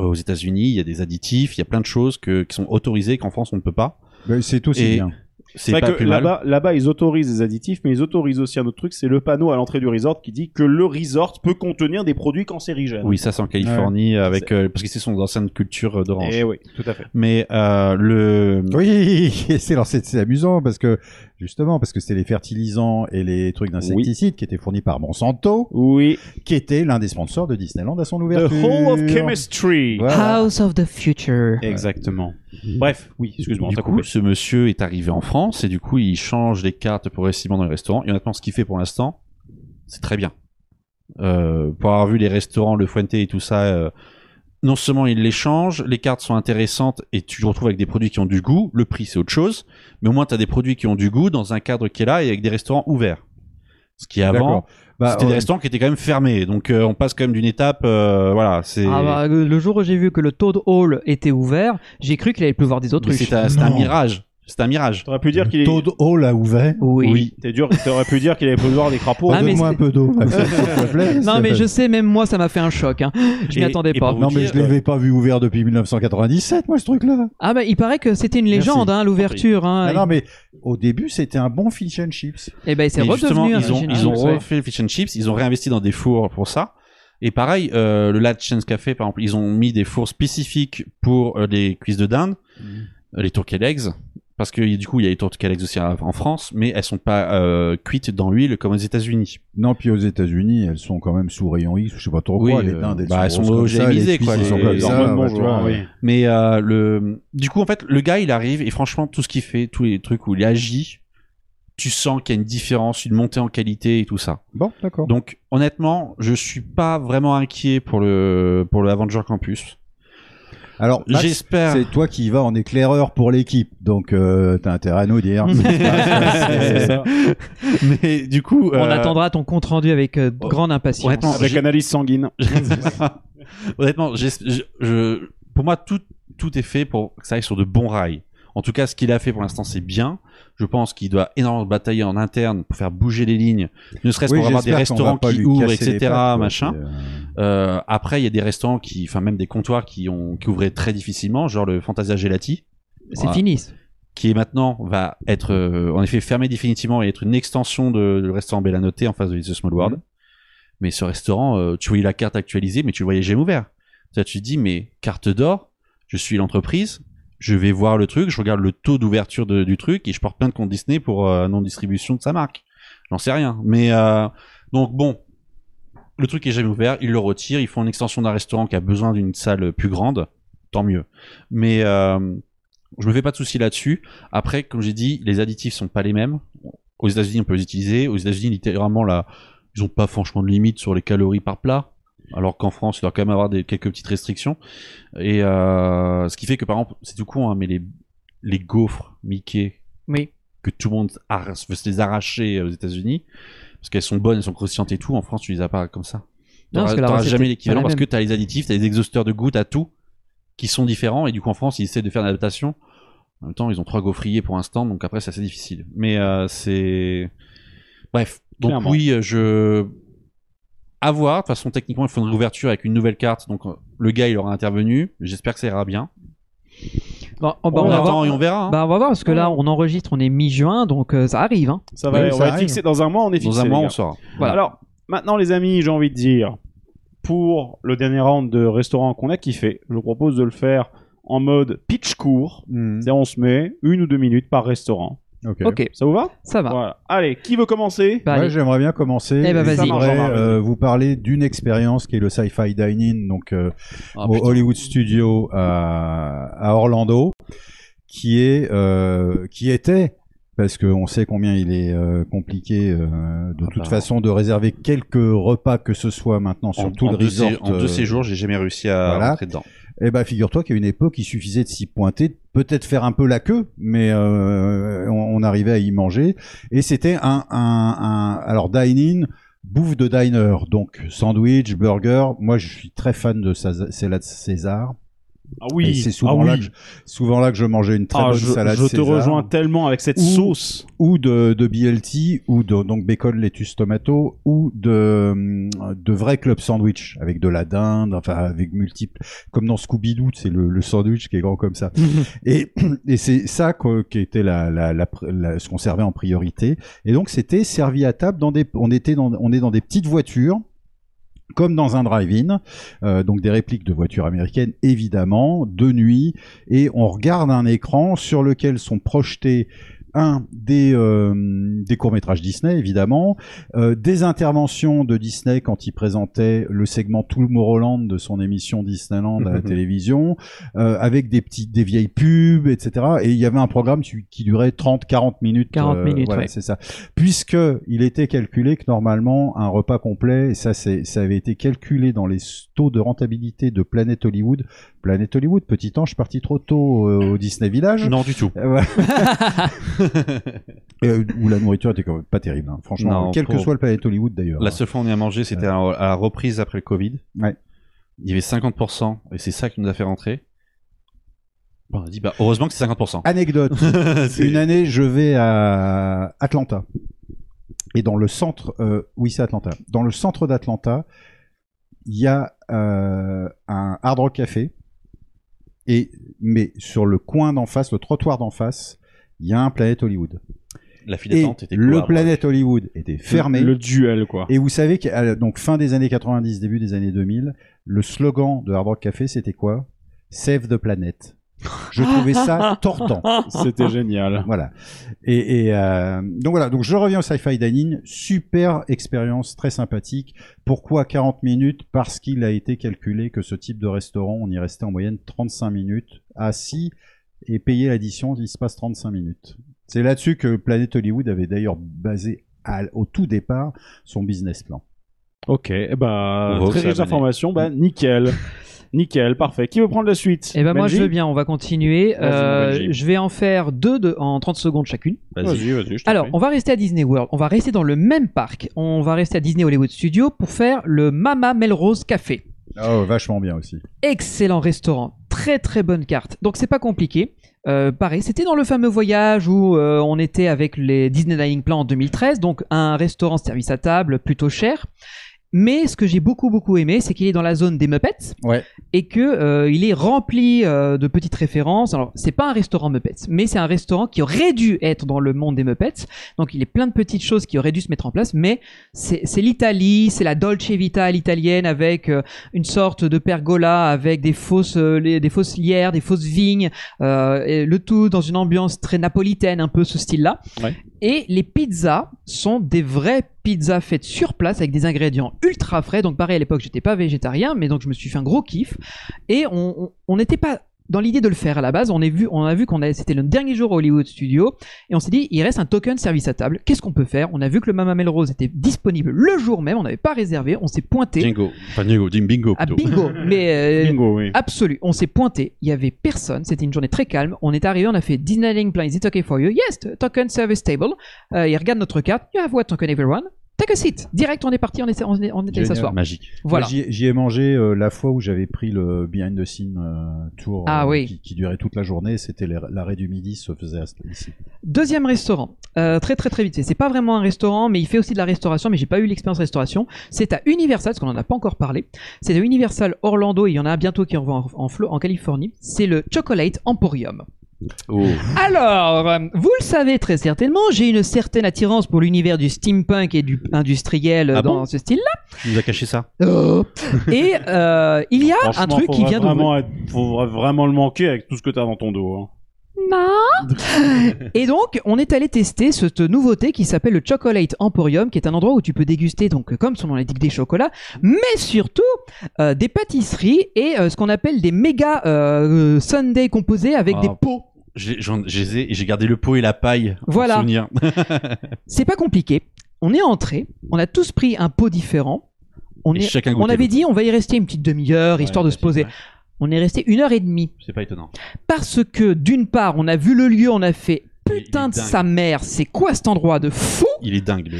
S9: Euh, Aux États-Unis, il y a des additifs, il y a plein de choses que, qui sont autorisées qu'en France on ne peut pas.
S8: Bah, c'est tout, c'est
S9: Et-
S8: bien.
S9: c'est
S7: vrai
S9: pas
S7: que
S9: plus mal.
S7: là-bas, là-bas, ils autorisent des additifs, mais ils autorisent aussi un autre truc, c'est le panneau à l'entrée du resort qui dit que le resort peut contenir des produits cancérigènes.
S9: Oui, ça c'est en Californie avec euh, parce que c'est son ancienne culture euh, d'orange.
S7: Et Eh oui, tout à fait.
S9: Mais euh, le
S8: Oui, [laughs] et c'est alors, c'est- c'est amusant parce que justement parce que c'était les fertilisants et les trucs d'insecticides qui étaient fournis par Monsanto,
S7: Oui.
S8: qui était l'un des sponsors de Disneyland à son
S7: The
S8: ouverture.
S7: Hall of Chemistry.
S9: Ah.
S8: Voilà.
S10: House of the Future.
S7: Exactement. Bref, oui, excuse-moi, on
S9: du
S7: t'a
S9: coup,
S7: coupé.
S9: ce monsieur est arrivé en France et du coup, il change les cartes progressivement dans les restaurants. Et honnêtement, ce qu'il fait pour l'instant, c'est très bien. Euh, pour avoir vu les restaurants, le Fuente et tout ça, euh, non seulement il les change, les cartes sont intéressantes et tu te retrouves avec des produits qui ont du goût. Le prix, c'est autre chose, mais au moins, tu as des produits qui ont du goût dans un cadre qui est là et avec des restaurants ouverts. Ce qui avant,
S8: D'accord. Bah,
S9: c'était des
S8: euh,
S9: restaurants qui étaient quand même fermés. Donc, euh, on passe quand même d'une étape. euh, voilà, c'est.
S10: Ah bah, le jour où j'ai vu que le Toad Hall était ouvert, j'ai cru qu'il allait pleuvoir des
S9: Mais
S10: autruches.
S9: c'est un, c'est un
S8: Non.
S9: mirage. C'est un mirage.
S7: T'aurais pu dire qu'il est.
S8: Toad Hall a ouvert.
S10: Oui.
S7: T'es dur, t'aurais pu dire qu'il avait pu voir des crapauds.
S10: Ah, mais
S8: Donne-moi un
S10: c'est-
S8: peu
S10: [laughs]
S8: d'eau, Maxime, s'il te plaît.
S10: Non mais je sais, même moi ça m'a fait un choc. hein. Je m'y
S9: Et-
S10: attendais
S9: et
S10: pas.
S9: pour
S8: Non
S9: vous
S8: mais
S9: dire,
S8: je l'avais pas vu ouvert depuis 1997, moi ce truc-là.
S10: Ah bah il paraît que c'était une
S9: Merci.
S10: légende, hein, l'ouverture. Hein.
S8: Ah non mais au début c'était un bon fish and chips.
S10: Et ben c'est
S9: Mais justement,
S10: redevenu un
S9: ils ont,
S10: original.
S9: ils ont
S10: Ouais.
S9: refait le fish and chips, ils ont réinvesti dans des fours pour ça. Et pareil, euh, le Latch Chance Café, par exemple, ils ont mis des fours spécifiques pour euh, les cuisses de dinde,
S10: Mm.
S9: euh, les tourquets legs, parce que du coup, il y a les tourquets legs aussi en France, mais elles sont pas euh, cuites dans l'huile comme aux États-Unis.
S8: Non puis aux États-Unis elles sont quand même sous rayon X, je sais pas trop quoi.
S9: Oui,
S8: les
S9: euh,
S8: dindes elles
S9: bah, elles sont
S8: grosses comme ça, les
S9: homogénéisées,
S8: cuisses,
S9: quoi,
S8: elles
S9: les-
S8: sont comme
S9: les
S8: ça,
S9: hormones,
S8: bah,
S7: Normalement,
S8: tu
S7: je
S8: vois,
S7: vois,
S8: ouais.
S7: oui.
S9: Mais euh, le, du coup, en fait, le gars, il arrive et franchement, tout ce qu'il fait, tous les trucs où il agit, tu sens qu'il y a une différence, une montée en qualité et tout ça.
S8: Bon d'accord.
S9: Donc honnêtement, je suis pas vraiment inquiet pour le pour le Avenger Campus.
S8: Alors Max,
S9: J'espère.
S8: C'est toi qui vas en éclaireur pour l'équipe, donc euh, t'as intérêt à nous
S9: [laughs]
S8: dire.
S10: [laughs]
S9: C'est ça. [laughs] Mais du coup,
S10: On
S9: euh,
S10: attendra ton compte rendu avec euh, grande impatience.
S9: honnêtement,
S7: Avec
S9: j'ai-
S7: analyse sanguine.
S9: [laughs] honnêtement, j'es- je, je- pour moi tout tout est fait pour que ça aille sur de bons rails. En tout cas, ce qu'il a fait pour l'instant, c'est bien. Je pense qu'il doit énormément batailler en interne pour faire bouger les lignes, ne serait-ce
S8: Oui,
S9: pour avoir des
S8: j'espère qu'on
S9: restaurants
S8: va pas
S9: qui
S8: lui
S9: ouvrent,
S8: casser les
S9: etc.,
S8: pattes, quoi,
S9: machin.
S8: puis, euh,
S9: Euh, après, il y a des restaurants qui, enfin même des comptoirs qui ont qui ouvraient très difficilement, genre le Fantasia Gelati.
S10: c'est
S9: voilà.
S10: fini.
S9: qui est maintenant va être euh, en effet fermé définitivement et être une extension de, de le restaurant Bellanoté en face de It's a Small World. Mais ce restaurant, euh, tu voyais la carte actualisée, mais tu le voyais jamais ouvert. Ça, tu te dis, mais carte d'or, je suis l'entreprise, je vais voir le truc, je regarde le taux d'ouverture de- du truc et je porte plainte contre Disney pour euh, non-distribution de sa marque. J'en sais rien. Mais euh, donc bon, le truc est jamais ouvert, ils le retirent, ils font une extension d'un restaurant qui a besoin d'une salle plus grande, tant mieux. Mais euh, je me fais pas de soucis là-dessus. Après, comme j'ai dit, les additifs sont pas les mêmes. Aux États-Unis, on peut les utiliser. Aux États-Unis, littéralement, là, ils ont pas franchement de limite sur les calories par plat. Alors qu'en France, il doit quand même avoir des, quelques petites restrictions. Et euh, ce qui fait que, par exemple, c'est tout con, hein, mais les, les gaufres Mickey,
S10: Oui.
S9: que tout le monde arrache- veut se les arracher euh, aux États-Unis, parce qu'elles sont bonnes, elles sont croustillantes et tout. En France, tu les as pas comme ça.
S10: Non, parce
S9: T'auras
S10: que la
S9: t'auras
S10: recette
S9: jamais
S10: est
S9: l'équivalent
S10: pas la
S9: parce que
S10: même.
S9: t'as les additifs, t'as les exhausteurs de goût, t'as tout qui sont différents. Et du coup, en France, ils essaient de faire une adaptation. En même temps, ils ont trois gaufriers pour l'instant, donc après, c'est assez difficile. Mais euh, c'est. Bref. Donc,
S7: Clairement.
S9: oui, euh, je. À voir. De toute façon, techniquement, il faut une réouverture avec une nouvelle carte. Donc, euh, le gars, il aura intervenu. J'espère que ça ira bien.
S10: Bon, oh, bah,
S9: on,
S10: on, va
S9: attend
S10: voir.
S9: et on verra. hein.
S10: Bah, on va voir parce que là on enregistre, on est mi-juin donc euh, ça arrive. Hein.
S7: Ça va,
S8: Oui,
S7: on
S8: ça
S7: va être
S8: arrive.
S7: fixé. Dans un mois, on est fixé.
S9: Dans un
S7: les
S9: mois,
S7: gars.
S9: on saura.
S10: Voilà.
S7: Alors, maintenant, les amis, j'ai envie de dire, pour le dernier round de restaurant qu'on a kiffé, je vous propose de le faire en mode pitch court.
S9: Mmh.
S8: hmm,
S7: C'est-à-dire, on se met une ou deux minutes par restaurant.
S8: euh, ok.
S10: Ok,
S7: Ça vous va
S10: ça [laughs] va.
S7: Voilà. Allez, qui veut commencer
S10: Bah,
S8: Ouais,
S10: allez.
S8: j'aimerais bien commencer.
S10: Eh ben, vas-y.
S8: Je voudrais,
S7: Ça marche,
S8: euh, vous parler d'une expérience qui est le Sci-Fi Dining, donc euh,
S9: Ah,
S8: au
S9: putain.
S8: Hollywood Studio à, à Orlando, qui est euh, qui était parce qu'on sait combien il est euh, compliqué euh, de
S9: Ah
S8: toute
S9: bah.
S8: façon de réserver quelques repas que ce soit maintenant sur
S9: En,
S8: tout
S9: en
S8: le
S9: deux sé-
S8: resort.
S9: en deux
S8: euh,
S9: séjours, j'ai jamais réussi à
S8: voilà.
S9: rentrer dedans.
S8: eh ben, figure-toi qu'à une époque, il suffisait de s'y pointer, peut-être faire un peu la queue, mais euh, on, on arrivait à y manger. Et c'était un, un, un, alors dine-in, bouffe de diner, donc sandwich, burger. Moi, je suis très fan de Sa- Céla de César.
S7: Ah
S8: Et
S7: oui,
S8: c'est souvent,
S7: ah
S8: là
S7: oui.
S8: que je- souvent là que je mangeais une très
S7: Ah,
S8: bonne
S7: je,
S8: salade
S7: je te
S8: César
S7: rejoins tellement avec cette
S8: Ou-
S7: sauce.
S8: ou de, de BLT ou de donc bacon, lettuce, tomato ou de hum, de vrais club sandwich avec de la dinde, enfin avec multiples comme dans Scooby Doo, c'est le, le sandwich qui est grand comme ça. et [clears throat] et c'est ça quoi, qui était la, la, la, pr- la- ce qu'on servait en priorité. Et donc c'était servi à table dans des on était dans, on est dans des petites voitures comme dans un drive-in, euh, donc des répliques de voitures américaines évidemment, de nuit, et on regarde un écran sur lequel sont projetés un des, euh, des courts-métrages Disney évidemment, euh, des interventions de Disney quand il présentait le segment Tomorrowland de son émission Disneyland à la télévision, euh, avec des petites des vieilles pubs, etc. Et il y avait un programme qui qui durait 30-40 minutes. euh,
S10: 40 minutes,
S8: voilà,
S10: ouais.
S8: c'est ça. Puisque il était calculé que normalement un repas complet, et ça c'est ça avait été calculé dans les taux de rentabilité de Planet Hollywood. Planet Hollywood, petit ange, je suis parti trop tôt euh, au Disney Village.
S9: Non, du tout.
S8: Euh, voilà. [laughs] Euh, où la nourriture était quand même pas terrible, hein. franchement.
S9: Non,
S8: quel que
S9: pour-
S8: soit le Planet Hollywood d'ailleurs. hein.
S9: La seule fois où on y a mangé, c'était à à la reprise après le Covid.
S8: Ouais.
S9: Il y avait 50%, et c'est ça qui nous a fait rentrer. Bon, on a dit, bah, heureusement que c'est 50%.
S8: Anecdote.
S9: [laughs]
S7: Ah,
S9: C'est-
S8: Ah, une année, je vais à Atlanta. Et dans le centre, euh, oui, c'est Atlanta. Dans le centre d'Atlanta, il y a euh, un Hard Rock Café. Et mais sur le coin d'en face, le trottoir d'en face, il y a un Planet Hollywood.
S9: La file
S8: Et
S9: d'attente était
S8: le
S9: gloire.
S8: Planet Hollywood était fermé.
S7: Le duel, quoi.
S8: Et vous savez que à la- donc fin des années 90, début des années 2000, le slogan de Hard Rock Café, c'était quoi Save the planet. Je
S7: [laughs]
S8: trouvais ça tortant.
S7: [laughs] C'était génial.
S8: Voilà. Et, et, euh, donc voilà. Donc je reviens au Sci-Fi Dining. Super expérience, très sympathique. Pourquoi 40 minutes Parce qu'il a été calculé que ce type de restaurant, on y restait en moyenne 35 minutes assis et payer l'addition, il se passe 35 minutes. C'est là-dessus que Planet Hollywood avait d'ailleurs basé à- au tout départ son business plan.
S7: Ok, eh bah,
S9: On va
S7: très
S9: aussi
S7: riche
S9: abonner.
S7: d'informations. Bah, [laughs] nickel. nickel, parfait. Qui veut prendre la suite
S10: Et ben moi
S7: Benji
S10: je veux bien, on va continuer.
S7: Vas-y,
S10: Euh,
S7: Benji.
S10: je vais en faire deux de- en 30 secondes chacune.
S7: Vas-y, vas-y, je t'en
S10: Alors,
S7: prie.
S10: on va rester à Disney World, on va rester dans le même parc, on va rester à Disney Hollywood Studios pour faire le Mama Melrose Café.
S8: Oh, vachement bien aussi.
S10: excellent restaurant, très très bonne carte. Donc c'est pas compliqué. Euh, pareil, c'était dans le fameux voyage où euh, on était avec les Disney Dining Plan en 2013, donc un restaurant service à table plutôt cher. Mais ce que j'ai beaucoup beaucoup aimé, c'est qu'il est dans la zone des Muppets
S8: Ouais.
S10: et que euh, il est rempli euh, de petites références. Alors c'est pas un restaurant Muppets, mais c'est un restaurant qui aurait dû être dans le monde des Muppets. Donc il est plein de petites choses qui auraient dû se mettre en place, mais c'est c'est l'Italie, c'est la Dolce Vita à l'italienne avec euh, une sorte de pergola avec des fausses, euh, les- des fausses lières, des fausses vignes, euh, et le tout dans une ambiance très napolitaine, un peu ce style-là.
S7: Ouais.
S10: Et les pizzas sont des vraies pizzas faites sur place avec des ingrédients ultra frais. Donc pareil, à l'époque, j'étais pas végétarien, mais donc je me suis fait un gros kiff. Et on- on on n'était pas dans l'idée de le faire à la base. On, est vu, on a vu qu'on a- c'était le dernier jour au Hollywood Studio et on s'est dit, il reste un token service à table. Qu'est-ce qu'on peut faire On a vu que le Mama Melrose était disponible le jour même. On n'avait pas réservé. On s'est pointé.
S9: Bingo. Enfin, bingo, Jim Bingo.
S10: Ah,
S9: plutôt.
S10: bingo Mais euh,
S7: Bingo, oui.
S10: absolu. On s'est pointé. Il y avait personne. C'était une journée très calme. On est arrivé. On a fait Disney Link Plan. Is it okay for you Yes. Token service table. Euh, il regarde notre carte. You have what token everyone Take a seat. Direct. On est parti. On est on est, on est allé
S8: Génial.
S10: s'asseoir.
S9: Magique.
S10: Voilà.
S8: Moi, J'y j'y ai mangé euh, la fois où j'avais pris le behind the scene euh, tour euh,
S10: Ah oui.
S8: qui, qui durait toute la journée. C'était les- l'arrêt du midi se faisait à- ici.
S10: Deuxième restaurant, Euh, très très très vite fait. C'est pas vraiment un restaurant, mais il fait aussi de la restauration, mais j'ai pas eu l'expérience restauration. C'est à Universal, parce qu'on en a pas encore parlé. C'est à Universal Orlando, et il y en a bientôt qui en vont en, en, Flo- en Californie. C'est le Chocolate Emporium.
S9: Oh.
S10: Alors, euh, vous le savez très certainement, j'ai une certaine attirance pour l'univers du steampunk et du industriel euh,
S9: Ah
S10: dans
S9: bon
S10: ce style-là. Oh.
S9: Tu nous as caché ça
S10: Et euh, il y a un
S7: Franchement,
S10: truc qui
S7: faudrait
S10: vient d'ouvrir.
S7: vraiment être- faudrait vraiment le manquer avec tout ce que t'as dans ton dos. hein.
S10: Et donc, on est allé tester cette nouveauté qui s'appelle le Chocolate Emporium, qui est un endroit où tu peux déguster, donc, euh, comme son nom l'indique, des chocolats, mais surtout euh, des pâtisseries et euh, ce qu'on appelle des méga euh, sundae composés avec
S9: Ah.
S10: des pots.
S9: J'ai j'en- je les ai- j'ai gardé le pot et la paille. en
S10: Voilà.
S9: souvenir.
S10: C'est pas compliqué. On est entré, on a tous pris un pot différent. On,
S9: Et
S10: est-
S9: chacun
S10: on
S9: goûtait
S10: avait
S9: le-
S10: dit on va y rester une petite demi-heure, histoire
S9: Ouais, bah,
S10: de se poser.
S9: c'est pas-
S10: On est resté une heure et demie.
S9: C'est pas étonnant.
S10: Parce que, d'une part, on a vu le lieu, on a fait
S9: Il- il est
S10: putain de
S9: dingue.
S10: sa mère, c'est quoi cet endroit de fou
S9: Il est dingue. le-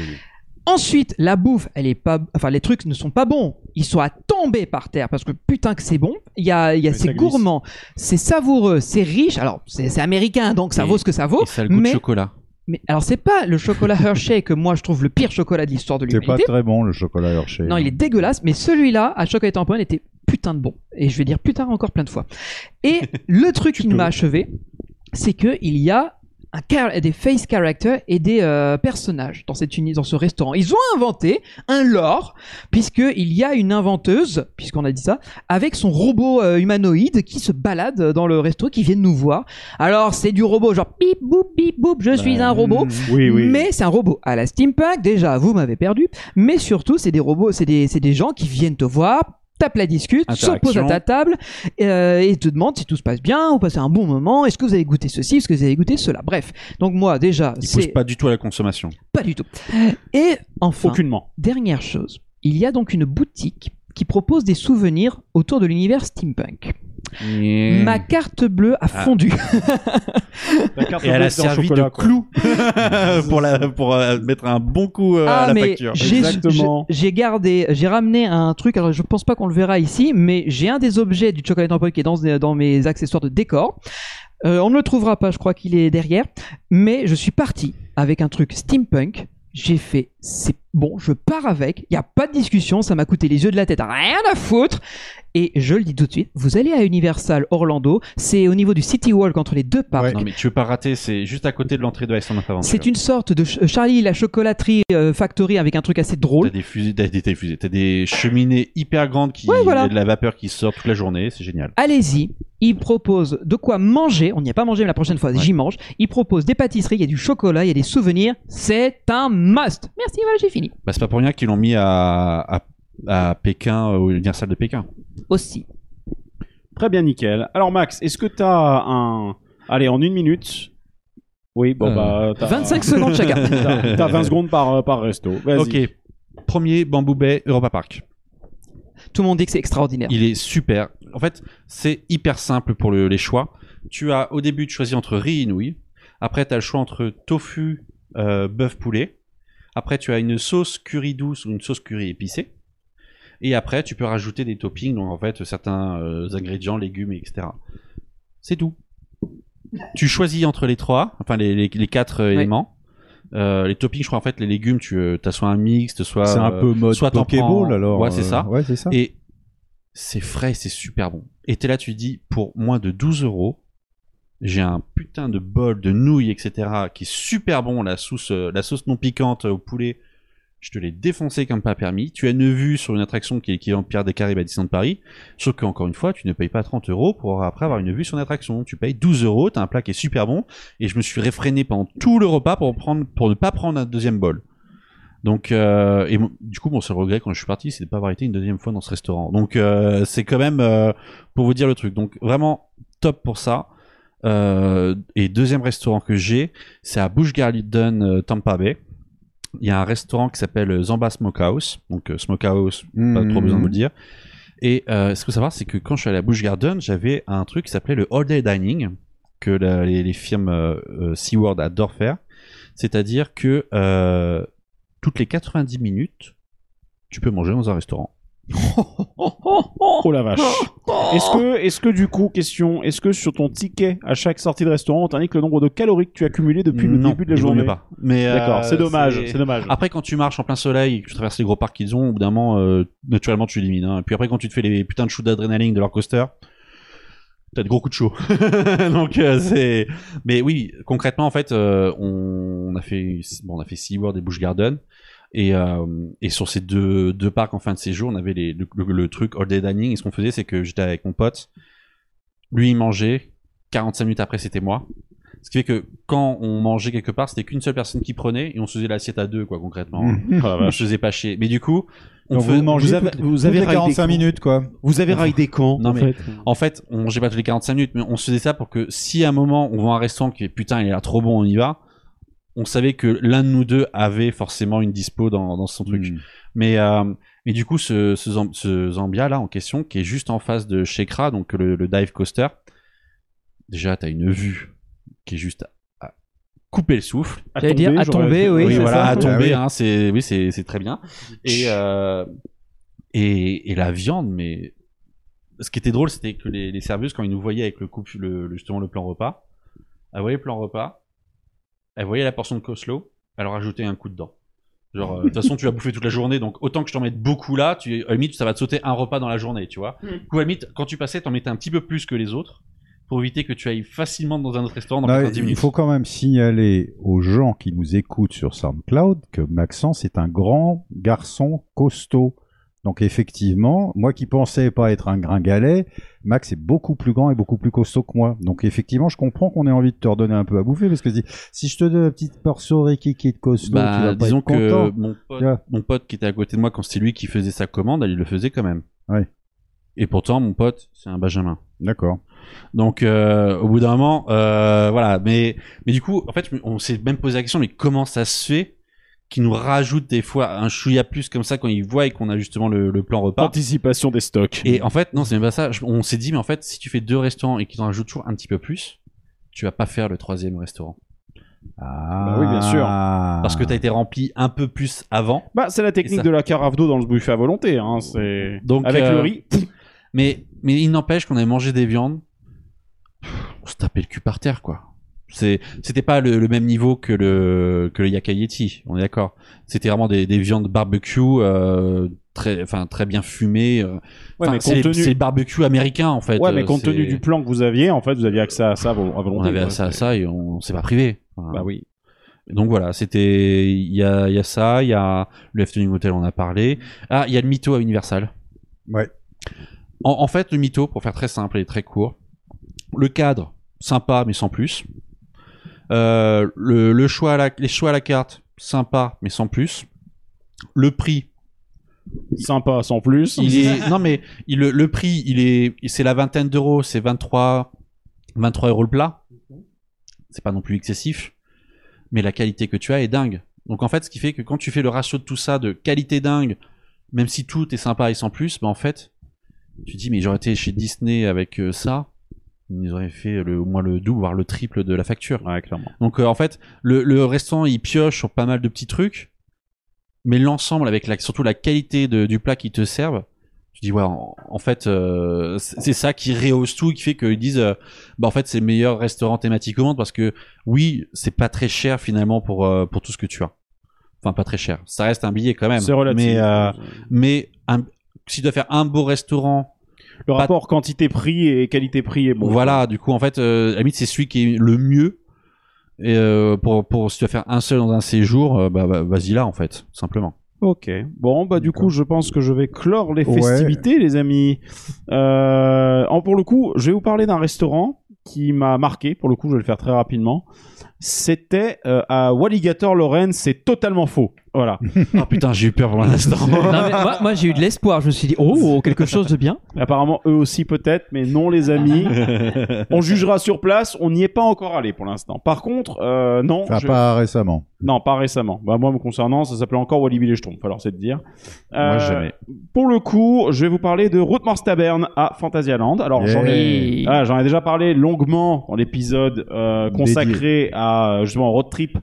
S10: Ensuite, la bouffe, elle est pas, enfin les trucs ne sont pas bons. Ils sont à tomber par terre parce que putain que c'est bon. Il y a, il y a
S7: Mais ça
S10: c'est
S7: glisse.
S10: gourmand, c'est savoureux, c'est riche. Alors c'est c'est américain donc ça
S9: Et-
S10: vaut ce que ça vaut.
S9: Et ça a le goût de
S10: Oh, Mais,
S9: chocolat.
S10: mais alors c'est pas le chocolat Hershey que moi je trouve le pire chocolat de l'histoire de
S8: C'est pas
S10: l'humanité.
S8: très bon le chocolat Hershey.
S10: Non, il est dégueulasse, mais celui-là, à chocolat et pomme, était putain de bon. Et je vais dire putain encore plein de fois. Et le truc qui m'a achevé, c'est que il y a un car- des face characters et des euh, personnages dans, cette uni- dans ce restaurant. Ils ont inventé un lore, puisqu'il y a une inventeuse, puisqu'on a dit ça, avec son robot euh, humanoïde qui se balade dans le resto, qui vient nous voir. Alors, c'est du robot genre bip, boop, bip, boop, je suis un robot.
S7: Mm. Oui, oui.
S10: Mais c'est un robot à la steampunk. Déjà, vous m'avez perdu. Mais surtout, c'est des robots, c'est des, c'est des gens qui viennent te voir, tapent la discute, se
S9: Interaction.
S10: posent à ta table euh, et te demandent si tout se passe bien, vous passez un bon moment, est-ce que vous avez goûté ceci, est-ce que vous avez goûté cela. Bref. Donc moi, déjà,
S9: Il pousse
S10: c'est pas...
S9: pas du tout à la consommation.
S10: du tout. Et enfin,
S7: Aucunement.
S10: dernière chose, il y a donc une boutique qui propose des souvenirs autour de l'univers steampunk. Ma carte bleue a
S9: Ah.
S10: fondu.
S7: La carte
S9: Et elle a
S7: bleue dans le
S9: servi
S7: chocolat,
S9: de
S7: quoi. [laughs]
S9: clou pour, la, pour euh, mettre un bon coup euh, à la facture.
S10: Ah, j'ai-
S7: Exactement.
S10: j'ai- J'ai gardé, j'ai ramené un truc, alors je pense pas qu'on le verra ici, mais j'ai un des objets du chocolat en poudre qui est dans, dans mes accessoires de décor. Euh, on ne le trouvera pas, je crois qu'il est derrière, mais je suis parti avec un truc steampunk. J'ai fait, c'est bon, je pars avec, il n'y a pas de discussion, ça m'a coûté les yeux de la tête, rien à foutre. Et je le dis tout de suite, vous allez à Universal Orlando, c'est au niveau du City Walk entre les deux parcs.
S9: Non mais tu veux pas rater, c'est juste à côté de l'entrée de Iceland of Adventure.
S10: C'est une sorte de ch- Charlie la chocolaterie euh, factory avec un truc assez drôle.
S9: T'as des fusées, t'as des, des fusées, t'as des cheminées hyper grandes qui,
S10: Ouais, voilà.
S9: il y a de la vapeur qui sort toute la journée, c'est génial.
S10: allez-y. Il propose de quoi manger. On n'y a pas mangé, mais la prochaine fois,
S9: Ouais.
S10: j'y mange. Il propose des pâtisseries, il y a du chocolat, il y a des souvenirs. C'est un must. Merci, voilà, j'ai fini.
S9: Bah c'est pas pour rien qu'ils l'ont mis à, à, à Pékin, euh, au Universal de Pékin.
S10: Aussi.
S7: Très bien, nickel. Alors, Max, est-ce que t'as un. Allez, en une minute. Oui, bon,
S9: Euh,
S7: bah. t'as-
S10: 25 secondes chacun. [laughs]
S7: T'as t'as 20 secondes par, euh, par resto. Vas-y.
S9: Ok. Premier Bamboo Bay Europa Park.
S10: Tout le monde dit que c'est
S9: [laughs]
S10: extraordinaire.
S9: Il est super. En fait, c'est hyper simple pour le- les choix. Tu as au début, tu choisis entre riz inouï. Après, tu as le choix entre tofu, euh, bœuf, poulet. Après, tu as une sauce curry douce ou une sauce curry épicée. Et après, tu peux rajouter des toppings, donc en fait, certains euh, ingrédients, légumes, etc. C'est tout. Tu choisis entre les trois, enfin les, les- les quatre euh,
S10: Oui.
S9: éléments. Euh, les toppings, je crois en fait, les légumes, tu as soit un mixte, soit.
S8: C'est un
S9: euh,
S8: peu mode
S9: soit t'en
S8: Pokéball
S9: prends-
S8: alors.
S9: Ouais, c'est
S8: euh,
S9: ça.
S8: Ouais, c'est ça.
S9: Et c'est frais, c'est super bon. Et t'es là, tu te dis, pour moins de 12 euros, j'ai un putain de bol de nouilles, etc., qui est super bon, la sauce, euh, la sauce non piquante au poulet. Je te l'ai défoncé comme pas permis. Tu as une vue sur une attraction qui est l'équivalent de Pierre des Caraïbes à Disneyland Paris. Sauf qu'encore une fois, tu ne payes pas 30 euros pour après avoir une vue sur une attraction. Tu payes 12 euros, t'as un plat qui est super bon. Et je me suis réfréné pendant tout le repas pour, prendre, pour ne pas prendre un deuxième bol. Donc, euh, et mon- du coup, mon seul regret quand je suis parti, c'est de pas avoir été une deuxième fois dans ce restaurant. Donc, euh, c'est quand même euh, pour vous dire le truc. Donc, vraiment top pour ça. Euh, et deuxième restaurant que j'ai, c'est à Busch Garden euh, Tampa Bay. Il y a un restaurant qui s'appelle euh, Zamba Smokehouse. Donc, euh, Smokehouse, pas trop besoin de vous le dire. Et euh, ce qu'il faut savoir, c'est que quand je suis allé à Busch Garden, j'avais un truc qui s'appelait le All Day Dining, que la- les, les firmes euh, euh, SeaWorld adorent faire. C'est-à-dire que euh, toutes les 90 minutes, tu peux manger dans un restaurant.
S7: Oh la vache. Est-ce que, est-ce que du coup, question, est-ce que sur ton ticket à chaque sortie de restaurant, on t'indique le nombre de calories que tu as cumulé depuis le
S9: Non,
S7: début de la
S9: il vaut
S7: journée
S9: mieux pas. Mais
S7: D'accord,
S9: euh,
S7: c'est dommage, c'est dommage.
S9: Après, quand tu marches en plein soleil et que tu traverses les gros parcs qu'ils ont, au bout d'un moment, euh, naturellement, tu élimines. hein. Et puis après, quand tu te fais les putains de shoots d'adrénaline de leur coaster, t'as de gros coups de chaud. [laughs] Donc, euh, c'est. Mais oui, concrètement, en fait, euh, on, on a fait, bon, on a fait SeaWorld et Busch Garden. Et, euh, et sur ces deux, deux parcs en fin de séjour, on avait les- le, le- le truc all day dining. Et ce qu'on faisait, c'est que j'étais avec mon pote. Lui, il mangeait. 45 minutes après, c'était moi. Ce qui fait que quand on mangeait quelque part, c'était qu'une seule personne qui prenait et on se faisait l'assiette à deux, quoi, concrètement.
S8: Mhm.
S7: Oh la
S9: On
S7: vache.
S9: se faisait pas chier. Mais du coup, on
S8: Donc,
S9: fait-
S8: vous mangez
S7: vous avez-
S8: toutes les-
S7: vous
S8: toutes
S7: avez
S8: les
S7: raidé
S8: 45
S7: quand
S8: minutes quoi.
S7: Vous avez raidé quand
S9: Non,
S7: en
S9: mais-
S7: fait
S9: En fait, on mangeait pas tous les 45 minutes, mais on se faisait ça pour que si à un moment on voit un restaurant qui est putain, il est là trop bon, on y va, on savait que l'un de nous deux avait forcément une dispo dans, dans son truc. Mais, euh, mais du coup, ce, ce, Zam- ce Zambia là en question, qui est juste en face de Shekra, donc le, le dive coaster, déjà t'as une vue qui est juste ah, couper le souffle.
S7: À
S10: J'allais dire, à
S7: j'aurais-
S10: tomber, oui, c'est
S9: voilà,
S10: ça.
S9: à
S8: Ah oui.
S9: tomber, hein, c'est oui, c'est c'est très bien. Et, euh, et et la viande, mais ce qui était drôle, c'était que les, les serveuses, quand ils nous voyaient avec le coupe, le, le- justement le plan repas, elles voyaient le plan repas, elles voyaient la portion de coleslaw, elles rajoutaient un coup dedans. Genre, euh, de toute façon, tu vas bouffer toute la journée, donc autant que je t'en mette beaucoup là, tu, à la limite, ça va te sauter un repas dans la journée, tu vois. Du coup, à la limite, quand tu passais, t'en mettais un petit peu plus que les autres pour éviter que tu ailles facilement dans un autre restaurant dans
S8: Non,
S9: 15
S8: Bah, il
S9: minutes.
S8: faut quand même signaler aux gens qui nous écoutent sur SoundCloud que Maxence est un grand garçon costaud. Donc effectivement, moi qui pensais pas être un gringalet, Max est beaucoup plus grand et beaucoup plus costaud que moi. Donc effectivement, je comprends qu'on ait envie de te redonner un peu à bouffer parce que si- si je te donne la petite portion rikiki de costaud,
S9: Bah,
S8: tu vas pas
S9: disons
S8: être content.
S9: que mon pote,
S8: Tu vois.
S9: mon pote qui était à côté de moi, quand c'était lui qui faisait sa commande, elle, il le faisait quand même.
S8: Ouais.
S9: Et pourtant, mon pote, c'est un Benjamin.
S8: D'accord.
S9: Donc, euh, au bout d'un moment, euh, voilà. Mais, mais du coup, en fait, on s'est même posé la question, mais comment ça se fait qu'ils nous rajoutent des fois un chouïa plus comme ça quand ils voient et qu'on a justement le, le plan repas
S7: Anticipation des stocks.
S9: Et en fait, non, c'est même pas ça. Je- On s'est dit, mais en fait, si tu fais deux restaurants et qu'ils en rajoutent toujours un petit peu plus, tu vas pas faire le troisième restaurant.
S8: Ah,
S7: Bah oui, bien sûr.
S9: Parce que t'as été rempli un peu plus avant.
S7: Bah, c'est la
S9: Et
S7: technique
S9: ça-
S7: de la carafe d'eau dans le buffet à volonté. Hein, c'est
S9: Donc,
S7: avec le
S9: euh,
S7: riz.
S9: Mais, mais il n'empêche qu'on avait mangé des viandes. On se tapait le cul par terre, quoi. C'est- C'était pas le, le même niveau que le, que le yakayeti, on est d'accord. C'était vraiment des, des viandes barbecue, euh, très, enfin, très bien fumées. euh.
S7: Ouais,
S9: Enfin,
S7: mais
S9: c'est
S7: compte
S9: les-
S7: tenu,
S9: c'est le barbecue américain, en fait.
S7: ouais, mais
S9: Euh,
S7: compte tenu
S9: c'est-
S7: du plan que vous aviez, en fait, vous aviez accès à ça à vol- à volonté.
S9: On avait
S7: quoi.
S9: accès à ça et on, on s'est pas privé. Enfin,
S7: Bah oui.
S9: donc voilà, c'était. Il y a, il y a ça, il y a le Efteling Hotel, on en a parlé. Ah, il y a le mytho à Universal.
S8: Ouais.
S9: En, en fait, le mytho, pour faire très simple et très court, le cadre, sympa mais sans plus. Euh, le, le choix à la, les choix à la carte, sympa mais sans plus. Le prix,
S7: Sympa, sans plus.
S9: il est non mais il- le, le prix il est c'est la vingtaine d'euros c'est 23 23 euros le plat c'est pas non plus excessif mais la qualité que tu as est dingue donc en fait ce qui fait que quand tu fais le ratio de tout ça de qualité dingue même si tout est sympa et sans plus bah en fait tu te dis mais j'aurais été chez Disney avec euh, ça ils auraient fait le, au moins le double voire le triple de la facture
S7: Ouais, clairement.
S9: donc euh, en fait, le, le restaurant il pioche sur pas mal de petits trucs, mais l'ensemble avec la, surtout la qualité de- du plat qu'ils te servent, tu dis ouais, en, en fait euh, c'est c'est ça qui rehausse tout, qui fait qu'ils disent euh, bah en fait c'est le meilleur restaurant thématique au monde parce que oui c'est pas très cher finalement pour euh, pour tout ce que tu as. Enfin pas très cher, ça reste un billet quand même.
S7: C'est relatif.
S9: Mais euh, mais un- si tu dois faire un beau restaurant
S7: le rapport quantité-prix et qualité-prix est bon.
S9: voilà, du coup, en fait, euh, à la limite, c'est celui qui est le mieux. Et euh, pour, pour si tu vas faire un seul dans un séjour, euh, bah, bah, vas-y là, en fait, simplement.
S7: Ok. Bon, bah du coup, je pense que je vais clore les
S8: Ouais.
S7: festivités, les amis. Euh, en, pour le coup, je vais vous parler d'un restaurant qui m'a marqué. Pour le coup, je vais le faire très rapidement. C'était euh, à Walligator Lorraine. C'est totalement faux.
S8: [laughs]
S7: Voilà.
S9: oh [laughs] putain, j'ai eu peur pour [laughs] l'instant.
S10: Non, mais moi, moi, j'ai eu de l'espoir. Je me suis dit, oh, quelque chose de bien.
S7: Apparemment, eux aussi peut-être, mais non, les
S8: [laughs]
S7: amis. on jugera sur place. On n'y est pas encore allé pour l'instant. Par contre, euh, non.
S8: Enfin,
S7: je-
S8: Ah, pas récemment.
S7: Non, pas récemment. Bah, moi, me concernant, ça s'appelait encore Walibi les Schtroumpfs, alors c'est de dire.
S9: Moi,
S7: Euh,
S9: jamais.
S7: Pour le coup, je vais vous parler de Routemars Taverne à Phantasialand. Alors, j'en ai
S8: Eh.
S7: ah, J'en ai déjà parlé longuement dans l'épisode euh, consacré à euh, justement road trip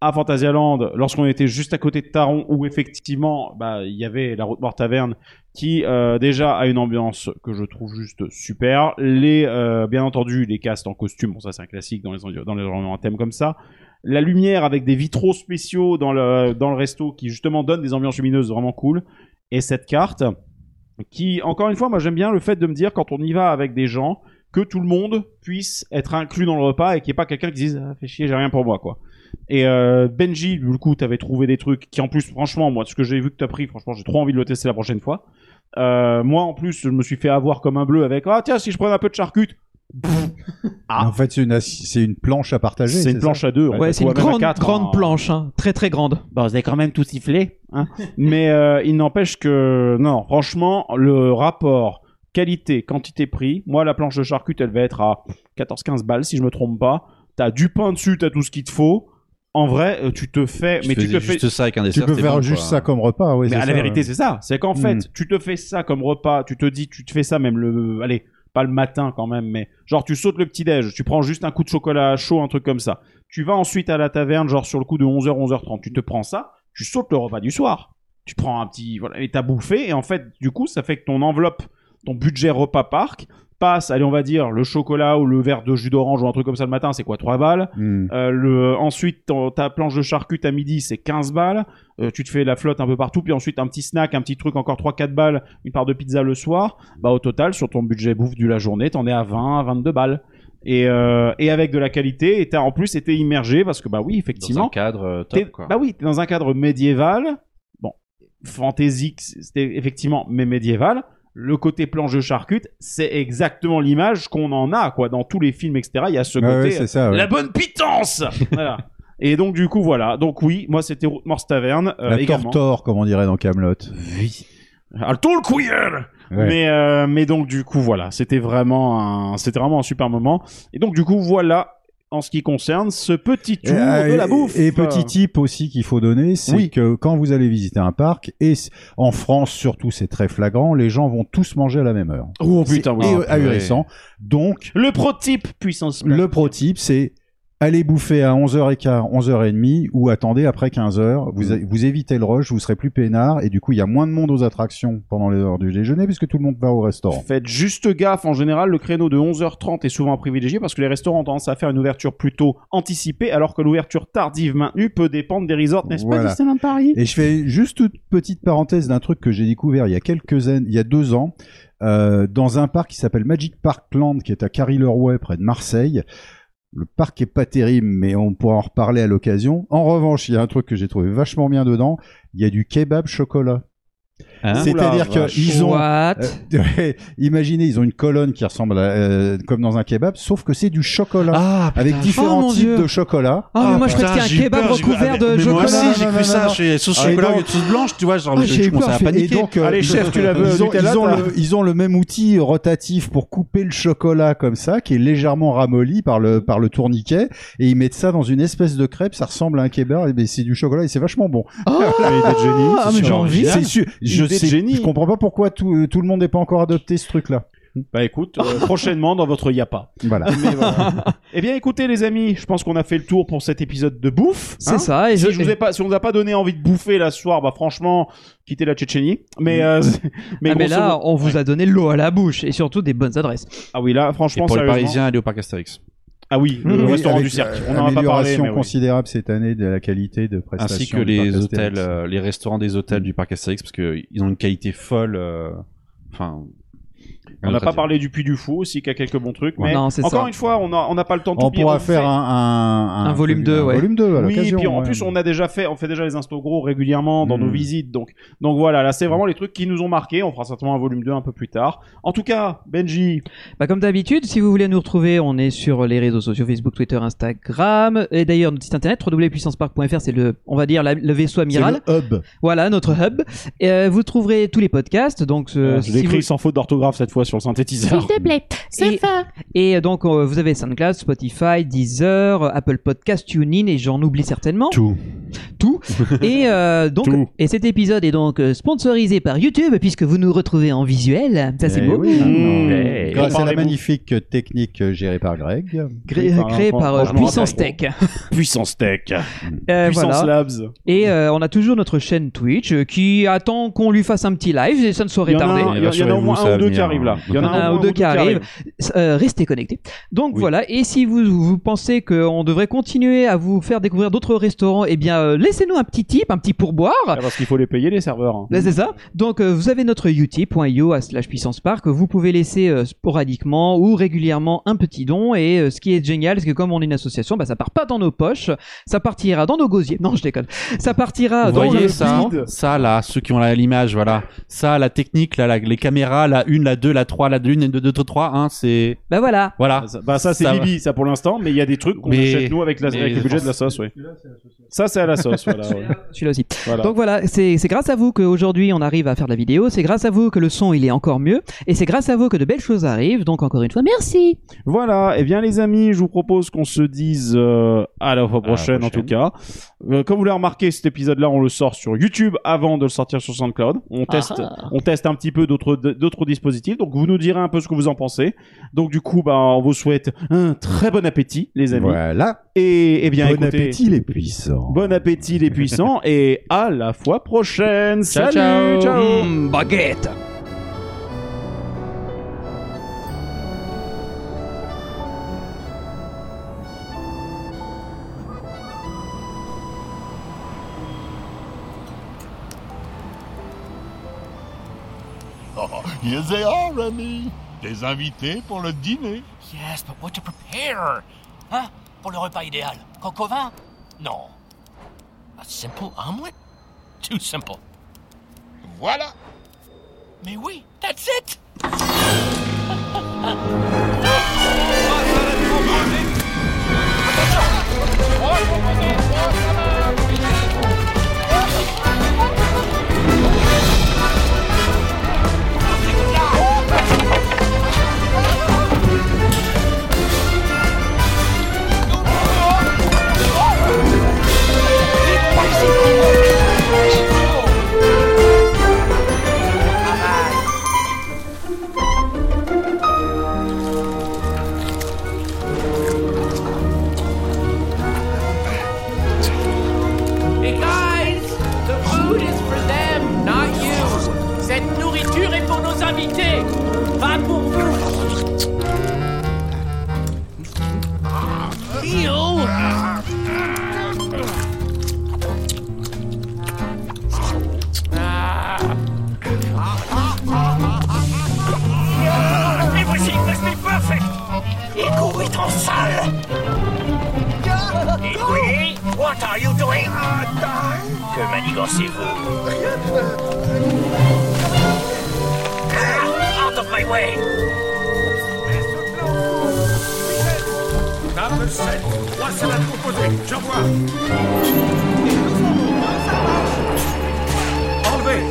S7: à Phantasialand lorsqu'on était juste à côté de Taron où effectivement bah, il y avait la route mort taverne qui euh, déjà a une ambiance que je trouve juste super. Les euh, bien entendu les castes en costume, bon ça c'est un classique dans les envi- dans les environnements à thème comme ça. La lumière avec des vitraux spéciaux dans le dans le resto qui justement donne des ambiances lumineuses vraiment cool et cette carte qui encore une fois moi j'aime bien le fait de me dire quand on y va avec des gens que tout le monde puisse être inclus dans le repas et qu'il n'y ait pas quelqu'un qui dise ah, fais chier j'ai rien pour moi quoi et euh, Benji du coup t'avais trouvé des trucs qui en plus franchement moi de ce que j'ai vu que t'as pris franchement j'ai trop envie de le tester la prochaine fois Euh, moi en plus je me suis fait avoir comme un bleu avec ah tiens si je prenais un peu de charcute Ah.
S8: En fait, c'est une, assi- c'est une planche à partager.
S7: c'est une
S8: ça
S7: planche à deux en
S10: Ouais,
S7: fait,
S10: c'est
S7: ou
S10: une
S7: même bah, à
S10: grande,
S7: quatre,
S10: grande
S7: hein.
S10: planche, hein. très très grande.
S1: Bon,
S7: Bah,
S1: vous avez quand même tout sifflé.
S7: mais euh, il n'empêche que non franchement le rapport qualité quantité prix moi la planche de charcute elle va être à 14-15 balles si je me trompe pas t'as du pain dessus t'as tout ce qu'il te faut en vrai euh, tu te fais mais tu te fais
S9: juste ça avec un
S8: Tu
S9: dessert.
S8: peux
S9: c'est
S8: faire
S9: bon,
S8: juste
S9: quoi.
S8: ça comme repas.
S7: Mais
S8: Ouais, c'est
S7: à la
S8: ça,
S7: vérité,
S8: ouais.
S7: c'est ça. C'est qu'en
S8: Mm.
S7: fait, tu te fais ça comme repas, tu te dis, tu te fais ça même le. Allez, pas le matin quand même, mais genre tu sautes le petit-déj, tu prends juste un coup de chocolat chaud, un truc comme ça. Tu vas ensuite à la taverne, genre sur le coup de 11h, 11h30. Tu te prends ça, tu sautes le repas du soir. Tu prends un petit. Voilà, et t'as bouffé. Et en fait, du coup, ça fait que ton enveloppe, ton budget repas parc, passe, allez, on va dire, le chocolat ou le verre de jus d'orange ou un truc comme ça le matin, c'est quoi 3 balles
S8: Hmm.
S7: euh, le, ensuite, ton- ta planche de charcut à midi, c'est 15 balles. Euh, tu te fais la flotte un peu partout. Puis ensuite, un petit snack, un petit truc, encore 3-4 balles, une part de pizza le soir. Bah, au total, sur ton budget bouffe de la journée, t'en es à 20, à 22 balles. Et, euh, et avec de la qualité, et t'as en plus été immergé parce que, bah oui,
S9: Dans un
S7: effectivement.
S9: cadre euh,
S7: t'es-
S9: top, quoi.
S7: Bah oui, t'es dans un cadre médiéval. Bon, fantaisique, c'était effectivement, mais médiéval. Le côté planche de charcut, c'est exactement l'image qu'on en a, quoi. Dans tous les films, etc., il y a ce
S8: Ah ouais,
S7: côté.
S8: c'est ça. ouais.
S7: La bonne pitance [laughs] Voilà. Et donc, du coup, voilà. Donc, oui, moi, c'était Route Morse Taverne. euh,
S8: La
S7: également.
S8: tortor, comme on dirait dans Camelot.
S7: Oui. Ah, le Tolkien
S8: Ouais.
S7: mais, euh, mais donc, du coup, voilà. C'était vraiment, un... c'était vraiment un super moment. Et donc, du coup, voilà, en ce qui concerne ce petit tour
S8: euh,
S7: de la bouffe.
S8: et petit tip aussi qu'il faut donner, c'est
S7: Oui.
S8: que quand vous allez visiter un parc, et c- en France surtout c'est très flagrant, les gens vont tous manger à la même heure.
S7: Oh, putain,
S8: C'est
S7: oui.
S8: ahur- ahurissant. Donc
S7: Le prototype puissance.
S8: le pro tip c'est allez bouffer à 11h15, 11h30 ou attendez après 15h, vous, a- vous évitez le rush, vous serez plus peinard et du coup il y a moins de monde aux attractions pendant les heures du déjeuner puisque tout le monde va au restaurant.
S7: Faites juste gaffe, en général, le créneau de 11h30 est souvent privilégié parce que les restaurants ont tendance à faire une ouverture plutôt anticipée, alors que l'ouverture tardive maintenue peut dépendre des resorts, n'est-ce
S8: Voilà.
S7: pas, Disneyland Paris
S8: Et je fais juste une petite parenthèse d'un truc que j'ai découvert il y a quelques années, il y a deux ans, euh, dans un parc qui s'appelle Magic Parkland, qui est à Carrie-le-Rouet, près de Marseille. Le parc est pas terrible, mais on pourra en reparler à l'occasion. En revanche, il y a un truc que j'ai trouvé vachement bien dedans. Il y a du kebab chocolat.
S9: Hein
S8: C'est-à-dire
S7: Oula,
S8: qu'ils ont,
S10: Ah. What
S8: euh, [laughs] ouais, imaginez, ils ont une colonne qui ressemble à, euh, comme dans un kebab, sauf que c'est du chocolat.
S9: Ah, putain,
S8: avec
S10: Oh,
S8: différents
S10: mon
S8: types
S10: Dieu.
S8: de chocolat.
S10: Ah, mais moi je
S9: putain,
S10: crois que c'était un
S9: j'ai eu
S10: kebab
S9: peur, j'ai eu peur.
S10: recouvert
S9: Mais-
S10: de
S9: mais moi
S10: chocolat.
S9: aussi, j'ai
S8: Non,
S9: cru
S8: non,
S9: ça
S8: non, non.
S9: chez sauce
S8: Ah, et
S9: chocolat
S8: donc-
S9: et sauce blanche, tu vois, genre,
S10: Ah,
S9: je,
S10: j'ai eu
S9: je commençais
S10: peur,
S9: à
S10: j'ai fait-
S8: Et
S9: paniquer.
S8: donc, euh,
S7: Allez, chef, tu la veux,
S8: ils ont,
S7: Nutella,
S8: ils ont
S7: t'as-
S8: le, ils ont le même outil rotatif pour couper le chocolat comme ça, qui est légèrement ramolli par le, par le tourniquet, et ils mettent ça dans une espèce de crêpe, ça ressemble à un kebab, et ben, c'est du chocolat et c'est vachement bon. [laughs]
S10: Ah, mais j'ai envie.
S8: C'est su- je,
S7: Idée de
S8: sais-
S7: génie.
S8: je comprends pas pourquoi tout, euh, tout le monde n'est pas encore adopté ce truc-là.
S7: Bah écoute,
S8: [laughs]
S7: euh, prochainement dans votre Yapa.
S8: Voilà.
S7: Eh bien écoutez les amis, je pense qu'on a fait le tour pour cet épisode de bouffe.
S10: C'est
S7: hein.
S10: ça. Et
S7: Si,
S10: je, Ah,
S7: je vous ai pas, si on vous a pas donné envie de bouffer la soir, bah franchement, quittez la Tchétchénie.
S8: Mm.
S7: Mais,
S8: [laughs]
S7: euh, mais,
S10: Ah, mais
S7: grosso
S10: là,
S7: modo-
S10: on vous a donné l'eau à la bouche et surtout des bonnes adresses.
S7: ah oui là,
S9: Et
S7: franchement,
S9: pour les
S7: sérieusement-
S9: Parisiens, aller au parc Astérix.
S7: Ah oui, le
S8: Oui,
S7: restaurant
S8: avec,
S7: du cercle.
S8: euh,
S7: On en a pas parlé.
S8: amélioration
S7: Mais oui.
S8: considérable cette année de la qualité de prestation.
S9: Ainsi que
S8: du parc
S9: les
S8: Astérix.
S9: hôtels, euh, les restaurants des hôtels du parc Astérix, parce qu'ils ont une qualité folle. euh, Enfin.
S7: On n'a pas parlé du Puy du Fou aussi, qui a quelques bons trucs. Mais
S10: Non, c'est
S7: encore
S10: ça.
S7: une fois, on n'a on n'a pas le temps de
S8: On
S7: tout dire,
S8: pourra
S7: fait-
S8: faire un, un,
S10: Un volume deux,
S8: un
S10: ouais.
S8: volume 2 à
S7: Oui, et
S8: l'occasion.
S7: puis en
S8: ouais.
S7: plus, on a déjà fait, on fait déjà les instos gros régulièrement dans
S8: Mm.
S7: nos visites, donc donc voilà, là c'est vraiment les trucs qui nous ont marqué. On fera certainement un volume 2 un peu plus tard. En tout cas, Benji,
S10: Bah, comme d'habitude, si vous voulez nous retrouver, on est sur les réseaux sociaux Facebook, Twitter, Instagram. Et d'ailleurs, notre site internet, www.puissancepark.fr, c'est le, on va dire, la- le vaisseau
S8: c'est
S10: amiral.
S8: le hub.
S10: Voilà, notre hub. Et, euh, vous trouverez tous les podcasts. Donc, euh,
S7: euh,
S10: si
S7: je l'écris
S10: vous-
S7: sans faute d'orthographe cette fois sur le synthétiseur.
S10: et, et, euh, donc, euh, vous avez SoundCloud, Spotify, Deezer, euh, Apple Podcast, TuneIn, et j'en oublie certainement.
S9: Tout.
S10: Tout. et, euh, donc,
S7: Tout.
S10: et cet épisode est donc euh, sponsorisé par YouTube, puisque vous nous retrouvez en visuel. Ça, c'est
S8: Eh
S10: beau.
S8: oui, Eh,
S7: Mmh.
S8: maintenant. Grâce à la
S7: Parlez-vous.
S8: magnifique technique euh, gérée par Greg.
S10: Gré-
S7: Enfin,
S10: créé
S7: enfin,
S10: par euh,
S7: franchement,
S10: Puissance
S7: après,
S10: Tech.
S7: [laughs] Puissance Tech,
S10: Euh,
S7: Puissance
S10: voilà.
S7: Labs.
S10: Et euh, on a toujours notre chaîne Twitch euh, qui attend qu'on lui fasse un petit live et ça ne
S7: Il
S10: saurait
S7: y en a
S10: tarder.
S7: un- il y en a, au moins
S9: Rassurez-vous, ça
S7: un ou
S9: va
S7: deux qui
S9: venir.
S7: arrivent là. Il y en a
S10: Un
S7: moins
S10: ou deux qui arrivent. Euh, restez connectés. Donc
S9: Oui.
S10: voilà, et si vous, vous pensez qu'on devrait continuer à vous faire découvrir d'autres restaurants, eh bien euh, laissez-nous un petit tip, un petit pourboire.
S7: Ah, Parce qu'il faut les payer les serveurs. hein.
S10: Là, c'est ça. Donc, euh, vous avez notre utip.io à slash puissance park. Vous pouvez laisser euh, sporadiquement ou régulièrement un petit don. Et euh, ce qui est génial, c'est que comme on est une association, bah, ça part pas dans nos poches. Ça partira dans nos gosiers. Non, je déconne. Ça partira
S9: Vous
S10: Ah, dans
S9: voyez
S10: le
S7: hein
S9: ça,
S10: feed.
S9: ça là, ceux qui ont la- l'image, voilà, ça, la technique, là, la- les caméras, la 1, la 2, la 3, la 1, la 2, 2, 3, hein, c'est
S10: Bah voilà.
S9: voilà.
S7: Ça- Bah ça c'est
S9: Ça va.
S7: Bibi ça pour l'instant, mais il y a des trucs qu'on
S9: Mais-
S7: achète nous avec, la-
S9: mais-
S7: avec le budget de la sauce, oui. Ça c'est à la sauce, voilà. ouais.
S9: [laughs]
S10: Celui-là aussi.
S7: Voilà.
S10: Donc voilà, c'est c'est grâce à vous qu'aujourd'hui on arrive à faire de la vidéo, c'est grâce à vous que le son il est encore mieux, et c'est grâce à vous que de belles choses arrivent, donc encore une fois, merci
S7: Voilà, eh bien les amis, je vous propose qu'on se dise euh, à la fois prochaine, en tout cas. Euh, comme vous l'avez remarqué, cet épisode-là, Ah. on le sort sur YouTube avant de le sortir sur SoundCloud. On teste, on teste un petit peu d'autres d'autres positif. Donc vous nous direz un peu ce que vous en pensez. Donc du coup, bah, on vous souhaite un très bon appétit, les amis.
S8: Voilà.
S7: Et, eh bien,
S8: bon
S7: écoutez,
S8: appétit les puissants.
S7: Bon appétit les puissants et à la fois prochaine.
S10: Ciao,
S7: Salut,
S10: ciao.
S7: ciao.
S10: Mm, baguette.
S4: Here they are, Annie. Des invités pour le dîner.
S11: Yes, but what to prepare? Hein? Pour le repas idéal. Coq au vin? Non. A simple omelet? Too simple.
S4: Voilà.
S11: Mais oui, that's it!
S6: Hey guys, the food is for them, not you. Cette nourriture est pour nos invités, pas pour vous.
S11: It was, it must be perfect! Ego est en salle! Ego, what are you doing? Que manigancez-vous? Out of my way!
S6: Table 7, trois salades composées, j'en vois. Enlevez.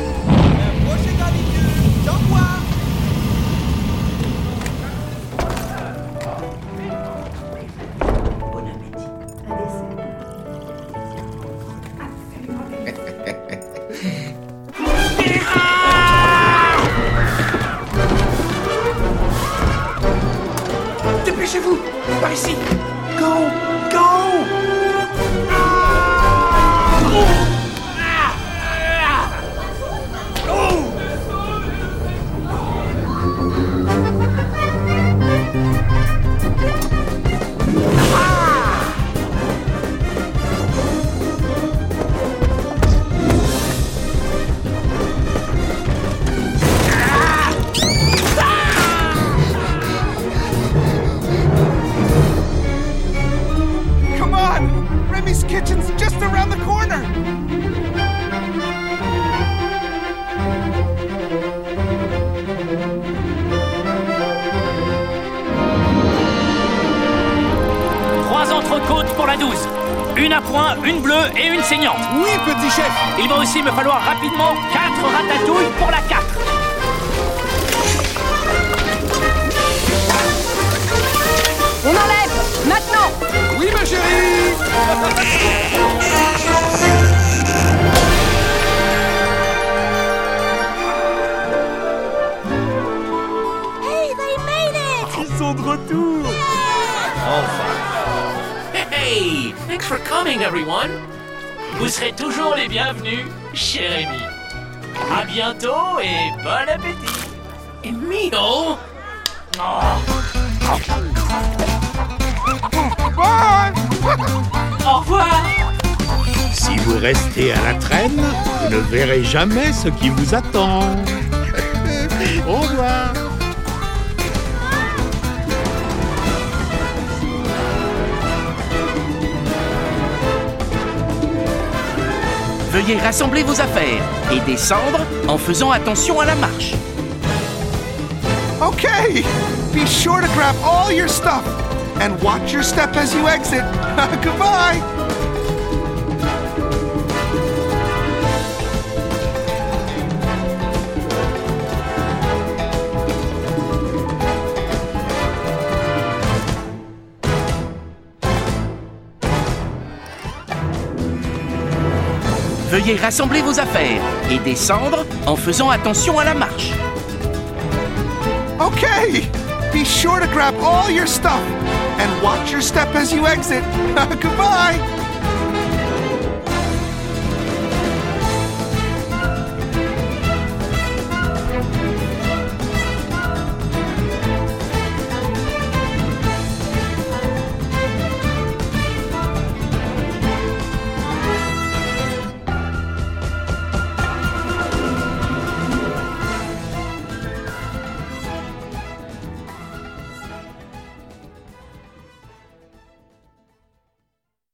S11: Dépêchez-vous! Par ici! Go! Go!
S1: Come on! Remy's kitchen's just around the corner!
S11: Trois entrecôtes pour la 12. Une à point, une bleue et une saignante. Oui, petit chef Il va aussi me falloir rapidement quatre ratatouilles pour la 4.
S3: On enlève Maintenant
S11: Hey, thanks for coming everyone. Vous serez toujours les bienvenus, cher Rémi. À bientôt et bon appétit. Emilio Oh. Au revoir
S1: Si vous restez à la traîne, vous ne verrez jamais ce qui vous attend. Au revoir!
S11: Veuillez rassembler vos affaires et descendre en faisant attention à la marche.
S1: Okay! Be sure to grab all your stuff and watch your step as you exit. [laughs] Goodbye!
S11: Veuillez rassembler vos affaires et descendre en faisant attention à la marche.
S1: Okay! Be sure to grab all your stuff and watch your step as you exit. [laughs] Goodbye!